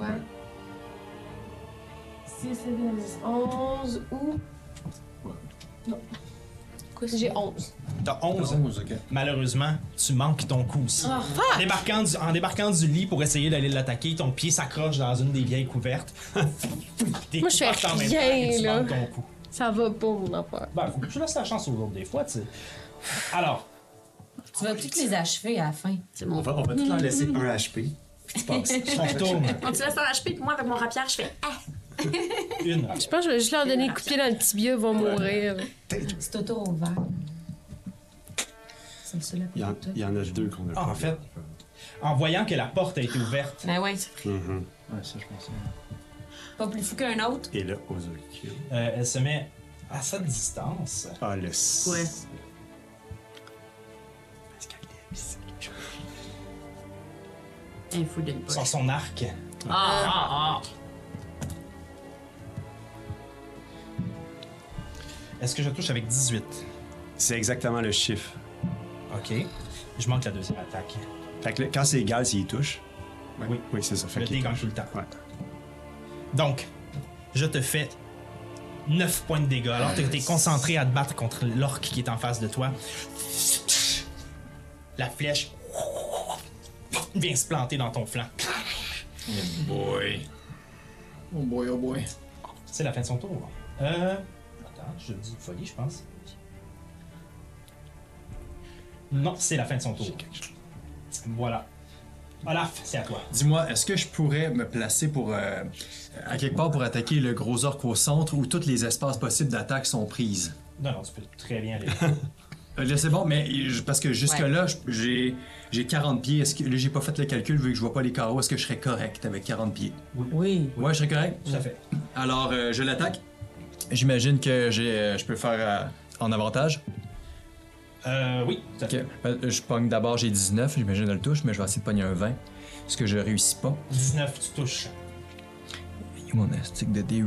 6, 7, 10, 11 ou. Non. J'ai 11. T'as 11. Malheureusement, tu manques ton coup aussi. Ah, Débarquant du- en débarquant du lit pour essayer d'aller l'attaquer, ton pied s'accroche dans une des vieilles couvertes. Tes Moi, coups je fais partent en même temps rien, et tu là. manques ton coup. Ça va pas, mon enfant. Ben, faut que je laisse la chance aux autres des fois, tu sais. Alors, Tu vas toutes les achever à la fin. C'est On mon va, on va tout leur laisser un HP, puis tu passes. on retourne. On te laisse en HP, puis moi, avec mon rapière, je fais. Une. Je pense que je vais juste leur donner le coup de pied dans le tibia, ils vont mourir. C'est auto ouvert. C'est le seul Il y, en, il y en a deux qu'on a. Ah, en fait. En voyant que la porte a été ouverte, Ben ouais. Mhm. Ouais, ça, je pensais. Pas plus fou qu'un autre. Et là, Ozokyo. euh, elle se met à cette distance. Ah, le. Ouais. info d'une poche. Sur son arc. Ah, Est-ce que je touche avec 18? C'est exactement le chiffre. Ok. Je manque la deuxième attaque. Fait que là, quand c'est égal, s'il touche. Oui. Oui, c'est ça. Fait Le qu'il dé gagne touche. tout le temps. Ouais. Donc, je te fais 9 points de dégâts. Alors que t'es concentré à te battre contre l'orque qui est en face de toi. La flèche vient se planter dans ton flanc. Boy. Oh boy, oh boy. C'est la fin de son tour. Euh. Attends, je dis une folie, je pense. Non, c'est la fin de son tour. Voilà. Olaf, c'est à toi. Dis-moi, est-ce que je pourrais me placer pour euh, à quelque part pour attaquer le gros orc au centre où tous les espaces possibles d'attaque sont prises? Non, non, tu peux très bien aller. Euh, Là, c'est bon, mais je- parce que jusque-là, je- j'ai, j'ai 40 pieds. Est-ce que, là, j'ai pas fait le calcul vu que je vois pas les carreaux. Est-ce que je serais correct avec 40 pieds? Oui. Ouais, je serais correct? Tout à fait. Alors, euh, je l'attaque. J'imagine que j'ai, euh, je peux faire euh, en avantage. Euh, oui, tout à Ok. fait. Ben, Je pogne d'abord, j'ai 19. J'imagine que je le touche, mais je vais essayer de pogner un 20. Ce que je réussis pas. 19, tu touches. Et mon astic de D8.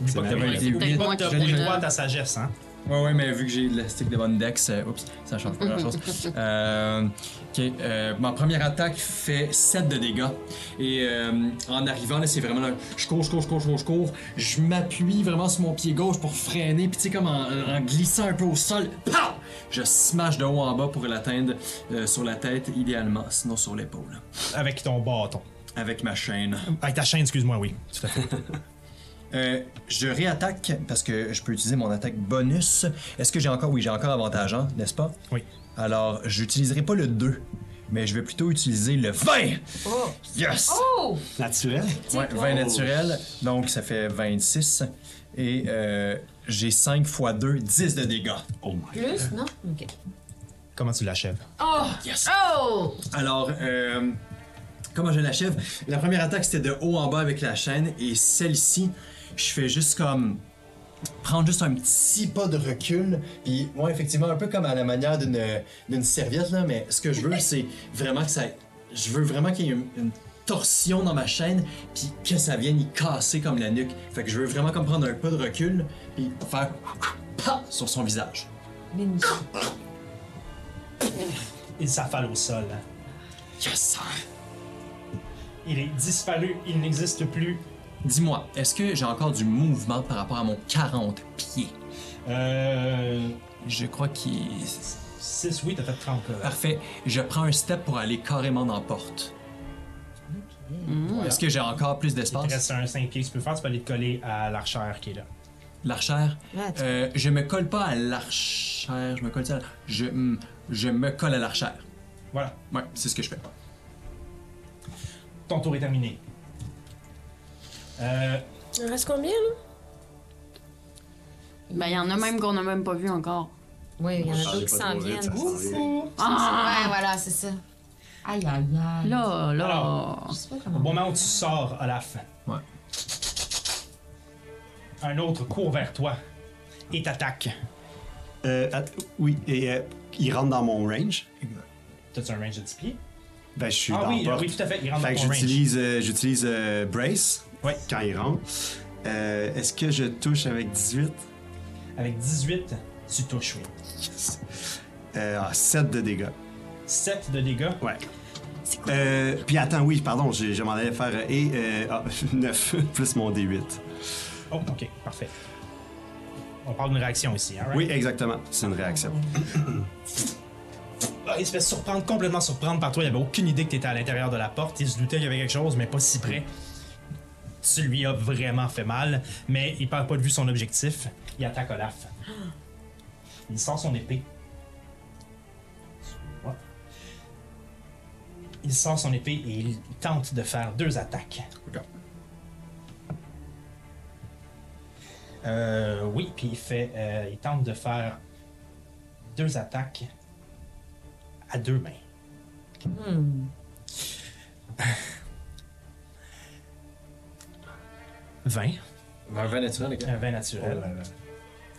N'oublie pas que t'as ma pas- D8. n'oublie pas que t'as Je pas l'ai- le droit à ta sagesse, hein. Ouais, ouais, mais vu que j'ai l'élastique de Bondex, euh, oups, ça change pas grand chose. Euh, ok, euh, ma première attaque fait 7 de dégâts. Et euh, en arrivant, là, c'est vraiment là, je cours, je cours, je cours, je cours, je cours. Je m'appuie vraiment sur mon pied gauche pour freiner, puis tu sais, comme en, en glissant un peu au sol, pow! Je smash de haut en bas pour l'atteindre euh, sur la tête, idéalement, sinon sur l'épaule. Avec ton bâton. Avec ma chaîne. Avec ta chaîne, excuse-moi, oui. Tout à fait. Euh, je réattaque parce que je peux utiliser mon attaque bonus. Est-ce que j'ai encore. Oui, j'ai encore avantage, hein, n'est-ce pas? Oui. Alors, j'utiliserai pas le 2, mais je vais plutôt utiliser le 20! Yes! Naturel. Ouais, 20 naturel, donc ça fait 26. Et euh, j'ai 5 x 2, 10 de dégâts. Oh my. Plus, non? OK. Comment tu l'achèves? Oh! Alors, euh, comment je l'achève? La première attaque, c'était de haut en bas avec la chaîne, et celle-ci, je fais juste comme. prendre juste un petit pas de recul. Puis, moi, effectivement, un peu comme à la manière d'une, d'une serviette, là, mais ce que je veux, c'est vraiment que ça. Je veux vraiment qu'il y ait une, une torsion dans ma chaîne, puis que ça vienne y casser comme la nuque. Fait que je veux vraiment comme prendre un pas de recul, puis faire. pa sur son visage. Il s'affale au sol. Yes, sir! Il est disparu, il n'existe plus. Dis-moi, est-ce que j'ai encore du mouvement par rapport à mon 40 pieds? Euh. Je crois qu'il. 6, oui, t'as fait 30 là. Parfait. Je prends un step pour aller carrément dans la porte. Est-ce que j'ai encore plus Il te reste d'espace? un 5 pieds que tu peux faire, tu peux aller te coller à l'archère qui est là. L'archère? Ah, tu- Euh, je me colle pas à l'archère. Je me colle à je, hmm, je me colle à l'archère. Voilà, Ouais, c'est ce que je fais. ton tour est terminé. Euh, Il en reste combien, là? Ben, il y en a même qu'on n'a même pas vu encore. Oui, il y en a Changez d'autres pas qui s'en trop vite, viennent. ça s'en vient. Ah! Ouais, voilà, c'est ça. Aïe, aïe, aïe. Là, là. Alors. Je sais pas au Mhm. comment. moment où tu sors, Olaf, Ouais. un autre court vers toi et t'attaque. Euh, att- oui, et euh, il rentre dans mon range. T'as-tu un range de 10 pieds? Ben, je suis Ah dans oui, la porte. oui, tout à fait, il rentre Fait que dans ton range. j'utilise, euh, j'utilise euh, Brace Ouais. quand il rentre. Euh, Est-ce que je touche avec 18? Avec 18, tu touches, oui. Euh, ah, 7 de dégâts. 7 de dégâts. Ouais. Euh, puis attends, oui, pardon, j'ai- je m'en allais faire euh, et euh, ah, 9 plus mon D8. Oh, ok, parfait. On parle d'une réaction ici, hein, right? Oui, exactement, c'est une réaction. Ah, il se fait surprendre, complètement surprendre par toi. Il avait aucune idée que tu étais à l'intérieur de la porte. Il se doutait qu'il y avait quelque chose, mais pas si près. Tu lui as vraiment fait mal, mais il perd pas de vue son objectif. Il attaque Olaf. Il sort son épée. Excuse-moi. Il sort son épée et il tente de faire deux attaques. Euh, oui, puis il fait, euh, il tente de faire deux attaques à deux mains. Vingt, Un vin naturel, les gars. un 20 naturel.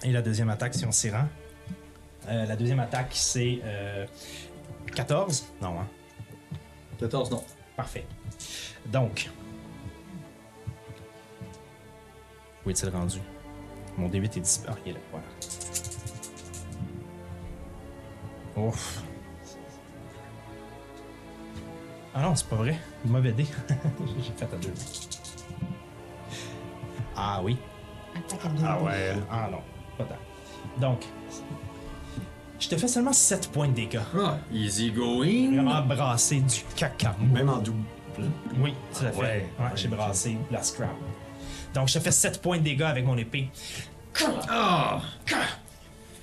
Et la deuxième attaque, si on s'y rend. Euh, la deuxième attaque, c'est euh, 14. Non, hein? 14, non. Parfait. Donc. Où est-il rendu? Mon D8 est disparu. Ah, il est là, voilà. Ouf. Ah non, c'est pas vrai. Mauvais dé. J'ai fait à deux. Ah oui. Attaque à deux. Ah ouais. Ah non, pas tant. Donc, je te fais seulement 7 points de dégâts. Ah, easy going. Vraiment brassé du caca. mou. Même en double. Oui, tout à fait. Ouais, ouais. j'ai brassé la scrap. Donc, je te fais 7 points de dégâts avec mon épée. Ah!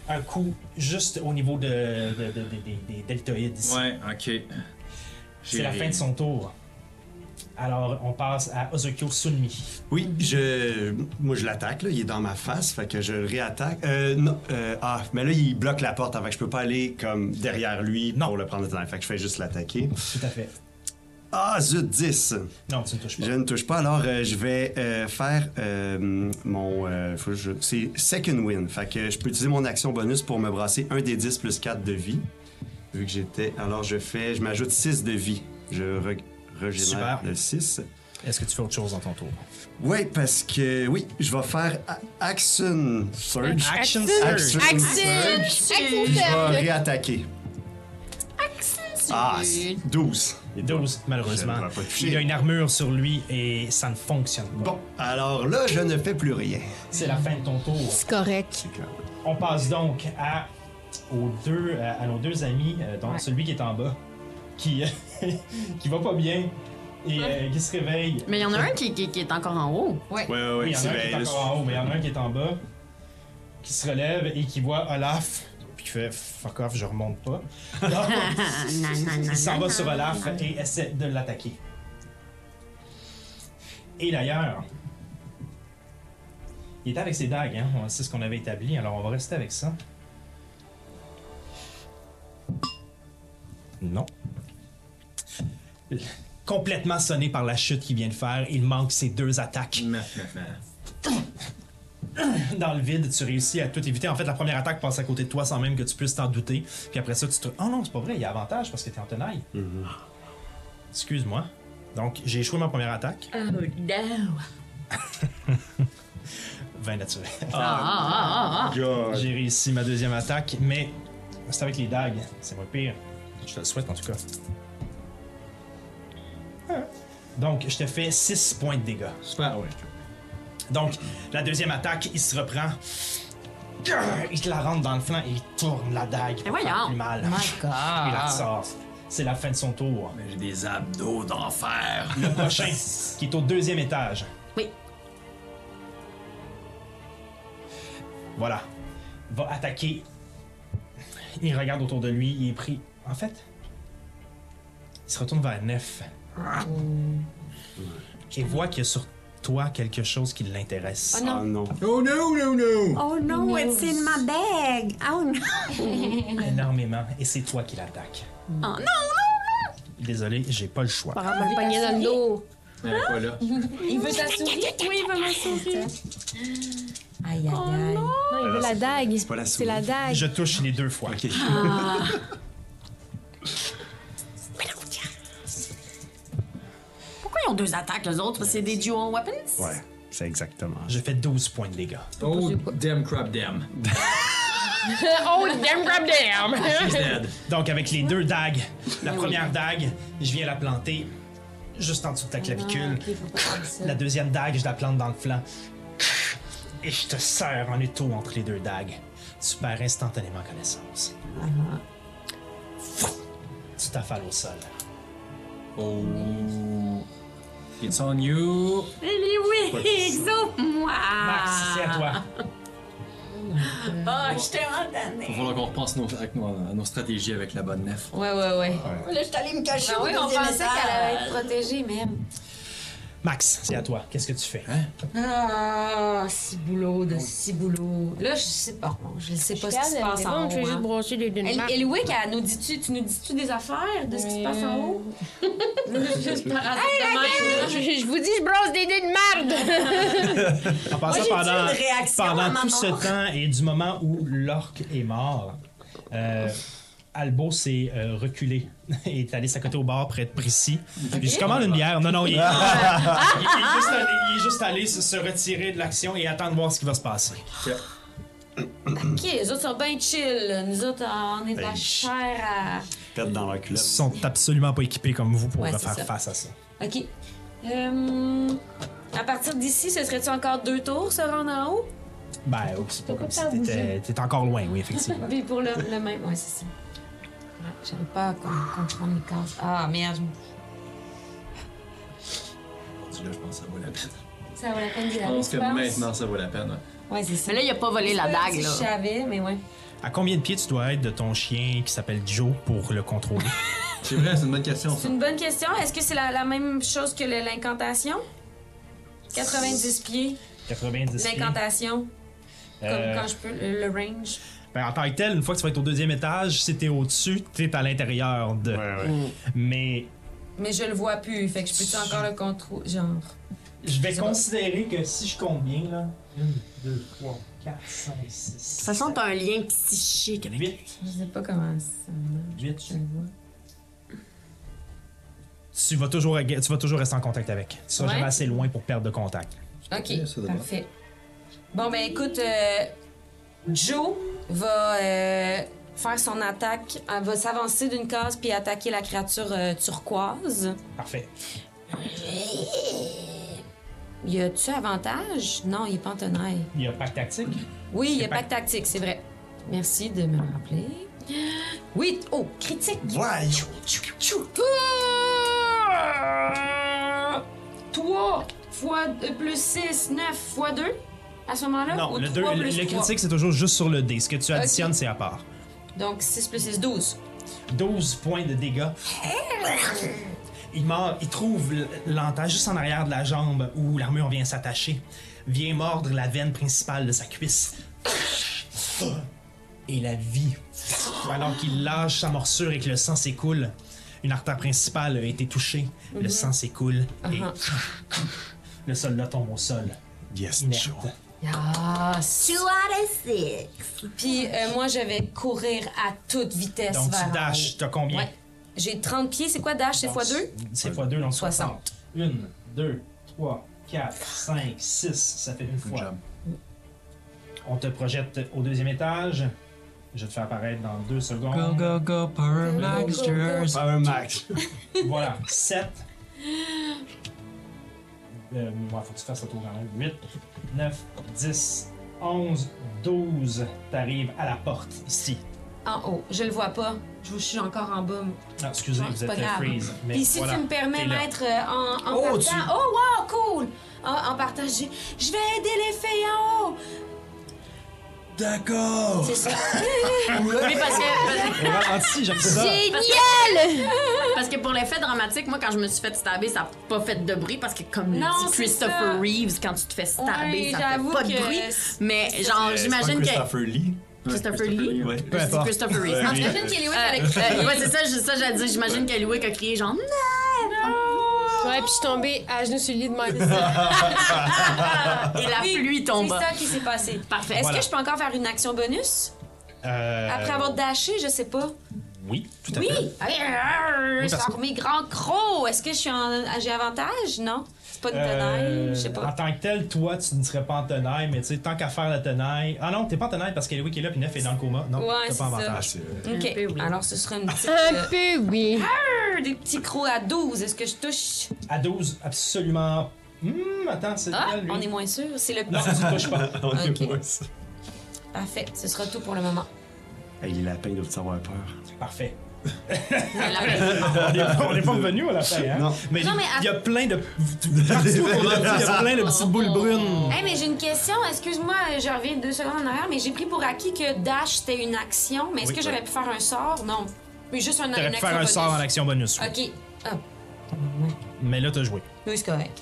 Un coup juste au niveau de, de- de- de- de- des deltoïdes ici. Ouais, ok. C'est la fin de son tour. Alors, on passe à Ozokyo Sunmi. Oui, je, moi je l'attaque, là, il est dans ma face, fait que je le réattaque. Euh, non, euh, ah, mais là il bloque la porte, fait que je peux pas aller comme derrière lui Non. pour le prendre de temps, fait que je fais juste l'attaquer. Tout à fait. Ah, zut, 10! Non, tu ne touches pas. Je ne touche pas, alors euh, je vais euh, faire euh, mon. euh, faut que je- c'est second win. Fait que je peux utiliser mon action bonus pour me brasser 1 des 10 plus 4 de vie. Vu que j'étais. Alors je fais. Je m'ajoute 6 de vie. Je re- Super. régénère le 6. Est-ce que tu fais autre chose dans ton tour? Oui, parce que. Oui, je vais faire a- Action Surge. Action Action Surge! Surge. Je vais réattaquer. Ah, c'est 12. 12, malheureusement. Je ne vais pas toucher. Il a une armure sur lui et ça ne fonctionne pas. Bon, alors là, je ne fais plus rien. C'est la fin de ton tour. C'est correct. On passe donc à, aux deux, à, à nos deux amis, euh, donc celui qui est en bas, qui, qui va pas bien et euh, qui se réveille. Mais il y en a un qui, qui- qui est encore en haut. Ouais, ouais, Oui, il y en a un qui est ben, encore en haut, mais il y en a un qui est en bas, qui se relève et qui voit Olaf, puis qui fait fuck off, je remonte pas. Donc, il s'en va sur Olaf et essaie de l'attaquer. Et d'ailleurs, il était avec ses dagues, hein? on- c'est ce qu'on avait établi, alors on va rester avec ça. Non. Complètement sonné par la chute qu'il vient de faire, il manque ses deux attaques. Maf, maf, maf. dans le vide, tu réussis à tout éviter. En fait, la première attaque passe à côté de toi sans même que tu puisses t'en douter. Puis après ça, tu te. Oh non, c'est pas vrai, il y a avantage parce que t'es en tenaille. Excuse-moi. Donc, j'ai échoué ma première attaque. Oh no! 20 naturel. Ah, ah, ah, God. J'ai réussi ma deuxième attaque, mais c'est avec les dagues. C'est moins pire. Je te le souhaite en tout cas. Ah. Donc, je te fais 6 points de dégâts. Super, ouais. Donc, la deuxième attaque, il se reprend. Il te la rentre dans le flanc et il tourne la dague. Pour Mais faire voyons! Plus mal. My God! Il la ressort. C'est la fin de son tour. Mais J'ai des abdos d'enfer. Le prochain, qui est au deuxième étage. Oui. Voilà. Va attaquer. Il regarde autour de lui, il est pris. En fait, il se retourne vers Nef. Et voit qu'il y a sur toi quelque chose qui l'intéresse. Ah non. Oh no, no, no! Oh no, it's in my bag. Oh no. Énormément. Et c'est toi qui l'attaque. Oh no. Désolé, j'ai pas le choix. Par rapport à le pogner dans le dos. Elle est pas là. Il veut ta souris? Oui, il veut ma souris. Aïe, aïe, Oh, aïe. Non, il Alors, veut la c'est- dague. c'est pas la C'est la souris. dague. Je touche les deux fois. Ok. Pourquoi ils ont deux attaques, les autres? C'est des dual weapons? Ouais, c'est exactement. Je fais 12 points de dégâts. Oh, damn crap damn. oh, damn, grab damn! She's dead. Donc, avec les deux dagues, Ah la première dague, je viens la planter juste en dessous de ta Ah. Ah, clavicule. La deuxième dague, je la plante dans le flanc. Et je te serre en étau entre les deux dagues. Tu perds instantanément connaissance. Tu t'affales au sol. Oh. It's on you. Eh Oui, exauce-moi! Max, c'est à Ah. toi. Ah, je suis tellement tannée. Il va falloir qu'on repense nos, avec nos, à nos stratégies avec la bonne nef. Ouais, ouais, ouais. Là, je suis allée me cacher. Ah au oui, on deuxième pensait étage. qu'elle allait être protégée, même. Max, c'est à toi. Qu'est-ce que tu fais? Ah, ciboulot de ciboulot. Là, je sais pas. Je ne sais pas ce qui se passe en Je vais juste haut. hein. brocher les lunettes. El- Eliwick, elle nous dis-tu, tu nous dis-tu des affaires de ce qui se passe en haut? Juste par hasard de même, là. Je, je vous dis, je brosse des dés de merde! En passant j'ai pendant, dit une réaction pendant à ma tout ce mort. temps et du moment où l'orque est mort, euh, Albo s'est euh, reculé et est allé s'accoter au bar près de Prissy. Puis je commande une bière. Non, non, il est, il Ah. est juste allé, il est juste allé se, se retirer de l'action et attendre voir ce qui va se passer. OK, les autres sont bien chill. là. Nous autres, on est de la Ben, chut. chair à... Pète dans la Ils culotte. sont absolument pas équipés comme vous pour Ouais, c'est faire ça. face à ça. OK. Euh, à partir d'ici, ce serait-tu encore deux tours, se rendre en haut? Ben, oui, c'est pas comme si pas t'étais t'étais encore loin, oui, effectivement. Puis pour le, le même... Ouais, c'est ça. Ouais, J'arrive pas à com- comprendre mes cases. Ah, merde. Là, je pense que ça vaut la peine. Ça vaut la peine d'y Je aller, pense tu que penses? maintenant, ça vaut la peine. ouais. Ouais, c'est ça. Mais là, il a pas volé la dague, Si Je là. savais, mais ouais. À combien de pieds tu dois être de ton chien qui s'appelle Joe pour le contrôler? C'est vrai, c'est une bonne question. C'est Ça. une bonne question. Est-ce que c'est la, la même chose que le- l'incantation? 90 pieds, 90 pieds. l'incantation, Euh, comme quand je peux, le, le range. Ben, en tant que tel, une fois que tu vas être au deuxième étage, si t'es au-dessus, t'es à l'intérieur de. Ouais, ouais. Mm. Mais Mais je le vois plus, fait que je peux-tu encore le contrôler? Genre. je vais considérer que si je compte bien, là. 1, 2, 3, 4, 5, 6. De toute façon, t'as un lien psychique avec 8, Je sais pas comment ça marche, 8. je le vois. Tu vas toujours, tu vas toujours rester en contact avec. Tu seras Ouais. jamais assez loin pour perdre de contact. Ouais, ça Ok, doit. parfait. Bon, ben écoute, euh, Joe va euh, faire son attaque. Elle va s'avancer d'une case puis attaquer la créature euh, turquoise. Parfait. Y a-tu avantage? Non, il est pas en tenaille. Il y a pack tactique. Oui, il y a pas- pas de tactique, c'est vrai. Merci de me le rappeler. Oui, t- oh, critique. Ouais. Ah! 3 fois euh, plus 6, 9 fois 2 à ce moment-là? Non, ou le, Ah, deux- trois le- plus le trois? critique, c'est toujours juste sur le dé. Ce que tu additionnes, c'est à part. Donc 6 plus 6, 12. 12 points de dégâts. Il mord, il trouve l- l'entaille juste en arrière de la jambe où l'armure vient s'attacher, vient mordre la veine principale de sa cuisse. Et la vie. Alors qu'il lâche sa morsure et que le sang s'écoule, une artère principale a été touchée, Mhm. le Uh-huh. sang s'écoule et le soldat tombe au sol, Yes, inerte. Joe. Yes! Two out of six. Puis euh, moi, je vais courir à toute vitesse Donc, vers tu en dashes, haut. t'as combien Ouais. J'ai 30 pieds. C'est quoi dash? C'est x 2? C'est fois 2, donc 60. 1, 2, 3, 4, 5, 6. Ça fait une fois. On te projette au deuxième étage. Je vais te fais apparaître dans deux Go, secondes. go, go, Power Max Jersey. Power Max. Voilà, 7. Euh, ouais, faut que tu fasses le tour quand même. 8, 9, 10, 11, 12. T'arrives à la porte ici. En haut. Je le vois pas. Je vous- je suis encore en bas. Ah, excusez, Non, vous c'est êtes pas euh, grave. freeze. Mais Puis si voilà, tu me permets, t'es là. maître, euh, en, en Oh, partant. tu- Oh, wow, cool! En, en partant, je, je vais aider les filles en haut! D'accord! C'est ça. Oui, parce que, Au ralenti, Ah, j'aime ça. Génial! parce que pour l'effet dramatique, moi, quand je me suis fait stabber, ça n'a pas fait de bruit parce que, comme le Non, dit c'est Christopher ça. Reeves, quand tu te fais stabber, Ouais, ça fait j'avoue pas de que bruit. c'est- Mais, genre, Euh, c'est pas Ah, j'imagine que. Christopher Lee. Christopher Lee? Ouais. Peu importe. Christopher Reeves. Ouais, En tout cas, oui. Imagine qu'Eliwick euh, avec euh, ouais, c'est ça, je- ça j'allais dire. J'imagine que Louis a crié genre Ouais, puis je suis tombée à genoux sur le lit de ma non! Et la pluie C'est tombe. ça qui s'est passé. Parfait. Est-ce Voilà. que je peux encore faire une action bonus? Euh, Après avoir dashé, je sais pas. Oui, tout à Oui! fait. Allez, arrr, Oui, parce sors que- mes grands crocs! Est-ce que je suis en... j'ai avantage? Non? C'est pas une tenaille? Euh, je sais En pas. tant que tel, toi, tu ne serais pas en tenaille, mais tu sais, tant qu'à faire la tenaille. Ah non, t'es pas en tenaille parce qu'Eloui qui est là, puis Neff est dans le coma. Non, Ouais, t'as c'est pas Ah, avantage. c'est Ok, peu, oui. alors ce sera une petite... Un euh, peu, oui. arr, des petits crocs à 12. Est-ce que je touche? À 12, absolument. Hum, attends, c'est Ah, lequel, lui? on est moins sûr. C'est le Non, tu ne touches pas. On est Ok. moins ça. Parfait, ce sera tout pour le moment. Hey, les lapins doivent avoir peur. Parfait. non, On n'est pas- on n'est pas revenu à la fin, hein? Non. Mais Non, mais il y a plein de. Partout aujourd'hui, il y a plein de petites boules brunes. Hey, mais j'ai une question. Excuse-moi, je reviens deux secondes en arrière, mais j'ai pris pour acquis que dash c'était une action. Mais est-ce Oui, que j'aurais pu faire un sort? Non. Mais juste un, T'aurais Ah, une pu action. faire un bonus. sort en action bonus. oui. Ok. Ah, Mais là, t'as joué. oui, c'est correct.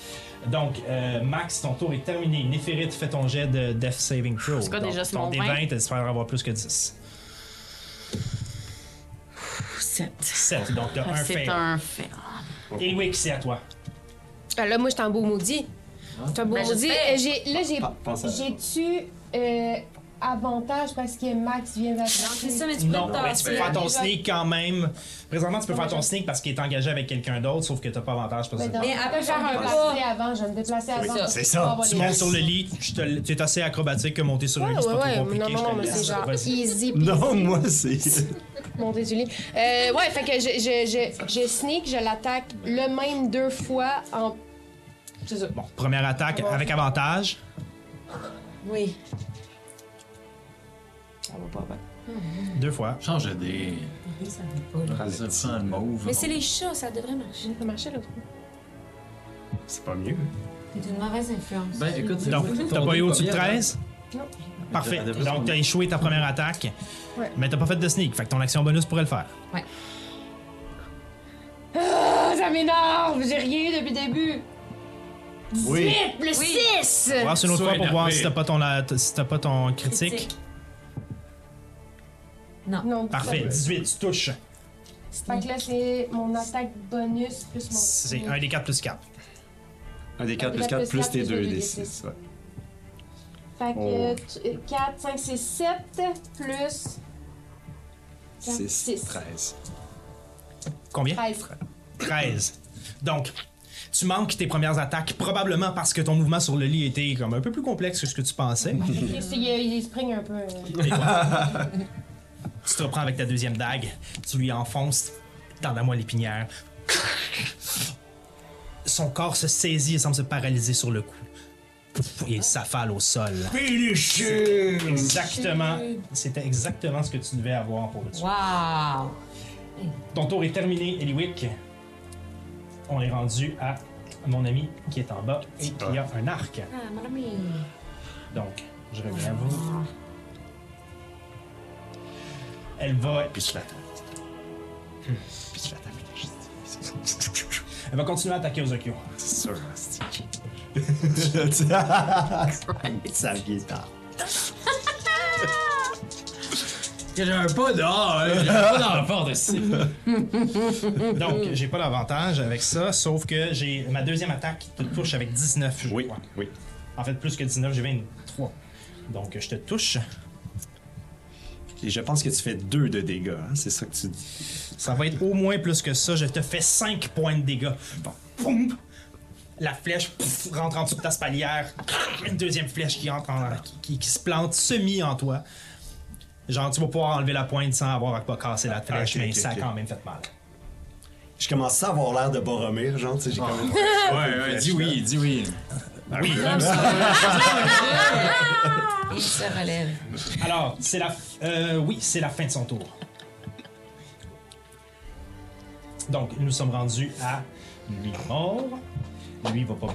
Donc, euh, Max, ton tour est terminé. Néphérite, fais ton jet de Death Saving Throw. C'est quoi Donc, déjà, c'est Ton mon 20? D20, t'espères avoir plus que 10. 7. 7, donc t'as un C'est fail. un fail. Elwick, c'est à toi. Ah, Là, moi, je suis en beau maudit. Je suis en beau Ben, maudit. j'espère. Euh, j'ai- Là, j'ai Ah, Pense à J'ai tu euh, avantage parce que Max vient C'est ça, d'arriver. mais tu peux Non, le mais tu peux tasser. faire ton déjà- sneak quand même. Présentement, tu peux faire ton sneak parce qu'il est engagé avec quelqu'un d'autre, sauf que t'as pas avantage parce que. dans- Mais après je vais faire me un déplacer avant, je vais me déplacer avant. c'est ça. Pour avoir Tu les- montes sur le lit, tu te- t'es assez acrobatique que monter sur Ouais, le lit, c'est pas ouais, trop ouais. compliqué. Non, je non, te mais laisse. c'est genre Vas-y. easy Non, moi, c'est. monter du lit. Euh, ouais, fait que je, je, je, je sneak, je l'attaque le même deux fois en. C'est ça. Bon, première attaque Bon. avec avantage. Oui. Deux fois. Change de dé. Ça sent le mauve. Mais c'est les chats, ça devrait marcher. Ça marchait l'autre. C'est pas mieux. C'est une mauvaise influence. Ben écoute, c'est Donc, quoi que t'as ton pas dé eu au-dessus de première, hein? 13? Non. Parfait. Elle devrait se Donc, t'as promener. échoué ta première attaque, Ouais. mais t'as pas fait de sneak. Fait que ton action bonus pourrait le faire. Ah, ça m'énerve! J'ai rien eu depuis le début! Oui. Plus Oui. 6! On va voir une autre Sois fois pour voir énervé. si t'as pas ton, la- si t'as pas ton critique. Critique. Non, Parfait, ça- 18, tu touches. Fait que là, c'est mon attaque bonus plus mon. C'est 1 des 4 plus 4. Un des 4 plus 4 plus tes 2 des 6. Ouais. Fait Oh. que 4, 5, 6, 7 plus 6, 13. Combien? 13. 13. Donc, tu manques tes premières attaques, probablement parce que ton mouvement sur le lit était comme un peu plus complexe que ce que tu pensais. Il, il spring un peu. euh. Et voilà. tu te reprends avec ta deuxième dague, tu lui enfonces dans la moelle épinière. Son corps se saisit et semble se paralyser sur le cou. Et il s'affale au sol. Exactement. C'était exactement ce que tu devais avoir pour le tuer. Wow! Ton tour est terminé, Eliwick. On est rendu à mon ami qui est en bas et qui a un arc. Ah, mon ami. Donc, je reviens à vous. Elle va. Puis je l'attaque. Puis je l'attaque. Elle va continuer à attaquer Ozokyo. C'est sûr, c'est Ça vient tard. J'ai un pas dehors, hein, j'ai un pas dans le fort de six. Donc, j'ai pas l'avantage avec ça, sauf que j'ai ma deuxième attaque qui te touche avec 19. je Oui, crois. oui. En fait, plus que 19, j'ai 23. Donc, je te touche. Et je pense que tu fais deux de dégâts, hein, c'est ça que tu dis. Ça va être au moins plus que ça. Je te fais 5 points de dégâts. Bon, boum! La flèche pouf, rentre en dessous de ta spalière. Une deuxième flèche qui, rentre en- qui, qui- qui se plante semi en toi. Genre, tu vas pouvoir enlever la pointe sans avoir à pas casser la flèche, ok, mais ok, ça ok. a quand même fait mal. Je commence à avoir l'air de Boromir, genre, tu sais, j'ai quand même. hein? Ouais, ouais, dis oui, dis oui. oui, Il se relève. Alors, c'est la, euh, oui, c'est la fin de son tour. Donc, nous sommes rendus à lui mort. Lui va pas,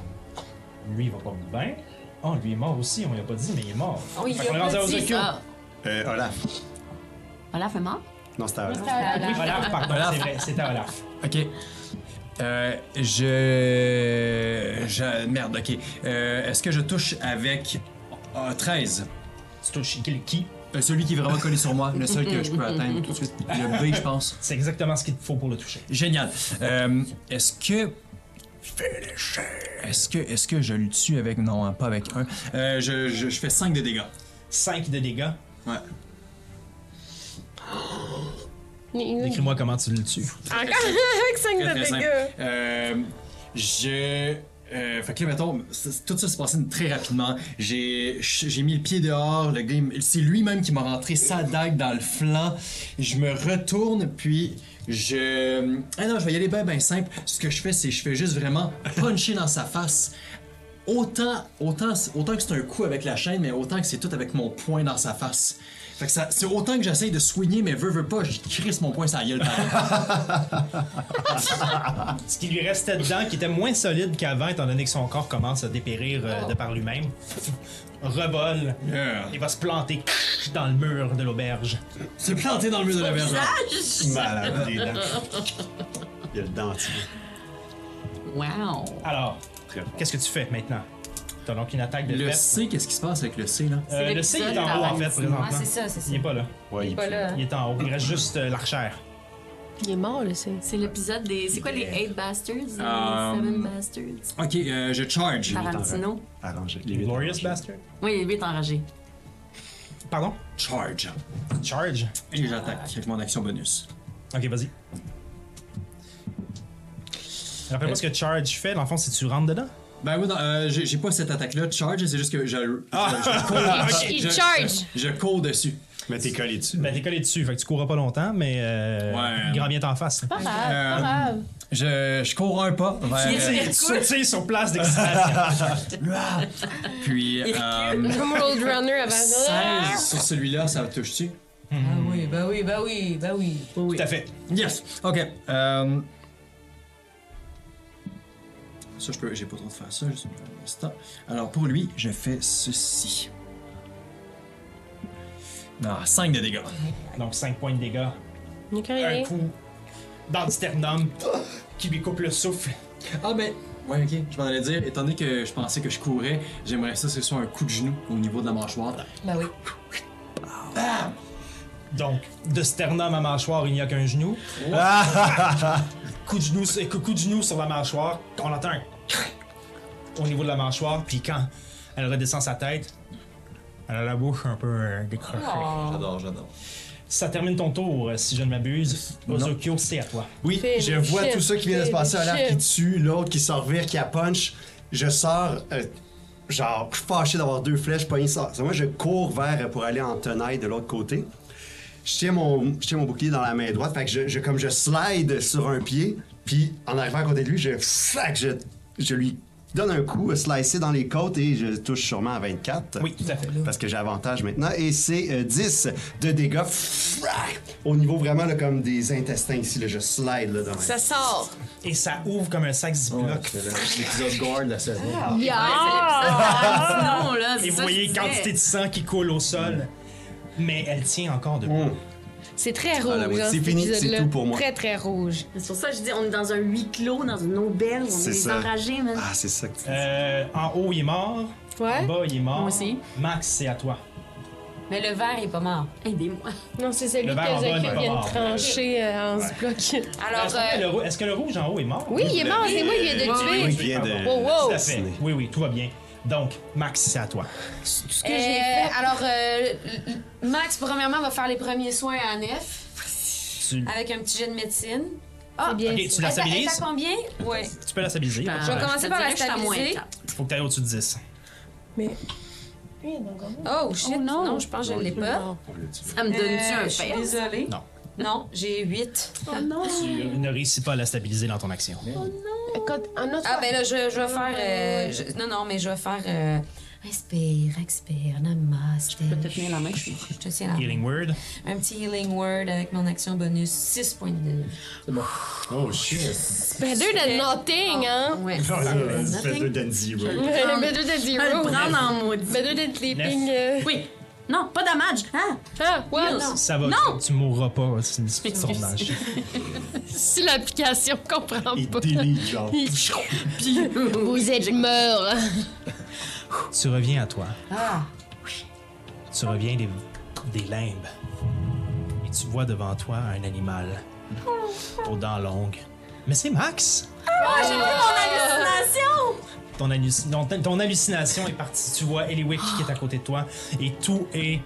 lui va pas bien. Oh, lui est mort aussi. On lui a pas dit, mais il est mort. Oh, il Fait qu'on a est pas rendu à dit Ozokyo. ça. Euh, Olaf. Olaf est mort? Non, c'était Olaf. Ah, Oui, Olaf, pardon, Olaf. c'est vrai, c'était Olaf. Ok. Euh, je... je- Merde, ok. Euh, Est-ce que je touche avec euh, 13 Tu touches qui- qui Euh, Celui qui est vraiment collé sur moi, le seul que je peux atteindre tout de suite. Le B, je pense. C'est exactement ce qu'il te faut pour le toucher. Génial. Euh, Est-ce que. Est-ce que, est que je le tue avec. Non, hein, pas avec un. Euh, je, je- je fais 5 de dégâts. 5 de dégâts. Ouais. Décris-moi comment tu le tues. Encore avec 5 Très, très de simple. dégâts. Euh, je. euh, fait que là, mettons, c'est- tout ça s'est passé très rapidement. J'ai j'ai mis le pied dehors, le gars, il m- c'est lui-même qui m'a rentré sa dague dans le flanc. Je me retourne, puis je. Ah non, je vais y aller bien, bien simple. Ce que je fais, c'est je fais juste vraiment puncher dans sa face. Autant, autant, autant que c'est un coup avec la chaîne, mais autant que c'est tout avec mon poing dans sa face. Fait que ça- c'est autant que j'essaye de soigner, mais veux, veux pas, je crisse mon poing sur la gueule. Ce qui lui restait dedans, qui était moins solide qu'avant, étant donné que son corps commence à dépérir euh, de par lui-même, revole Yeah. Il va se planter dans le mur de l'auberge. C'est planté dans le mur de la verge. Malade des dents. Il y a le dentier. Wow! Alors, Très fort. qu'est-ce que tu fais maintenant? T'as donc une attaque de Le fête. C, qu'est-ce qui se passe avec le C là? Euh, C'est le C il est en l'épisode haut en fait d'avant. présentement. Ah, c'est ça, c'est ça. Il est pas là. Ouais, il Pas pue. là. hein. Il est en haut. Il reste juste euh, l'archère. Il est mort, là, c'est. C'est l'épisode des. C'est quoi les 8 Bastards? Les Um, Euh, 7 Bastards? Ok, euh, je charge. Tarantino? Arrangé. Les Glorious huit Bastard. Oui, il est vite enragé. Pardon? Charge. Charge. Et j'attaque avec mon action bonus. Ok, vas-y. Rappelle-moi ce que Charge fait. Dans le fond, si tu rentres dedans. Ben oui, non, euh, j'ai j'ai pas cette attaque-là, charge, c'est juste que je. Ah! je, Il je, charge. je, je cours dessus. Mais t'es collé dessus. Ben, t'es collé dessus. Fait que tu courras pas longtemps, mais. Euh, Ouais. Il grand bien t'en face. Pas grave, Euh, pas grave. Je, je cours un pas vers. Tu sautes sur place d'excitation. Puis. Euh, Comme Road Runner avant. 16 sur celui-là, ça touche-tu? Ah oui, bah oui, bah oui, bah oui. Oui. Tout à fait. Yes! Ok. euh, Ça, je peux. J'ai pas trop de faire ça, juste un instant. Alors, pour lui, je fais ceci. Ah, 5 de dégâts. Donc 5 points de dégâts. Il est Un corrigé. coup dans le sternum qui lui coupe le souffle. Ah, ben. Ouais, ok. Je m'en allais dire, étant donné que je pensais que je courais, j'aimerais ça que ce soit un coup de genou au niveau de la mâchoire. Bah oui. Donc, de sternum à mâchoire, il n'y a qu'un genou. coup, de genou sur- coup de genou sur la mâchoire. On entend un au niveau de la mâchoire. Puis quand elle redescend sa tête, elle a la bouche un peu euh, décrochée. Oh. J'adore, j'adore. Ça termine ton tour, euh, si je ne m'abuse. Ozokyo, c'est à toi. Oui, Fais je le vois chip, tout ça qui vient de se fais passer. le Olaf qui chip. tue, l'autre qui s'en revire, qui a punch. Je sors, euh, genre, fâché d'avoir deux flèches pognées. sur- Moi, je cours vers euh, pour aller en tenaille de l'autre côté. Je tiens, mon, je tiens mon bouclier dans la main droite. Fait que je, je- comme je slide sur un pied, puis en arrivant à côté de lui, je, fuck, je, je lui donne un coup, euh, slicé dans les côtes, et je touche sûrement à 24. Oui, tout à fait. Parce que j'ai avantage maintenant. Et c'est euh, 10 de dégâts. Frac! Au niveau vraiment là, comme des intestins ici. Là, je slide là, dans Ça sort. Et ça ouvre comme un sac Ziploc. l'épisode guard la saison. Ah! Ah! Non, là, c'est Et vous ça que je voyez disais. quantité de sang qui coule au sol. Mais elle tient encore debout. Hum. C'est très rouge. la oui, hein, Ah, c'est cet fini, c'est épisode-là. tout pour moi. Très, très rouge. C'est pour ça que je dis, on est dans un huis clos, dans une auberge, on C'est est, ça. enragés, man. Ah, c'est ça que tu dis. Euh, en haut, il est mort. En Ouais? bas, il est mort. Moi aussi. Max, c'est à toi. Mais le verre est pas mort. Aidez-moi. Non, c'est celui Le que verre en bas, Zaki il est pas vient de mort. trancher euh, en Ziploc. Alors, Est-ce euh, que le rou- Oh, est-ce que le rouge en haut est mort? Oui, il est mort, c'est moi qui viens de le Oui, tuer. vient de. Wow, wow. Tout à fait. Oui, oui, tout va bien. Donc, Max, c'est à toi. ce que j'ai Euh, fait. Alors, euh, Max, premièrement, va faire les premiers soins à Nef Tu, avec un petit jet de médecine. Ah, bien, Ok, tu ça. la Elle t'a- Elle stabilises? t'a combien? Oui. tu peux la stabiliser. pas de Je vais problème. commencer par la dirais que je suis à moins stabiliser. Faut que tu ailles au-dessus de 10. Oh, shit. non. je pense que je l'ai pas. Ça me donne-tu Euh, un Je suis fail? désolée. Non. Non, j'ai 8. Tu ne réussis pas à la stabiliser dans ton action. Quand un autre Ah, ben là, je, je vais faire. euh, je- non, non, mais je vais faire. euh, inspire, expire, namaste. Je Peut-être tenir la main, je suis. Je te tiens la main. Healing word. Un petit healing word avec mon action bonus. 6 points de. Oh shit! Better than nothing, hein? Ouais. Better than zero. Better than Je vais le zero. prendre en maudit. Better than sleeping. euh. Oui. Non, pas damage. Ah, Ah, ouais, Non. Ça va, Non! tu mourras pas si si tu ton âge. si l'application comprend Et pas. délire, genre. Vous êtes mort. Tu reviens à toi. Ah! Tu reviens des, des limbes. Et tu vois devant toi un animal. Aux dents longues. Mais c'est Max! Ton, halluc- non, ton- ton hallucination est partie. Tu vois Eliwick qui est à côté de toi. Et tout est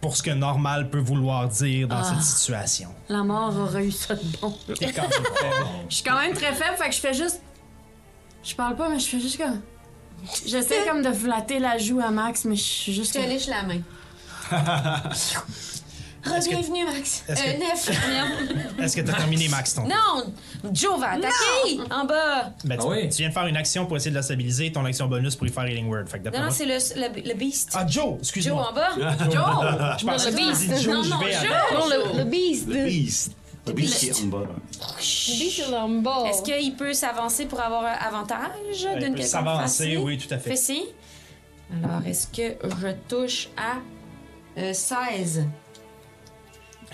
pour ce que normal peut vouloir dire dans Ah. cette situation. la mort aurait eu ça de bon. T'es quand même très bon. Je suis quand même très faible, fait que je fais juste. Je parle pas, mais je fais juste comme. J'essaie comme de flatter la joue à Max, mais je suis juste. Je te lèche la main. Bienvenue, Max. est-ce que- Euh, Nef. merde. Est-ce que t'as terminé, Max, ton non! Joe va attaquer! En bas! Ben, tu, Ah oui. tu viens de faire une action pour essayer de la stabiliser, ton action bonus pour y faire Healing Word. Fait que d'après Non, non, moi- c'est le, le, le beast. Ah, Joe! Joe en Excuse-moi. bas? Joe! Je pense que tu dis Joe, Non, je non, vais Joe! avec. Non, le, le beast. The Beast. The Beast qui est en bas. Le beast est en bas. Est-ce qu'il peut s'avancer pour avoir un avantage Elle d'une quelconque peut Euh, s'avancer, façon? oui, tout à fait. Fessy. Alors, est-ce que je touche à euh, 16?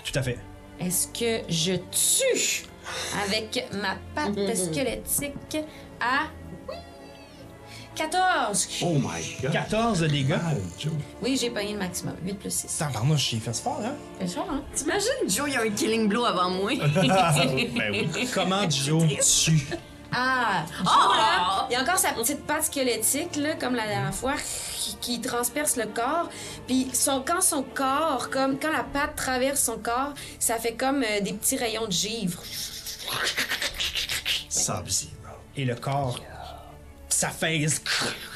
Tout à fait. Est-ce que je tue avec ma patte squelettique à 14? Oh my god. 14 de dégâts. Oui, j'ai pogné le maximum. 8 plus 6. Tabarnouche, j'ai fait ce fort, hein? Bien sûr, hein? T'imagines, Joe, il y a un killing blow avant moi. Ben oui. Comment Joe tue? Ah! Oh! Là, il y a encore sa petite patte squelettique, là, comme la dernière fois, qui, qui transperce le corps. Puis son, quand son corps, comme quand la patte traverse son corps, ça fait comme euh, des petits rayons de givre. Sub-Zero. Et le corps s'affaisse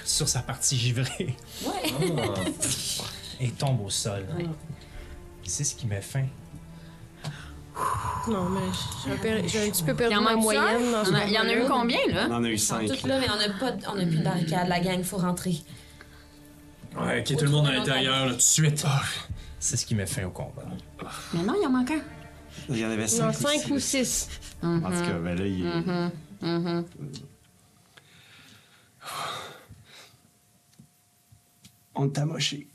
sur sa partie givrée Ouais! et tombe au sol. C'est ce qui met fin. Non, mais j'ai un peu- j'ai un petit peu perdu Il y en ma manque moyenne. dans ce Il y en a- il y en a eu moment-là. combien, là? On en a eu Ils sont 5. toutes là, mais on n'a pas de- on n'a plus de barricade, la gang, faut rentrer. Ouais, qui est tout le monde à l'intérieur, là, tout de suite. C'est ce qui met fin au combat. Mais non, il y en manque un. Il y en avait 5. Non, 5 ou 6. En tout cas, ben là, il est. On t'a moché.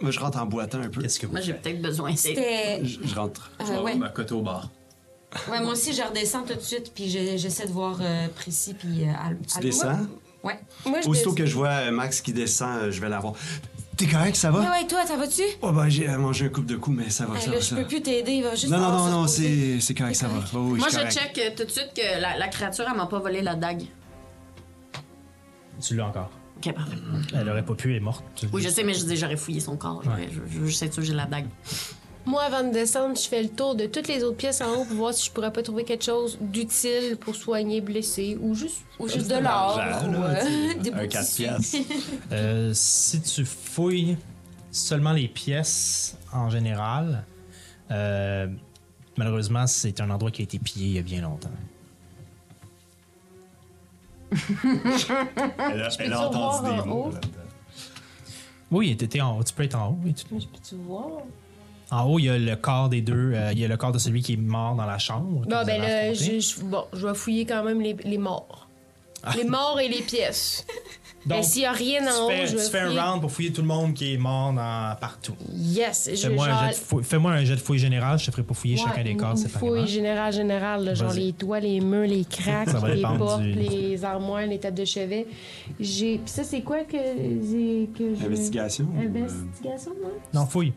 Moi, je rentre en boitant un peu. Qu'est-ce que vous Moi, j'ai faites? peut-être besoin d'aide. C'était. Je, je rentre. euh, Je vais avoir ouais. ma cote au bar. euh, Ouais, moi aussi, je redescends tout de suite, puis je- j'essaie de voir euh, Prissy, puis euh, Al- Tu Al- descends. Ouais. Moi, je Aussitôt descends. que je vois euh, Max qui descend, euh, je vais l'avoir. T'es correct, ça Ah va? ouais, toi, ça va-tu? Oh, ben, j'ai euh, mangé un couple de coups, mais ça va, Hey, ça Eh, là, va. je Ça. peux va. plus t'aider, il va juste. Non, non, falloir non, se non, reposer. c'est c'est correct, ça va. Oh, oui, Moi, je suis je correct. check euh, tout de suite que la, la créature, elle m'a pas volé la dague. Tu l'as encore. Ok, parfait. Elle aurait pas pu, elle est morte. Oui, je sais, mais je dis, j'aurais fouillé son corps. J'aurais- Je je veux juste être sûr que j'ai la dague. Moi, avant de descendre, je fais le tour de toutes les autres pièces en haut pour voir si je pourrais pas trouver quelque chose d'utile pour soigner blessés ou juste. Ou juste de l'or. L'argent, ou, là, euh, tu sais, des Un bouts 4 de piastres. Euh, si tu fouilles seulement les pièces en général, euh, malheureusement, c'est un endroit qui a été pillé il y a bien longtemps. Elle a, elle a peux-tu revoir entendu des en mots haut? là-dedans. Oui, t'étais en haut. Tu peux être en haut. oui, tu- Mais je peux-tu voir? En haut, il y a le corps des deux. euh, il y a le corps de celui qui est mort dans la chambre. que Non, vous ben avez là, affronté. je, je- bon, je vais fouiller quand même les, les morts. Les morts et les pièces. Donc, ben, s'il y a rien tu en haut, fais, je tu vais fais fouiller. un round pour fouiller tout le monde qui est mort dans- partout. Yes, je Fais-moi genre- un, jet de fouille- fais-moi un jet de fouille général. Je te ferai pas fouiller Ouais, chacun des corps une séparément. Fouille générale, générale, là, genre Vas-y. les toits, les murs, les cracks, Ça va les dépendre portes, du- les armoires, les tables de chevet. J'ai. Puis ça, c'est quoi que j'ai. Que je... Investigation? ou, euh, Investigation, non? Non, fouille.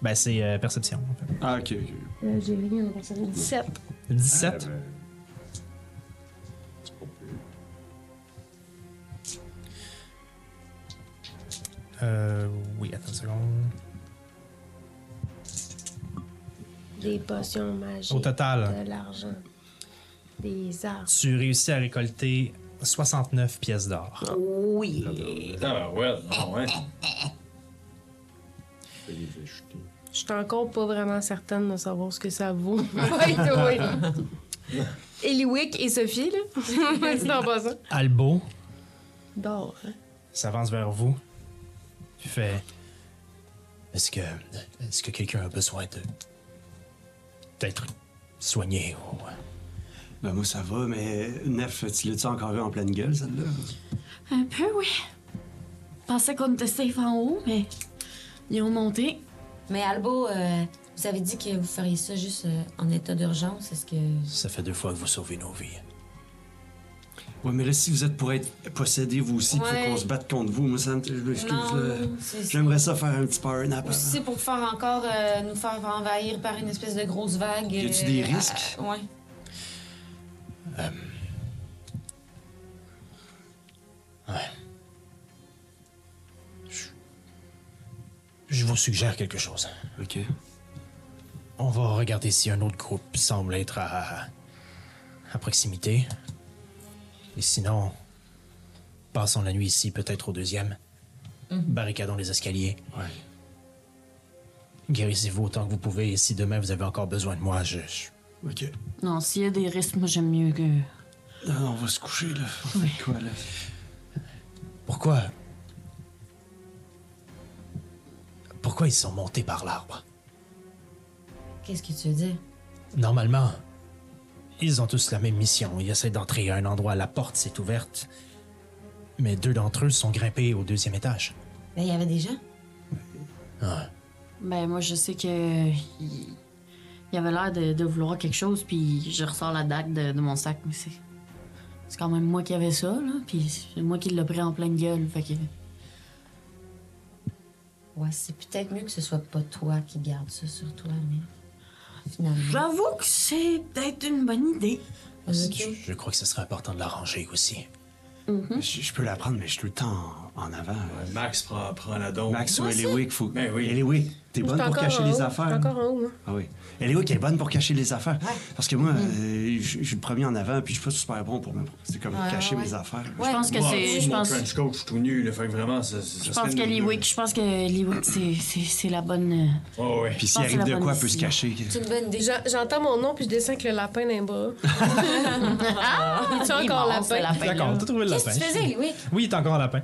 Ben, c'est euh, perception. en fait. Ah, ok, ok. Euh, j'ai rien, on va faire 17. 17. Ah, ben, Euh, oui, attends une seconde. Des potions magiques. euh, Au total. De l'argent. Des arts. Tu réussis à récolter 69 pièces d'or. Oui. Ah, ouais, ah, ouais. Je suis encore pas vraiment certaine de savoir ce que ça vaut. By the way. Eliwick et Sophie, là. C'est pas ça. Albo D'or. hein. s'avance vers vous. Puis fait Est-ce que, est-ce que quelqu'un a besoin de. d'être soigné ou. euh, Ben, moi, ça va, mais euh, Nef, tu l'as-tu encore eu en pleine gueule, celle-là? Un peu, oui. Je pensais qu'on était safe en haut, mais ils ont monté. Mais Albo, euh, vous avez dit que vous feriez ça juste euh, en état d'urgence. Est-ce que. Ça fait deux fois que vous sauvez nos vies. Ouais, mais là, si vous êtes pour être possédé, vous aussi, il Ouais. faut qu'on se batte contre vous. Moi, ça me. je- excuse, Non, là. c'est- J'aimerais ça faire un petit power nap. Ou si c'est pour faire encore euh, nous faire envahir par une espèce de grosse vague. Y a-tu euh, des à- risques? ouais. Je vous suggère quelque chose. Ok. On va regarder si un autre groupe semble être à, à proximité. Et sinon, passons la nuit ici, peut-être au deuxième. Barricadons les escaliers. Ouais. Guérissez-vous autant que vous pouvez. Et si demain vous avez encore besoin de moi, je. je- Ok. Non, s'il y a des risques, moi j'aime mieux que. Ah, Non, non, on va se coucher, là. On fait quoi, là? Pourquoi. Pourquoi ils sont montés par l'arbre? Qu'est-ce que tu veux dire? Normalement, ils ont tous la même mission. Ils essaient d'entrer à un endroit, la porte s'est ouverte. Mais deux d'entre eux sont grimpés au deuxième étage. Ben, il y avait des gens. Ben, moi je sais que. Il, il avait l'air de, de vouloir quelque chose, puis je ressors la dague de, de mon sac, mais c'est. C'est quand même moi qui avais ça, là, puis c'est moi qui l'ai pris en pleine gueule, fait que. Ouais, c'est peut-être mieux que ce soit pas toi qui garde ça sur toi, mais. Finalement. J'avoue que c'est peut-être une bonne idée. Euh, Je, je crois que ce serait important de la ranger aussi. Je, je peux la prendre, mais je suis tout le temps en, en avant. là. Max prend, prend la dose. Max ou Eliwick, faut. Ben oui. Eliwick, t'es bonne pour encore cacher en les haut, affaires. je suis là. encore en haut, hein. moi. Ah oui. Eliwick est bonne pour cacher les affaires. Parce que moi, euh, je je suis le premier en avant, puis je suis pas super bon pour me. C'est comme cacher mes affaires. là. je pense que Moi, c'est. sous Je mon pense. trench coat, je suis tout nu, là. Fait que vraiment, ça, ça, Je pense que Leewick, je pense que Leewick, c'est- c'est c'est la bonne. euh, Oh, ouais. Puis Je s'il pense que arrive c'est de la quoi, bonne elle peut se cacher. C'est une bonne idée. J'en- J'entends mon nom, puis je descends avec le lapin dans les bras. ah, tu il est encore mort, lapin? ce lapin. D'accord, t'as trouvé le lapin. Qu'est-ce que tu faisais, Louis? Oui, il est encore lapin.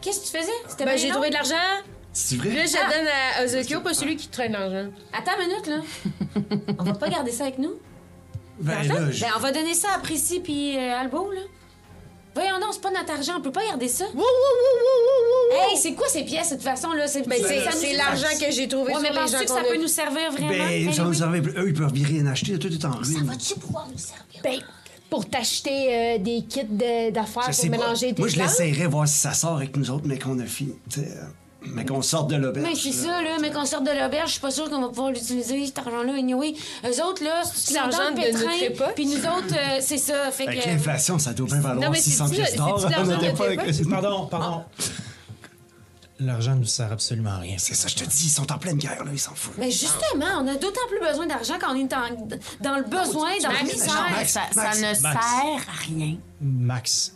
Qu'est-ce que tu faisais? C'était Hein? Ben, bien j'ai long. trouvé de l'argent. C'est Puis vrai? Là, je donne à Ozokyo, pas celui qui traîne l'argent. Attends une minute, là. on va pas garder ça avec nous. Ben Argent? là, je- Ben, on va donner ça à Prissy puis euh, Albo, là. Voyons non, c'est pas notre argent, on peut pas garder ça. Hey, c'est quoi ces pièces, de toute façon, là? C'est Ben, c'est- ça nous- c'est l'argent que j'ai trouvé Ouais, sur mais les gens penses-tu que qu'on ça a- peut nous servir vraiment? Ben, Hey, ça va nous oui. servir. Eux, ils peuvent rien acheter. Tout est en ruine. Vas-tu pouvoir nous servir? Ben, pour t'acheter euh, des kits de- d'affaires Je pour sais pas. mélanger tes Moi, je plantes. l'essayerais voir si ça sort avec nous autres, mais qu'on a fini. t'sais, euh, Mais qu'on sorte de l'auberge. Mais c'est là. ça, là, mais qu'on sorte de l'auberge, je suis pas sûre qu'on va pouvoir l'utiliser, cet argent-là, anyway. Eux autres, là, c'est L'argent de notre époque. Puis nous autres, euh, c'est ça, fait Avec que... l'inflation, ça doit bien Non, valoir mais 600 c'est-tu- pièces d'or. c'est-tu On l'argent était de pas tes avec- Pardon, pardon. L'argent ne nous sert absolument à rien. C'est ça, je te dis, ils sont en pleine guerre, là, ils s'en foutent. Ah. Mais justement, on a d'autant plus besoin d'argent quand on est en- dans Oh, le besoin, dans la misère. Max, ça, ça Max, ne Max. sert à rien. Max,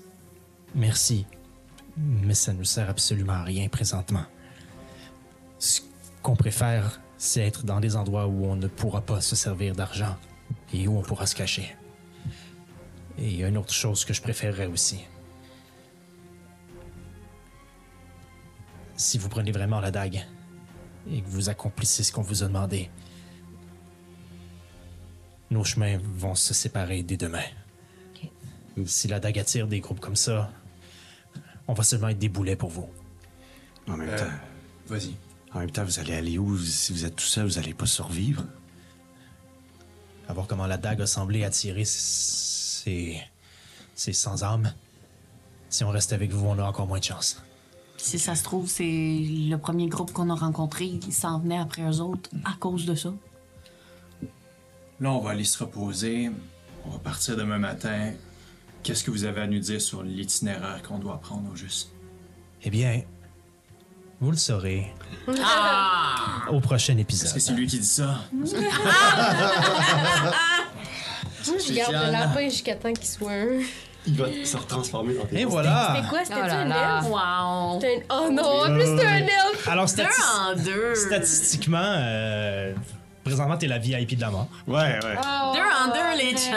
merci. Mais ça ne nous sert absolument à rien présentement. Ce qu'on préfère, c'est être dans des endroits où on ne pourra pas se servir d'argent et où on pourra se cacher. Et il y a une autre chose que je préférerais aussi. Si vous prenez vraiment la dague et que vous accomplissez ce qu'on vous a demandé, nos chemins vont se séparer dès demain. Si la dague attire des groupes comme ça, on va seulement être des boulets pour vous. En même temps, Euh, Vas-y. en même temps, vous allez aller où Si vous êtes tout seul, vous allez pas survivre. À voir comment la dague a semblé attirer ces. ces sans âme. Si on reste avec vous, on a encore moins de chance. Si ça se trouve, c'est le premier groupe qu'on a rencontré, ils s'en venaient après eux autres à cause de ça. Là, on va aller se reposer. On va partir demain matin. Qu'est-ce que vous avez à nous dire sur l'itinéraire qu'on doit prendre au juste? Eh bien, Vous le saurez. Au prochain épisode. Est-ce que c'est lui qui dit ça? Je garde le lapin jusqu'à temps qu'il soit un. Il va se retransformer dans tes Et C'était voilà! quoi? C'était Oh là un là. elfe? Wow. C'était un- Oh non, en plus c'était un elfe! Alors, stati- En deux. statistiquement, euh, présentement, t'es la VIP de la mort. Ouais, ouais. Deux en deux, les chums.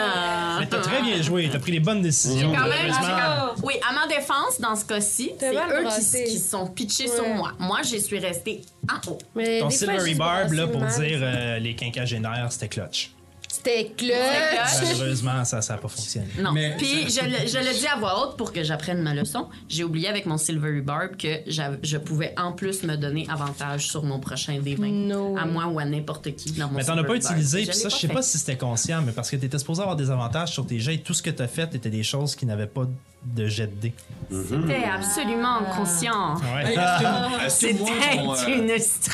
Mais t'as très bien joué, t'as pris les bonnes décisions. Quand même, malheureusement. quand- oui, à ma défense, dans ce cas-ci, T'as c'est mal eux qui, brassé. qui se sont pitchés sur Ouais. moi. Moi, je suis restée en haut. Mais Ton des fois, Silvery juste Barb, là, brasser pour mal. dire euh, les quinquagénaires, c'était clutch. C'était C'était clutch! Malheureusement, ça n'a pas fonctionné. Non. Mais- Puis je, le- je le dis à voix haute pour que j'apprenne ma leçon. J'ai oublié avec mon Silvery Barb que j'a- je pouvais en plus me donner avantage sur mon prochain D20. No. À moi ou à n'importe qui dans mon Mais t'en as pas Silvery utilisé, Barb. puis l'ai ça, je sais fait. pas si c'était conscient, mais parce que t'étais supposé avoir des avantages sur tes jets et tout ce que t'as fait était des choses qui n'avaient pas de jet de dés. C'était absolument Ah. conscient. Ouais. Ah, Hey, est-ce Ah, que- est-ce que moi, C'était mon, euh, une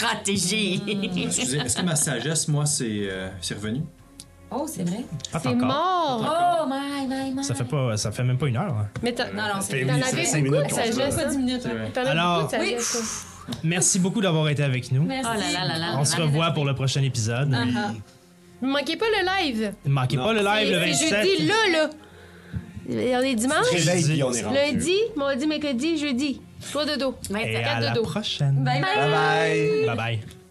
stratégie. Excusez, est-ce que ma sagesse, moi, c'est euh, c'est revenu? Oh, c'est vrai. Pas C'est encore. Oh, mort! my, my, my. Ça fait pas, ça fait même pas une heure. hein. Mais t'en Non, non, fait c'est t'en huit, ça fait avais cinq beaucoup de minutes qu'on se sagesse, bat. pas 10 hein? minutes. C'est vrai. T'en as Alors- beaucoup de sagesse, hein? Merci beaucoup d'avoir été avec nous. Merci. Oh là là là là. On se revoit pour le prochain épisode. Ah, Manquez pas le live! Ne manquez Non. pas le live le C'est 27. jeudi, là, là! Et On est dimanche? Réveille, puis on est rendu. Lundi, mardi, mercredi, jeudi. Toi, dodo. Et Quatre à la dodo. prochaine. Bye, bye. Bye bye. bye. bye.